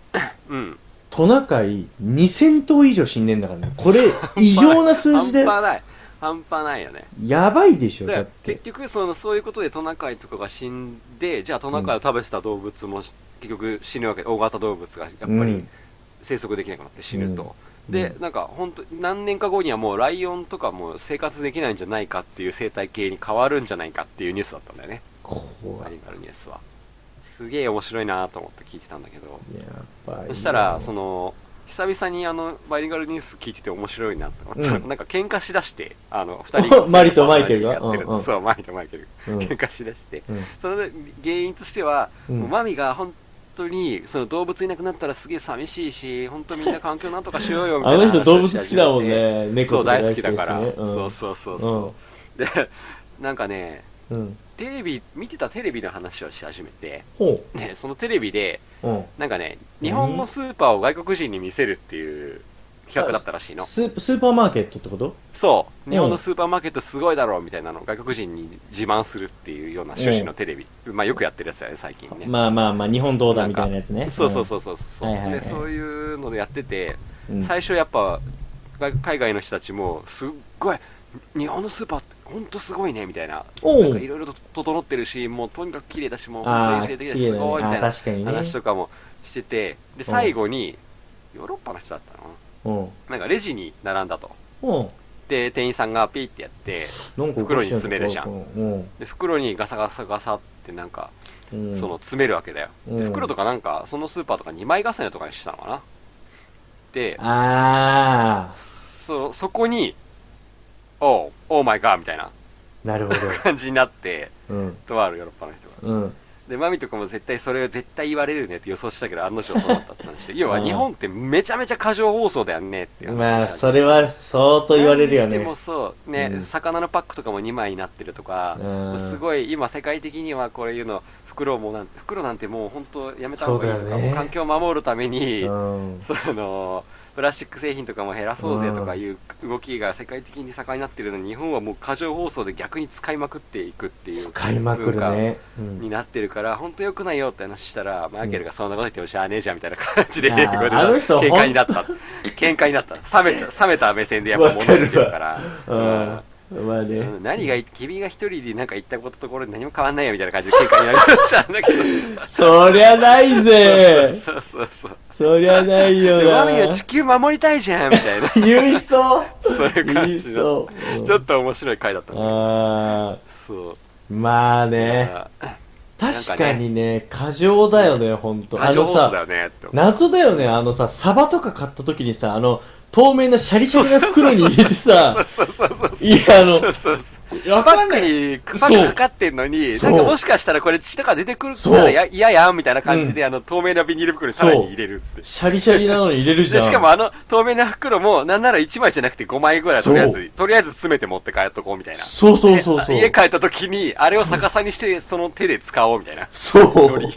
うん
トナカイ2000頭以上死んでんだからねこれ異常な数字
*laughs*
で
半端ない半端ないよね
やばいでしょ
だか
だ
ら
って
結局そのそういうことでトナカイとかが死んでじゃあトナカイを食べてた動物もし結局死ぬわけで大型動物がやっぱり、
うん
生息できなくなって死ぬと、
うん
で
うん
なんか本当何年か後にはもうライオンとかも生活できないんじゃないかっていう生態系に変わるんじゃないかっていうニュースだったんだよねア
怖い
ニマルニュースはすげえ面白いなと思って聞いてたんだけど
やばい
そしたらそ
の
の久々にあのバイリンガルニュース聞いてて面白いなと思ったら、
うん
なんか喧嘩しだしてあの2人が
*laughs* マリとマイケルが
やってる
うんうん
そうマリとマイケル
うん
喧嘩しだして
うん
それで原因としては、
うん
もうマミが本当にその動物いなくなったらすげえ寂しいし本当みんな環境なんとかしようよみた
*laughs* あ
いな
の
話
人
をし
動物好きだもん
始めて
ね猫
そう
とか
大
大
好き
好き
だ
だ
か、
からら
そうそうそうそう、でなんかね
うんうん
テレビ見てたテレビの話をし始めて
ほ
でそのテレビで
ううん
なんかね日本のスーパーを外国人に見せるっていう企画だったらしいの
スースーパーマーケットってこと
そう
うん
日本のスーパーマーケットすごいだろうみたいなのを外国人に自慢するっていうような趣旨のテレビ、まあよくやってるやつだよね最近ね、
まあまあまあ日本どうだみたいなやつね
そうそうそうそうそう、
はいはいはい
でそういうのでやってて、
うん
最初やっぱ外海外の人たちもすっごい日本のスーパーってほんとすごいねみたいな
おう
なんかいろいろと整ってるしもうとにかく綺麗だしもう
あ
本当
あ
に衛生的だ
綺
し
麗
す
だね
ごいみたい
あー確かに
な
ね
話とかもしててで最後にヨーロッパの人だったのか
うん
ななんかレジに並んだと
うん
で店員さんがピーってやって
なんかおかしいな
袋に詰めるじゃん
うん。
で袋にガサガサガサってなんか
うん。
その詰めるわけだよ、
う
で
ん
袋とかなんかそのスーパーとか2枚重ねとかにしてたのかなで
あ
そそこに「おうオーマイガー」みたいな
ー、なるほ
感じになって
ど。うん。
とあるヨーロッパの人が
うん。
でマミとかも絶対それを絶対言われるねって予想したけど案の定そうだったって
*laughs*
話で要は日本ってめちゃめちゃ過剰放送だよねっていう話
まあ、
そ
それは相当言われるよ
でも
ね。
そうね、
うん
魚のパックとかも2枚になってるとか、
うん
すごい今世界的にはこういうの袋もなん袋なんてもう本当やめた方がいい
そ
と
う
か、
だよね
もう環境を守るために、
う
*laughs*
ん。
そのプラスチック製品とかも減らそうぜとかいう動きが世界的に盛んになってるのに日本はもう過剰放送で逆に使いまくっていくっていう
使いまくるね。う
文化に
ん。
なってるから本当良くないよって話したらマイケルがそんなこと言ってもしゃあねえじゃんみたいな感じで
あ
英
ー
語で
あの人
喧嘩になった喧嘩になった冷めた冷めた目線でやっぱ
わか
戻
る
れてるか
わ
ら。
うん。まあね。
うん何がい君が一人でなんか言ったことところで何も変わんないよみたいな感じで喧嘩になりましたんだけど
そりゃないぜ
そうそうそう
そりゃないよ
で
な
マミは地球守りたいじゃんみたいな
言いそう
そういう感
言い
じの
そう。うん
ちょっと面白い回だったんだけど
あ
そう
ー。まあね。
あ
確かにね、過剰だよね、ほんと。あ
過剰
の
放送
さ
だ、よねって思う
謎だよねあのさサバとか買った時にさあの透明なシャリシャリな袋に入れてさ
そうそうそう
いやあの
そうそう
わ
パ
かん
ッ
な
ク
い
にパックかかってんのに
そ
な
うん
かもしかしたらこれ血とか出てくるか
そ
ら
う
や嫌やんみたいな感じで、あの透明なビニール袋にさらに入れるって
シャリシャリなのに入れるじ
で
ゃん
しかもあの透明な袋もなんなら1枚じゃなくて5枚ぐらいと
そう
りあえずとりあえず詰めて持って帰っとこうみたいな
そうそうそうそう
家帰った時にあれを逆さにしてその手で使おうみたいな
そう
より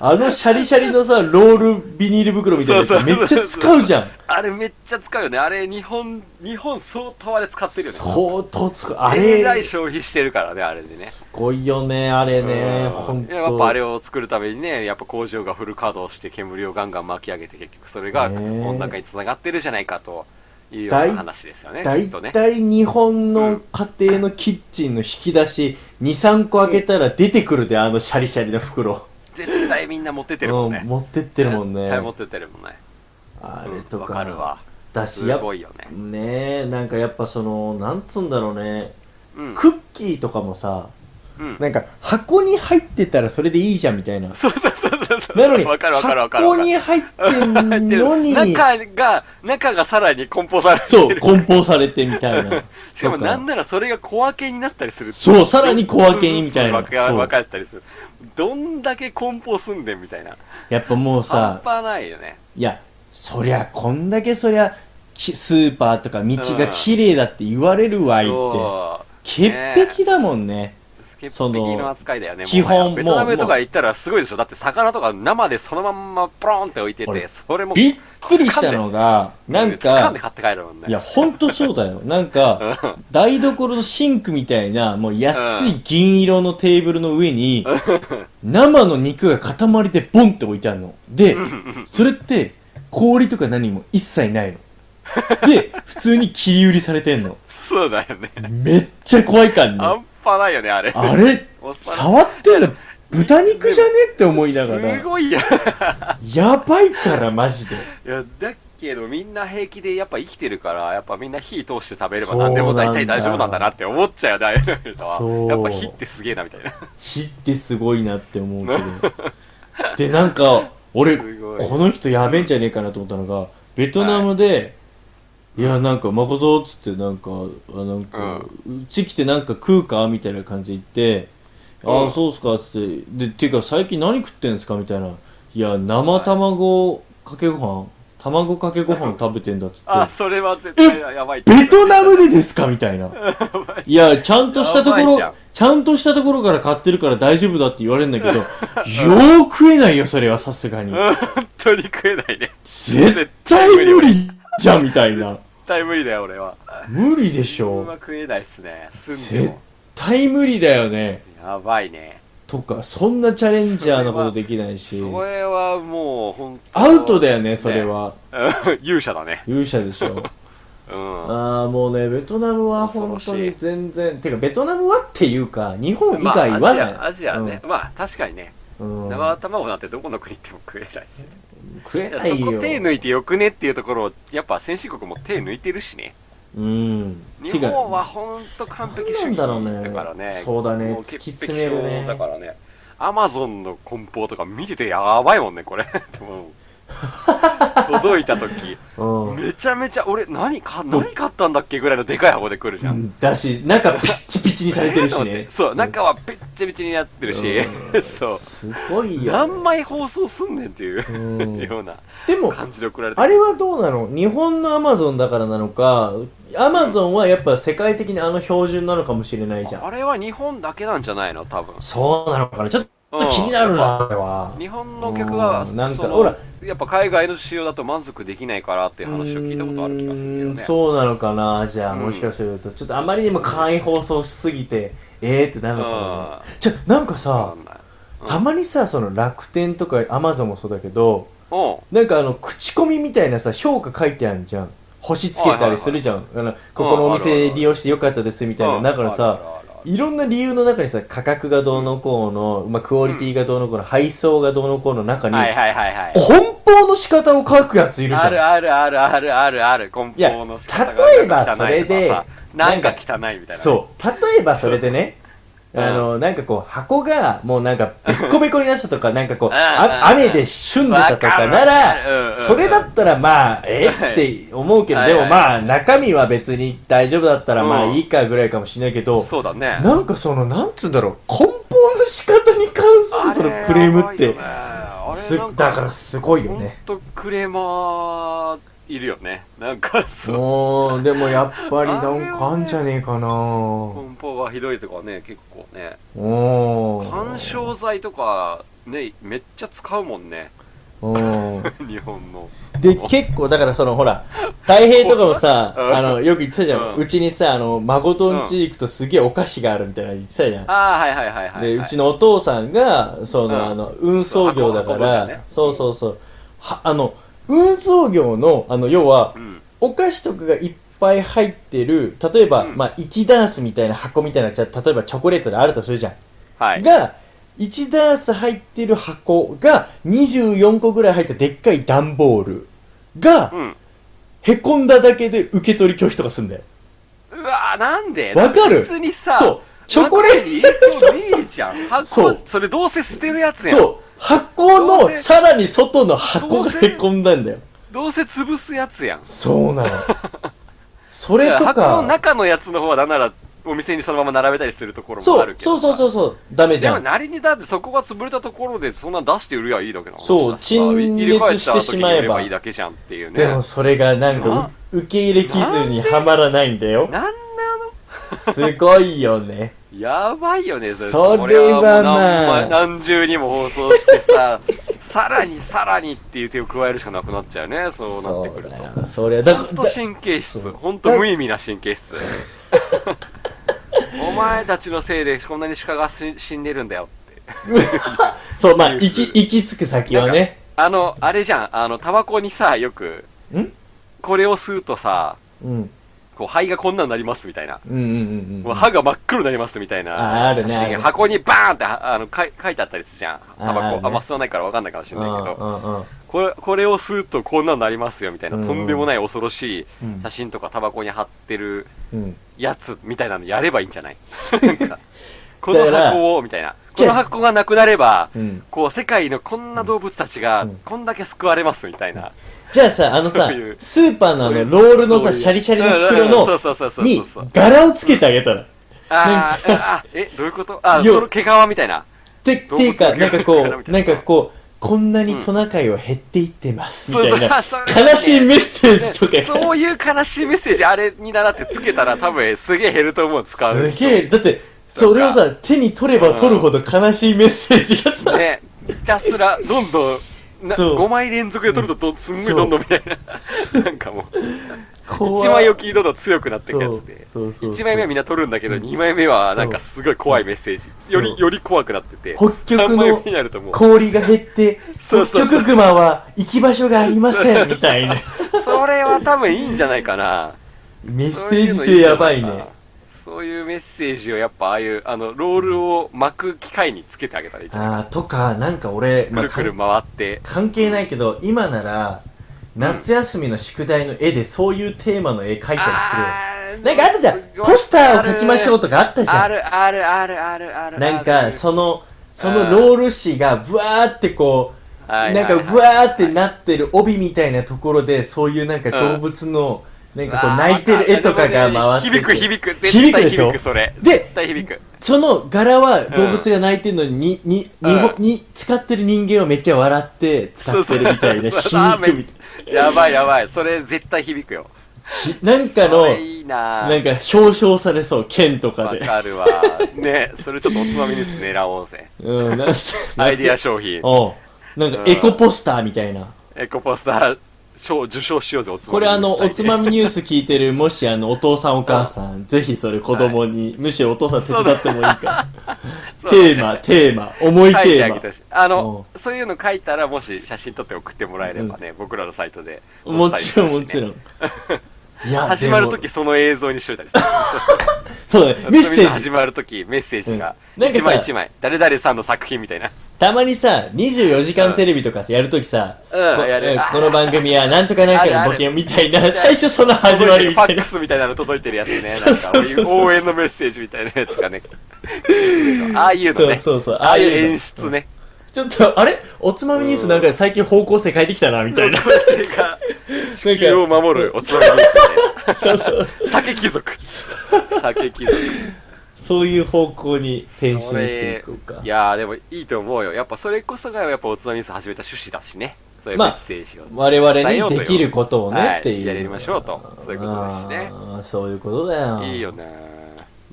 あのシャリシャリのさ、ロールビニール袋みたいな
そう
やつ
そう
めっちゃ使うじゃん。
あれめっちゃ使うよね。あれ日本、日本相当あれ使ってるよね。
相当使う。あ
えらい
れ、す
消費してるからね、あれでね。
ごいよね、あれね。
う
ほ
ん
んと。
やっぱあれを作るためにね、やっぱ工場がフル稼働して煙をガンガン巻き上げて結局それが
ねえ
温暖化につながってるじゃないかというような話ですよね、き
大
っとね。
体日本の家庭のキッチンの引き出し、2、3個開けたら出てくるで、あのシャリシャリの袋。
絶対みんな持ってってるもんね
う。ん持ってってるもんね
絶。対持ってってるもんね。
あ
うん
れと
わ
か。
かるわ。
だし、
す
やっ
ごいよね。
ねえ、なんかやっぱその、なんつうんだろうね。
うん。
クッキーとかもさ、
うん
なんか箱に入ってたらそれでいいじゃんみたいな。
そうそうそうそうそう。
なのに、
わかるわかるわかる
箱
わかる。
に入ってんのに、
中が、中がさらに梱包されて
そう、
る。
梱包されてみたいな。
*laughs* しかも
とか
なんならそれが小分けになったりする。
そうさらに小分けにみたい
そ
な
うそうそう
そう
分かれたりする。どんだけ梱包すんでんみたいな。
やっぱも
半
うさ、
端ないよね。
いや、そりゃ、こんだけそりゃ、きスーパーとか道が綺麗だって言われるわいって。
そう。
潔癖だもんね。
潔
その
癖の扱いだよね。
基本
もはや
もう
ベトナムとか行ったらすごいでしょ。だって魚とか生でそのまんまプロンって置いてて
俺、
それも。
びっくりしたのが、なん
掴ん
か
で、買って帰るもんね。
いや、ほんとそうだよ。なんか、台所のシンクみたいな、もう安い銀色のテーブルの上に、生の肉が塊でボンって置いてあるの。で、それって、氷とか何も一切ないの。で、普通に切り売りされてんの。
そうだよね。
めっちゃ怖い感ね。
半端ないよね、あれ。
あれ
おっさん
触ってる豚肉じゃねって思いなが
す
ら。
ごいや。
やばいから、マジで。
いや、だけどみんな平気でやっぱ生きてるから、やっぱみんな火通して食べれば
そうな
何
んだ
でも大体大丈夫なんだなって思っちゃうよね、ああいうの見ると
そう
やっぱ火ってすげえなみたいな。
火ってすごいなって思うけどでなんか俺こ
すごい
の人やべえんじゃねえかなと思ったのがベトナムで、い、やなんか誠っつってなんかあなんか、うち来てなんか食うかみたいな感じで言って、
う
あ
ん
あそうっすかっつってでっていうか最近何食ってんすかみたいないや生卵かけご飯卵かけご飯食べてんだっつって
あ、それは絶対やばい。
ベトナムでですかみたいな。 *laughs* いや、ちゃんとしたとこ
やば
ろ、
いじゃん
ちゃんとしたところから買ってるから大丈夫だって言われるんだ *laughs* けど、よーく食えないよ、それはさすがに。
本当に食えないね。
絶対無理じゃん、みたいな。
絶対無理だよ、俺は。
無理でし
自分は
ょ。
食えないっすね。住んで
絶
も。
対無理だよね。
やばいね。
とか、そんなチャレンジャーなことできない
そ
し。
れはもう、本当
アウトだよね、それ。は。
うん勇者だね。
勇者で
*laughs*
しょ。
うん。
ああ、もうね、ベトナムは本当に全然、てか、ベトナムはっていうか、日本以
まあ
外はな
ア
い。
ジアアジアね。まあ、確かにね。
うん。うん
生卵なんてどこの国行っても食えないし。
食え
いや
ない
そ
よ
こ手抜いてよくねっていうところをやっぱ先進国も手抜いてるしね
うん
日本はほんと完璧主義だからね
そうだね
も潔癖
突き詰めるね
症だからねアマゾンの梱包とか見ててやばいもんねこれ *laughs* でも届いた時
*laughs* うん、
めちゃめちゃ俺何か何買ったんだっけぐらいのでかい箱で来るじゃん、
だし中ピッチピチにされてるし
*laughs*
ね
そう中はペッチャピチになってるし、
う
*laughs*
ん
そう
すごいよ
何枚包装すんねんっていうう、
ん
*laughs* ような
でも
感じで送られて
あれはどうなの日本のアマゾンだからなのかアマゾンはやっぱ世界的にあの標準なのかもしれないじゃ
あ
ん
れは日本だけなんじゃないの多分
そうなのかなちょっと
うん
気になるなあれは
日本の客は
うんなんか
その
ほら
やっぱ海外の仕様だと満足できないからっていう話を聞いたことある気がするけど
うーん
ね
そうなのかなじゃあ
うん
もしかするとちょっとあまりにも簡易放送しすぎてえーってなるのかなじゃなんかさ
わかんない
たまにさその楽天とかアマゾンもそうだけど
うん
なんかあの口コミみたいなさ評価書いてあるじゃん星つけたりするじゃんあのここのお店利用してよかったですみたいなだからさ
あるあるある
いろんな理由の中にさ価格がどうのこうの、まあ、クオリティがどうのこうの、配送がどうのこうの中に、
はいはいはいはい
梱包の仕方を書くやついるじゃん
あるあるあるあるあるある梱
いや
包の仕方が
例えばそれで
な
なん
ん
か
か汚いみたいなさなんか汚いみたいな
そう例えばそれでね
うん
あのなんかこう箱がもうなんかべっこべこになったとかなんかこう
うんうんうん
あ雨で旬でたとか
わ
な
かるわかるうんうんう
ら
ん
それだったらまあえって思うけど
はい
で
はい
もまあ中身は別に大丈夫だったら
うん
まあいいかぐらいかもしれないけど
そうだね
なんかそのなんつうんだろう梱包の仕方に関するそのクレームってす
す
だからすごいよ
ほん
ね
とクレーマーいるよねなんかそう
うんでもやっぱりなんかあんじゃねえかな
梱包がひどいとかね結構ね
うん
緩衝材とかねめっちゃ使うもん
*laughs*
ね
うん
日本の
で結構だからそのほら太平とかもさ
うん
あのよく言ってたじゃん、
う
うんちにさあの孫とんち行くとすげえお菓子があるみたいなの言ってたじゃん、
ああはいはいはいはい、はい、
でうちのお父さんがその、
うん
あの運送業だか
そう運ぶんだよ
ら、
ね
そうそうそうはあの運送業のあの要は
うん
お菓子とかがいっぱい入ってる例えば、
うん
まあ、1ダースみたいな箱みたいなのがじゃあ例えばチョコレートであるとするじゃん、
はい
が1ダース入ってる箱が24個ぐらい入ったでっかい段ボールが、
うん
へこんだだけで受け取り拒否とかすんだよ
うわーなんで
わかる
別にさ
そうチョコレート
トいいじゃん箱
*laughs* そ
そうれどうせ捨てるやつやん
そう箱
ど
の
うせ
さらに外の
ど
箱が
うせ
へこんだんだよ
どうせ潰すやつやん
そう
*laughs*
なのそれと
箱の
か
中のやつの方はなんならお店にそのまま並べたりするところも
そ
ある
う
け
そ
ど
うそうそううそうダメじ
で
ゃ
も
ん
なりにだってそこが潰れたところでそんなん出して売るやいいだけなの
そう
話だしさ
陳列
入れ替えた時に
してしまえば
売ればいいだけじゃんっていうね
でもそれがなんか
な
う受け入れきずにはまらないんだよ
なんなの
すごいよね
やばいよね、それ
それ
そも
は
う
まあ
何何重にも放送してさ、 *laughs* さらにさらにっていう手を加えるしかなくなっちゃうね、そうなってくると。
だよそれはだ
ほん
だ
と神経質
そう、
ほんと無意味な神経
*laughs*
質。お前たちのせいでこんなに鹿が死死んでるんだよって。
そうまあ
ニュー
行
ス
き行き着く先は
なん
ね
かあの、あれじゃん、あの、タバコにさ、よく、
んうん
これを吸うとさ、
うん
こう肺がこんなんなりますみたいな。
うんうんう
もうん歯が真っ黒になりますみたい
あーあ
な
る
写
ねあ
真
るね
が箱にバーンってああのかい書いてあったりするじゃんタ
あ
バ
る
コ
ね
あんま吸わないから分かんないかもしれないけ
う
ど
んうんうん
これこれを吸うとこんなになりますよみたいな
うん
とんでもない恐ろしい
うん
写真とかタバコに貼ってる
うん
やつみたいなのやればいいんじゃ
*laughs*
ないなんかこの
だから
箱をみたいな
じ
こ
ゃ
の
あ
箱がなくなれば
うん
こう世界のこんな動物たちが
うん
こんだけ救われますみたいな
じゃあさ、あのさ
そういう、
スーパーのあ
そうい
の、
う
ロールの
そう
さ、
いう
シャリシャリの袋
うんうんそうそうそうそ
の、
う
に
そう、
柄をつけてあげたら。
あーあーえどういうことあ
よ
その毛皮みたいな
て、て
動物の
いうか、なんかこ
柄み
う、
た
ないん
な
かこう、こんなにトナカイは減っていってます、み
うん
たいな
そうそう、そう
悲しいメッセージと
ね
か
*laughs* そういう悲しいメッセージあれに習ってつけたら多分すげえ減ると思う使
が。
う
すげえ、だって、それをさ、手に取れば取るほど悲しいメッセージがさ、
ねひたすらどんどんな
そう
5枚連続で取るとどすんごいどんどんみたいななんかもう
怖い
1枚置きどんどん強くなっていくやつで
そうそうそうそ
1
う
枚目はみんな取るんだけど2枚目はなんかすごい怖いメッセージ
そ
よ
う
りより怖くなってて
北極
三枚目になると
の
もう
氷が減って、
そ
北
うそうそう
極熊は行き場所がありません、みたいな。
*laughs* それは多分いいんじゃないかな
メッ
そう
セー
いう
ジ
の
性
んじゃ
や
な
ばい
かな
ね。
そういうメッセージをやっぱああいうあのロールを巻く機械につけてあげたらいいじゃん
あーとか、なんか俺、
く
まあ
るくる回って
関係ないけど今なら夏休みの宿題の絵でそういうテーマの絵描いたりするよなんかあったじゃんポスターを描きましょう
と
とかあったじゃ
あ
ん
るあるあるあるある
なんかそのそのロール紙がブワーってこう
はい
なんかブワーってなってる帯みたいなところでそういうなんか動物のなんかこう泣いてる絵とかが回って
響く
て
響く
響くでし
絶対響
ょ
くそれ
で
絶対響く
その柄は動物が泣いてるのににに
うん
にに使ってる人間はめっちゃ笑って使ってるみたい
*laughs*
な
そうそうそう
響くみたい
やばいやばいそれ絶対響くよ
ななんか
そ
の
れいいな
なんか表彰されそう、剣とか
わ
で。
かるわねそれちょっとおつまみです狙おうぜ
うん、なんつ
アイディア商品
おうなんか
うん
エコポスターみたいな。
エコポスター賞受賞しようぜおつまみ
これあの、おつま
み
みニュース聞いてる、もしあの、お父さんお母さん、ぜひそれ子供に、むしろお父さん手伝って
*laughs*
もいいから。テーマ、テーマ、重い
書いて
テ
あ
ー
げ
マ
た。しあのそういうの書いたらもし写真撮って送ってもらえればね、僕らのサイトで
もちろん、もちろ
ん
ん。
*laughs*
いや、
始まると
でも
きその映像にしといたりする *laughs*
そうだね、メッセー
始
ジ。
まるときメッセージが
うんなんか
一
さ
枚一枚誰々さんの作品みたいな
たまにさ、24時間テレビとかさやるときさ、こ
うんやる
うんこの番組はなんとかなんかのボケみたいな、最初その始まりみ
ファ
たい
ッ
な
ク。スみたいなの届いてるやつね
そうそうそうそう
なんか応援のメッセージみたいなやつ
*laughs*
がねああいうのね
そうそうそう
ああいう
ああいうの
演出ね
ちょっと、あれおつまみニュースなんか最近方向性変えてきたな、みたい
*laughs*
な。
それが
な
地球を
ん
守るおつまみですね
*laughs* か、そうそう。
酒貴族酒貴族
そういう方向に転身していこう
そ
か
れい。やーでもいいと思うよやっぱそれこそがやっぱおつまみニュース始めた趣旨だしねそういうメ
まあ
ッセージを、
我々
伝えよう
に
という
できることを
はい
ね、っていう。
やりましょうとそういうことですね
あーそういうことだよ。
いいよ。ね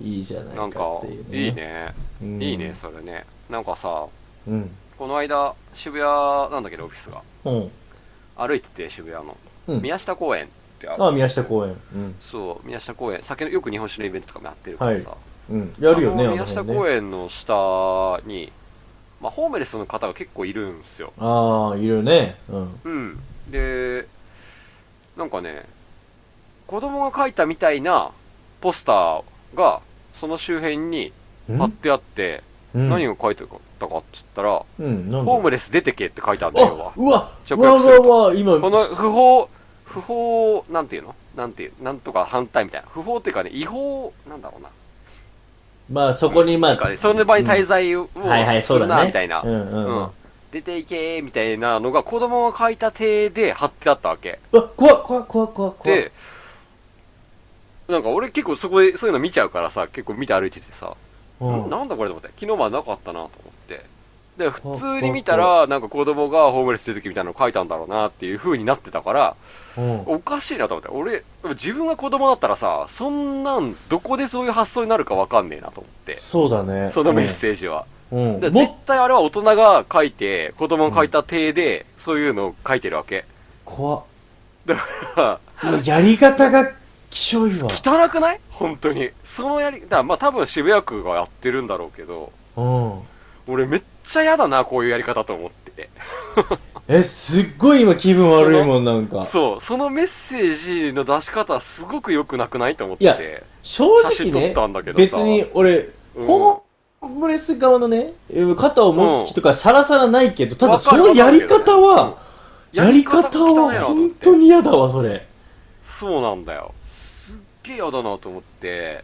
いいじゃな
なん
い
か
かっていう、ね。
いいね、
うん
いいねそれねなんかさ
うん。
この間渋谷なんだけどオフィスが
うん。
歩いてて渋谷の、
うん
宮下公園ってあ
あ、宮下公園。うん。
そう宮下公園酒のよく日本酒のイベントとかもやってるからさ、
はうん。やるよね、
あの
あの
宮下
辺
公
ね。
園の下に、まあ、ホームレスの方が結構いるんですよ
ああ、いるよね。うん。
うんでなんかね子供が描いたみたいなポスターがその周辺に貼ってあって、
うん
何を書いてたかっつったら、
うん、なんだ
ホームレス出てけって書いてあるんだよ
あうわ
ちょ
うわ
こ
う
れする
わ
と
うわ今、
この不法、不法、なんていうのなんていう、なんとか反対みたいな。不法っていうかね、違法、なんだろうな。
まあそこにま
なんか
あ、
ね、その場に滞在を
うんはいはい、
す
そう
る
だ
な、
ね。
みたいな
う。んうん。う
うん
わ、。
出ていけー、みたいなのが子供が書いた手で貼ってあったわけ。
怖っ怖っ怖っ怖っ怖っ。
で、なんか俺結構そこでそういうの見ちゃうからさ、結構見て歩いててさ、
うん
んなんだこれと思って、昨日までなかったなと思って。で、普通に見たら、なんか子供がホームレス出てきみたいなの書いたんだろうなっていう風になってたから、
うん
おかしいなと思って、俺、自分が子供だったらさ、そんなん、どこでそういう発想になるかわかんねえなと思って、
そうだね。
そのメッセージは。
うん。う
だから
ん。
絶
も、
対あれは大人が書いて、子供が書いた体で、そういうのを書いてるわけ。
怖っ。
だから、
うわやり方が、きしょい
*laughs*
わ。
汚くない本当に。そのやり、だからまあ多分渋谷区がやってるんだろうけど、
うん。
俺めっちゃ嫌だな、こういうやり方と思って。
え、すっごい今気分悪いもん、なんか。
そう、そのメッセージの出し方すごく良くなくないと思っ
いや
て。
正直
写真撮っ
ね
たんだけ、どさ
別に俺、
うん
ホームレス側のね、えー肩を持つ気とかさらさらないけど、ただ
わか
そ
る
のやり方
わ
は
か、る
やり方は本当に嫌だわ、それ。
そうなんだよ。すっげえ嫌だなと思って、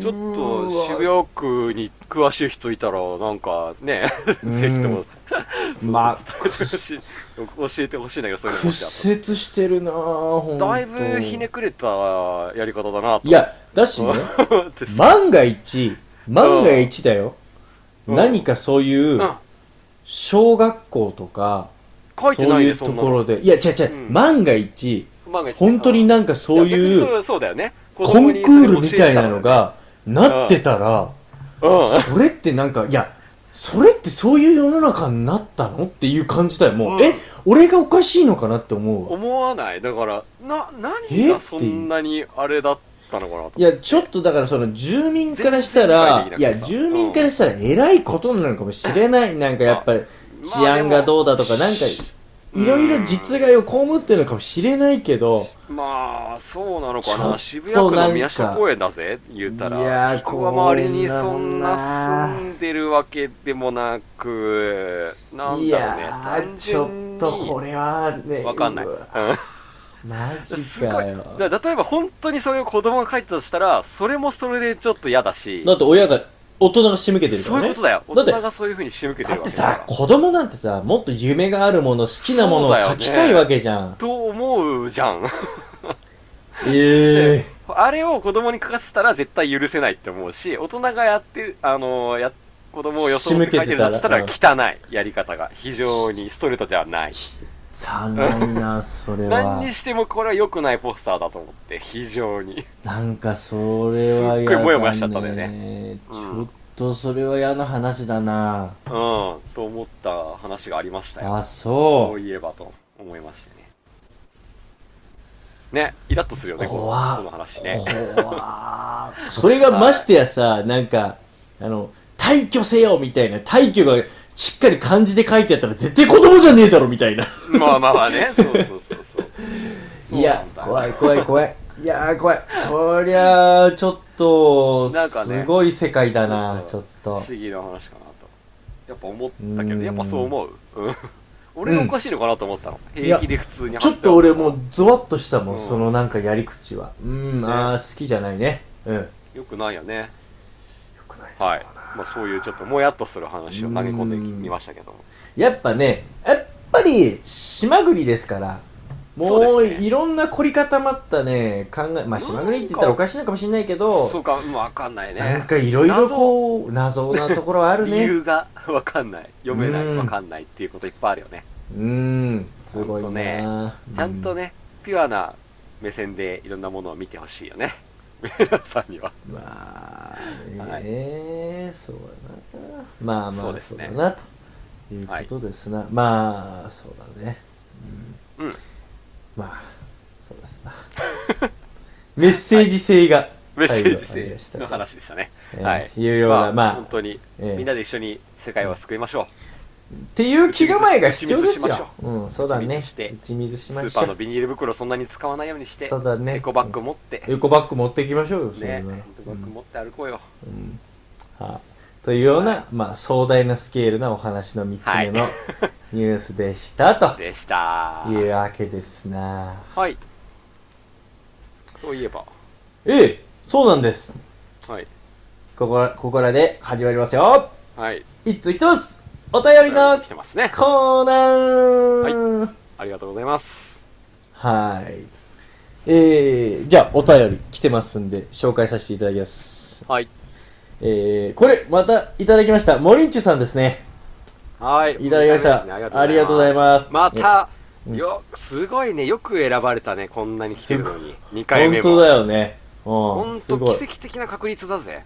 ちょっ
う
と
わ
渋谷区に詳しい人いたら、なんかね、
うん
ぜひとも、 *laughs*
まあ、
教えてほしいんだけど、そういうの
屈
も
折
しあ
してるなぁ、ほん
った
と
らだいぶひねくれたやり方だなと。
い、や、だしね、
ってさ
万が一、万が一だよ。
うん、、
何かそういううん小学校とか、
書いて
そ
な
う
い
い
で、
う
そ
と
んな
ころ
の。
で。いや、違う違う、
うん
万が一、
万が一
本当になんかそう
や逆に
いう
そうそうだよね。
コンクールみたいなのがなってたら、
子供にそれを教えてたらね、
それってなんか、いや、それってそういう世の中になったのっていう感じだよ。もう、
うん
え、俺がおかしいのかなって思
うん、
うわ。
思わない。だから、な、何
え
がそんなにあれだったのかなと。
いや、ちょっとだからその住民からした
全然理
ら、
解で
い
きな
や、
くてさ
住民からしたら偉いことなのかもしれない。なんかやっぱり治安がどうだとか、なんか、いろいろ実害を被ってるのかもしれないけど、
まあそうなの
ちょ
か
っ
な
と
渋谷区
なん
の
か
宮下公園だぜ言うた
いや
ら
ー
人が周りにそ
こ
ん
んなもん
な
な
住んでるわけでもなくなん
い
だろうね
やー、
単
ち
純
ょっ
に
とこれはね、
わかんないう
わ
うん
マジ
すご
か
い
よ。
だから例えば本当にそれを子供が書いてたとしたらそれもそれでちょっと嫌だし
だって親が、大人が仕向けてるか
そ
ら
ういうこ
ね。
とだよ大
だって
人がそういうふうに仕向けて
だ
る
っ
わ
て
けだ
さ
か、ら
子供なんてさ、もっと夢があるもの、好きなものを書きたいわけじゃん。
と思うじゃん
ええ
あれを子供に書かせたら絶対許せないって思うし大人がやってるあのや子供を装って書いてるとしたら
仕向けて
汚いやり方が非常にストレートではない
残念な、それは
*laughs* 何。にしてもこれは良くないポスターだと思って非常に
なんか、それは
すっごいモヤ
嫌
モヤしちゃ
だ
ったんだよ
ね。
うん
ちょっと、それは嫌な話だな。
うんと思った話がありましたよ
あ、そ
そう
う。
いえばと思いましたねねイラッとするよねこの
怖っ
この話ね
怖っそれがましてやさ、なんか、あの、退去せよみたいな、退去がしっかり漢字で書いてあったら絶対子供じゃねえだろみたいな。
*laughs* まあまあまあねそうそうそうそうそう
いや
なんだ
怖い怖い怖いいやー怖いそりゃあちょっと
なんかね
すごい世界だなち
ち
ょ
ょ
っ
っ
と
不思議な話かなとやっぱ思ったけど
うん
やっぱそう思ううん俺がおかしいのかなと思ったの、
や
平気で普通に
ちょっと俺も
う
うゾワッとしたもん、
うん
そのなんかやり口はうん、
ね
ああ好きじゃないねうんよ
よくないよね
くない
はい、まあ、そういうちょっともやっとする話を投げ込んでみましたけど
やっぱねやっぱり島国ですからも
そう
う
ですね
いろんな凝り固まったね考えまあ島国って言ったらおかしいのかもしれないけ
そ
ど
うか分かんないね
なんかいろいろこう謎なところはある
理
ね
由が分かんない読めない
うん
分かんないっていうこといっぱいあるよね
うんすごい
ほと
なん
ねちゃんと
ね
ねピュアな目線でいろんなものを見てほしいよね皆さんには
まあね、
はい
そうだなまあま
そう
あ
です
そう
ね
だなとということですな、まあそうだね
うん
まあそうですな *laughs* メッセージ性が
メッセージ
最後あれでし
性
た
の話でしたね。
えー
はい。
いうようなまあ
本当に、
えー
みんなで一緒に世界を救いましょ
っていう気構えが必要です
打ち水しまし
ようんそうだね
打ち水して
打ち水し
う。
ま
スー
し
パ
ょ
ーの
う
ビニール袋そんなに使わないようにして、
そうだね
エコバッグ持って、
エコバッグ持ってきましょうよそれ
ね、エ
は
コバッグ持って歩こうよ。
はいというような、まあ、壮大なスケールなお話の3つ目の
はい
ニュースでしたと
でした
いうわけですな
はい。そういえば、
ええそうなんです
はい。
ここらここらで始まりますよ
はい。
一通来てますお便りの
来てますね。
コーナー
ありがとうございます。
はいえー、じゃあお便り来てますんで紹介させていただきます
はい。
えー、これまたいただきましたモリンチュさんですね
はい。
いただきました
もう一回目ですね
あ
ま
りがとうござい
た、よ、すごいね、よく選ばれたね、こんなに来てるのに。2回目
本
も。
当だよねう
ほ
ん
ん
す
と
ごい
奇跡的な確率だぜ。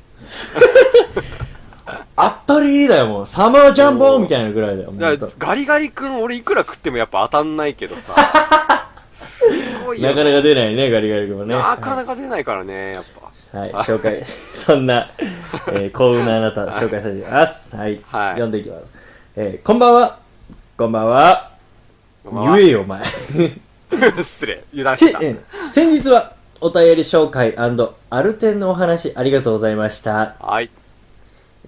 あったりだよもうサマージャンボみたいなぐらいだよもう
だ
本
か
当
らガリガリ君俺いくら食ってもやっぱ当たんないけど
*laughs*
さ。すごいよ
なかなか出ないねガリガリ君もね
なかなか出ないからね、やっぱ。
はい、紹介、 *laughs* そんな、えー幸運なあなた、紹介させていただきます。はい、
はい
読んでいきます。えーこんばんは。こんばんは。
まあ
言えよ、お前。
*laughs* 失礼。油断
せ
した。
えー先日は、お便り紹介アルテンのお話、ありがとうございました。
はい。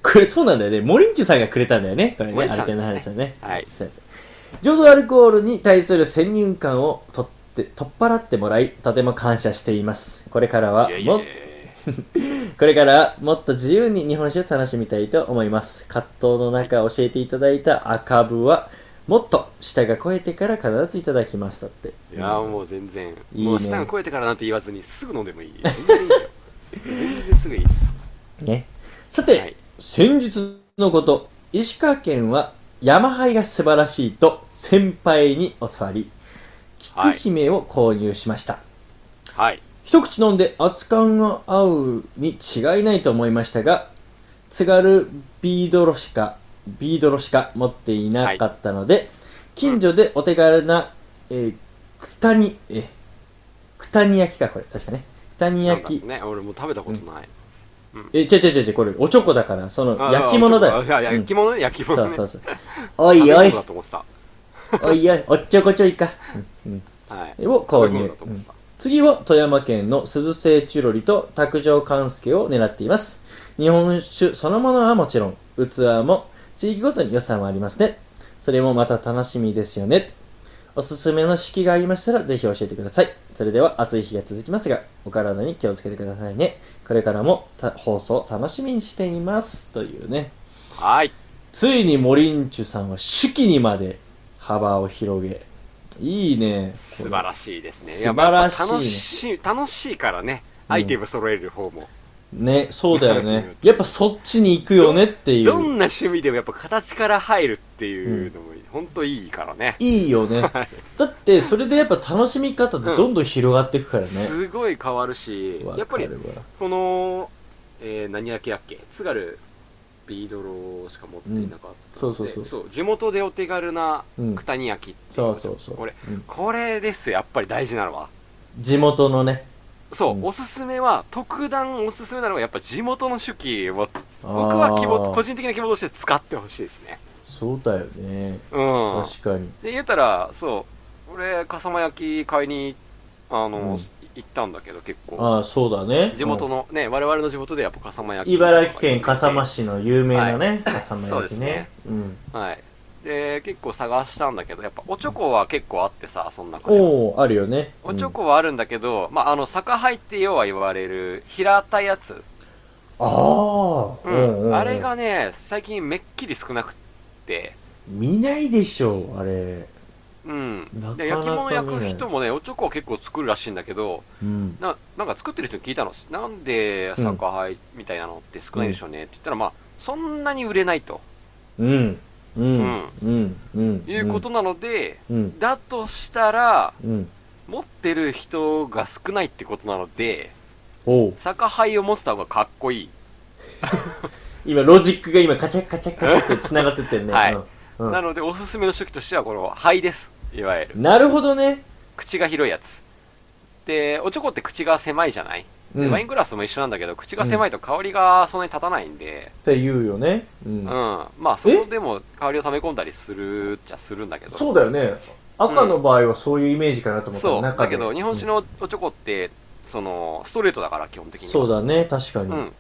これそうなんだよね。モリンチュさんがくれたんだよね。これね、
モリン
ア
チュ
ルテンの
さん
話
で
だ
す
ね。
はい
すません浄土アルコールに対する先入観を取って、取っ払ってもらい、とても感謝しています。これからはい
や、いや
もっこれからもっと自由に日本酒を楽しみたいと思います葛藤の中教えていただいた赤部はもっと舌が肥えてから必ずいただきますだって
いやもう全然。
いいね
もう舌が超えてからなんて言わずにすぐ飲んでもいい。全然いいよ。全然すぐいいっす。
ねさて、
はい
先日のこと石川県は山杯が素晴らしいと先輩に教わり菊姫を購入しました、
はい。
一口飲んで熱感が合うに違いないと思いましたが津軽ビードロしかビードロしか持っていなかったので、近所でお手軽な、えー、くたにえーくたに焼きかこれ確かねくたに
なん
焼
か
き
ね、俺もう食べたことない。
え違う違う違うこれおちょこだからその
あ
焼き物だよ
いや、焼き物ね、焼き
うん
物ね。
そうそう
う
そうおいおい
だと思ってた。
おいおいおっちょこちょいか、うん
はい。
うん、を購入、
だと
う
思っ
ん
てた。
次は富山県の鈴製チュロリと卓上関助を狙っています日本酒そのものはもちろん器も地域ごとに予算はありますねそれもまた楽しみですよねおすすめの式がありましたらぜひ教えてくださいそれでは暑い日が続きますがお体に気をつけてくださいねこれからもた放送楽しみにしていますというね
はい。
ついにモリンチュさんは手記にまで幅を広げいいね
素晴らしいですね。
素晴らしいね
やっぱ楽しい、楽しいからね、アイテム揃える方も。
ね、そうだよね。やっぱそっちに行くよねってい
どん
う。
な趣味でもやっぱ形から入るっていうのも、ほんといいからね。
いいよね。だって、それでやっぱ楽しみ方ってどんどん広がっていくからね。
すごい変わるし、やっぱり
わかるわ
この、えー何焼きだっけ津軽ビードローしか持っていなかったので、
うんそうそうそう
地元でお手軽な
うん
九谷焼きってい
そう
のが
そうそう。
これ
うん
これですよやっぱり大事なのは
地元のね。
そう、
うん
おすすめは特段おすすめなのはやっぱ地元の手記を僕は希
あ
望
ー
個人的な希望として使ってほしいですね
そうだよね。
うん
確かに。
で言えたらそう俺笠間焼き買いにあの、
うん
行ったんだけど結構
ああ、そうだね。
地元のね我々の地元でやっぱ笠間
う
焼
ん。
き
茨城県笠間市の有名なね、笠間
そうです
焼きね
ね。
うん。
はいで結構探したんだけどやっぱおちょこは結構あってさそん中でも
おおあるよね。
おちょこはあるんだけど、まあ、あの酒杯ってようは言われる平たいやつ、
うん。ああ、
うん
うんうんうん
あれがね最近めっきり少なくって
見ないでしょう、あれ。
うん
なかなか
で
ね
焼き物焼く人もねおちょこを結構作るらしいんだけど
うん。
ななんか作ってる人に聞いたのなんで酒杯みたいなのって少ないでしょうねって言ったら、まあそんなに売れないと
うん。うん
ん。
うん。うん。
いうことなので、
うん。
だとしたら
うん。
持ってる人が少ないってことなので
おう
酒杯を持ってた方がかっこいい
今ロジックが今カチャッカチャッカチャッって繋がってってんね、
はい
うんうん
なのでおすすめの初期としてはこの肺ですいわゆる
なるほどね。
口が広いやつでおちょこって口が狭いじゃない、で
うん
ワイングラスも一緒なんだけど口が狭いと香りがそんなに立たないんで、
って言うよね。うん
うん。まあそこでも香りを溜め込んだりするっちゃするんだけど
そうだよね。赤の場合はそういうイメージかなと思った
そうだ
中で
けど日本酒のおちょこってそのストレートだから基本的には
そうだね、確かに。
う
は
ん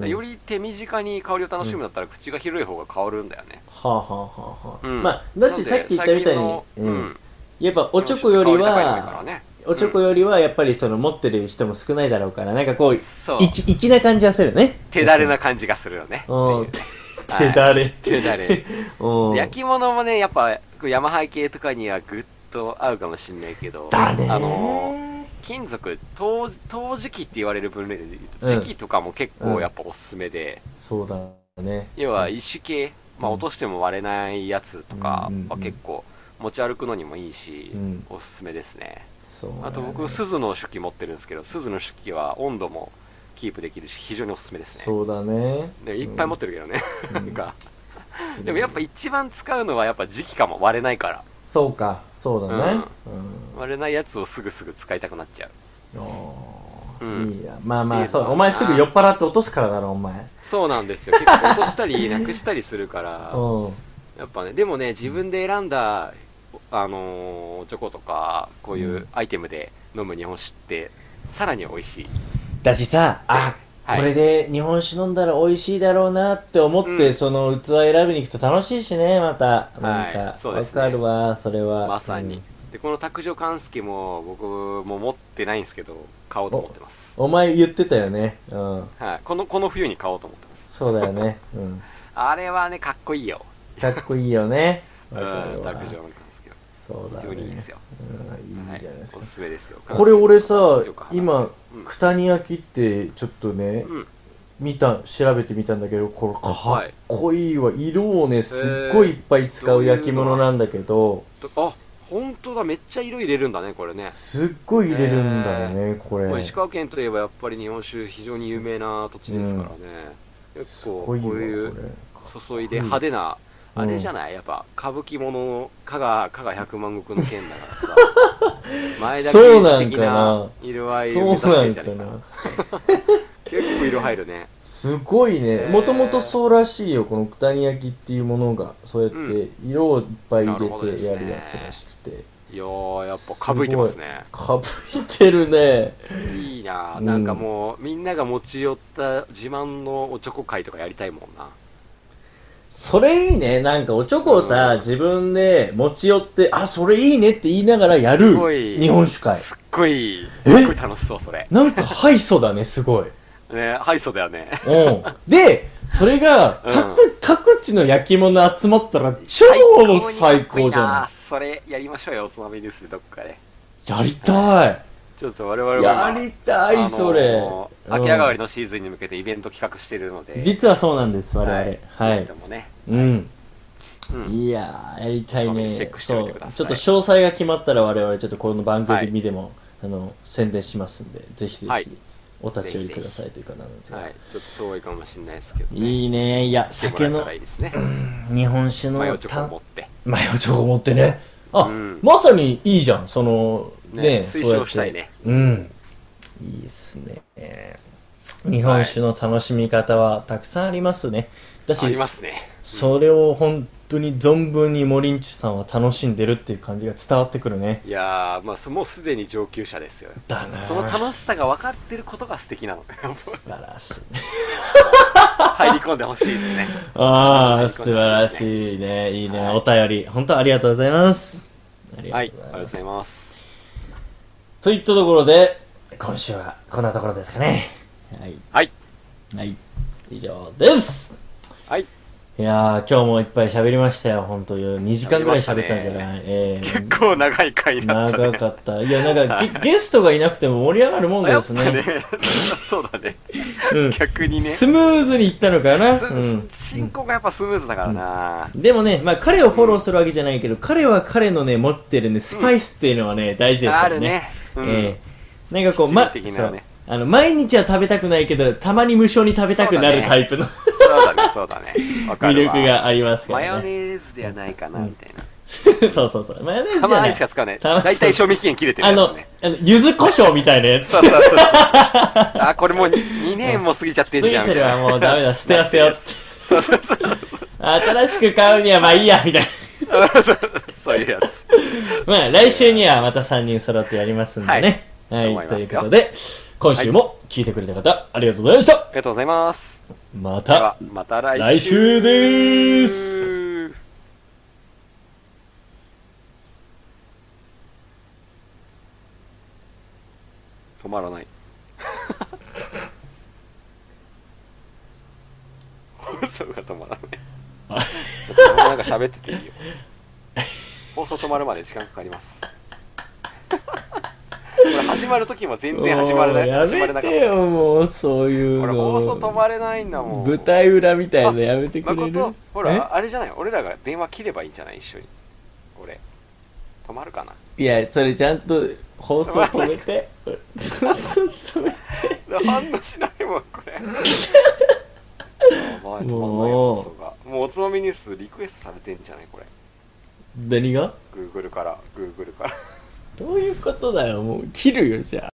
でより手短に香りを楽しむんだったら口が広い方が香るんだよね、
あはあはあはあ。
うん
まあ、だしさっき言ったみたい
な
に
の、で最近
う
の
ん。やっぱおちょこより
香り高いのがいいから
は、
ね
おちょこよりはやっぱりその持ってる人も少ないだろうから、なんかこう、
そう
粋粋な感じはするよね。
手だれな感じがするよね
うん
っていう
手だれ。
手だれ
*laughs* うん。
焼き物もねやっぱこう山背系とかにはグッと合うかもしんないけど
だねー
あの金属陶陶磁器って言われる分類で言うと
うん
磁器とかも結構やっぱおすすめで、
そうだね。
要は石系、まあ、落としても割れないやつとか
うんうんう
は
ん
結構持ち歩くのにもいいし、
うん
おすすめですね
そうだね。
あと僕鈴の手記持ってるんですけど鈴の手記は温度もキープできるし非常におすすめですね
そうだね。
でいっぱい持ってるけどね、 *laughs* なんか
うん
でもやっぱ一番使うのはやっぱ時期かも割れないから
そうか、そうだね。うん
割れないやつをすぐすぐ使いたくなっちゃう
おー
うん
いいやまあま
いい
あ
ぞ
そうお前すぐ酔っ払って落とすからだろお前
そうなんですよ結構落としたりなくしたりするから
*laughs* うん
やっぱね、でもね、自分で選んだ、あのーチョコとか、こういうアイテムで飲む日本酒って、さらに美味しい。
だしさあ
はい
これで日本酒飲んだら美味しいだろうなって思っ
うん
てその器選びに行くと楽しいしねまたなんか
はいそうで
わ
すね
かるわそれは
まさに。
うん
で、この卓上勘介も、僕も持ってないんですけど、買おうと思ってます。
お前言ってたよねうん
はい。この、この冬に買おうと思ってます。
そうだよねうん
あれはね、かっこいいよ。
かっこいいよね
うん、
わかる
卓上
わ
勘介は。
そうだ
非常
ね
にいいですよ。
うんいいじゃないです
は
か
おすすめですよ。
これ俺さ
よく話す
今
うん
九谷焼ってちょっとね
うん。
見た調べてみたんだけどこれかっこいいわ、色をねすっごいいっぱい使う焼き物なんだけど、
とあ、本当だ、めっちゃ色入れるんだね、これね。
すっごい入れるんだよね、これ
まあ、石川県といえばやっぱり日本酒非常に有名な土地ですからね、結
す
構こ
ご
う
いわこれ
いう注いで派手な、
うん
あれじゃないやっぱ歌舞伎もの加賀加賀百万石の県だからさ
*laughs*
前田
そうな
圭司
ん
的
か
な
な
色合いを目指
そう
し
な
てん
ん
じゃ
か
ないかな
な
結構色入るね
すごい
へ
ね
ー
もともとそうらしいよこの九谷焼っていうものがそうやって色をいっぱい入
なるほどで
れ
す
て
ね
やるやつらしくて、
いやーやっぱかぶいてますね
かぶいてるね
いいなー
うん
なんかもうみんなが持ち寄った自慢のおちょこ会とかやりたいもんな
それいいねなんかおちょこをさ、
うん
自分で持ち寄ってあそれいいねって言いながらやる
すごい
日本酒会
すっごいす
え
っごい楽しそうそれ
なんか敗訴だねすごい
ねはいそうだよね
うんでそれが各,、各地の焼き物集まったら超最高じゃ
な
な
それやりましょうよおつまみニュースでどっかで
いやりたい
ちょっと我々は
や
今
りたいそれ、
あのー秋上がり
の、
のシーズンに向けてイベント企画してるので
実はそうなんです我々はい、
ぜひともね
うん
うん
いやーやりたい
そうね
ね
チェックして
そ
お
う
いて
ちょっ
ください
と詳細が決まったら我々ちょっとこの番組
はい
にでも、あの宣伝しますんでぜひぜ
はい
ひお立ち寄りくださいというかなんですが、
はいちょっと遠いかもしれないですけど、ね、
いいねいや
来てもら
酒
えた
の
らいいですね
日本酒の
マヨチョコ
た
を持って
マヨチョコ持ってねあ、
うん
まさにいいじゃんその
ね
ね
推奨
そうやって
したいね
うんいいですね日本酒の楽しみ方はたくさんありますねだ
あり
し
ますね
それを本当に存分にモリンチュさんは楽しんでるっていう感じが伝わってくるね
いやーまあそもうすでに上級者ですよ
だなぁ
その楽しさが分かってることが素敵なの
素晴らしい
入り込んでほしいですね
ああ素晴らしいねいいね、
はい
お便り本当ありがとうございますあり
は
が
い
とう
あり
ご
が
ざ
と
いうま
ございま
す、
す
といったところで今週はこんなところですかねはい
はい
はい。以上です。
はい
いやー、今日もいっぱい喋りましたよ、本当に。2時間ぐらい喋ったんじゃない、え
結構長い回
ー、
になったね
長かった。いや、なんか
*laughs*
ゲ、ゲストがいなくても盛り上がるもん
や
で
っ
す
ぱ
ね。
ね *laughs* そうだね
うん、
逆にね
スムーズにいったのかな。
す
うん。
進行がやっぱスムーズだからな、
でもね、まあ、彼をフォローするわけじゃないけど、彼は彼のね、持ってるね、スパイスっていうのはね、大事です
あ
から
る
ね。
ね、うん
えーなんかこう、ま、
必要的
そ
な
う
ね
あの、毎日は食べたくないけど、たまに無償に食べたくな
そうだ
る
ね
タイプの。
そうそうだね、そうだね。わか
魅
るわ。
力がありますか
マ
ら
ヨネ
ね。
ーズではないかな、みたいな。
*laughs* そうそうそう。マヨネーズ
た
じゃ
ま
ない。
にしか使わない。
たまに
大体賞味期限切れてる
あ
やつ
の
ね。、
あの、柚子胡椒みたいなやつ。
そうそう
*laughs*
そう。あ、これもう2年も過ぎちゃって
つ
んじゃ
い
ん。
てるわ、もうダメだ、捨てよう捨てようっつって。
*laughs* そうそうそう。
新しく買うにはまあいいや、みたいな。
そういうやつ。
まあ、来週にはまた3人揃ってやりますんでね。は
はい
い、
思います
と
よ
いうことで、今週も聞いてくれた方、ありがとうございました
ありがとうございます。
ま
では
た、、
また来
来週でーす
週。止まらない。放送が止まらない。なんか喋ってていいよ。放送止まるまで時間かかります。これ始まる時も全然始まらない。
もう
始まれ
やめ
なかってた。
よ、もう、そういう
これ放送止
の。
まれないんだもん。
舞台裏みたいなのやめてくれる
誠ほらあれじゃない俺らが電話切ればいいんじゃない一緒にこれ止まるかな
えいや、それちゃんと放送止
*laughs*
めて。 *laughs* そうそう止めて
反応しないもんこれ
*laughs*
やばい止まんない
もう
放送がもうおつまみニュースリクエストされてんじゃないこれ
何が
Google から Google から
どういうことだよ、もう切るよ、じゃあ。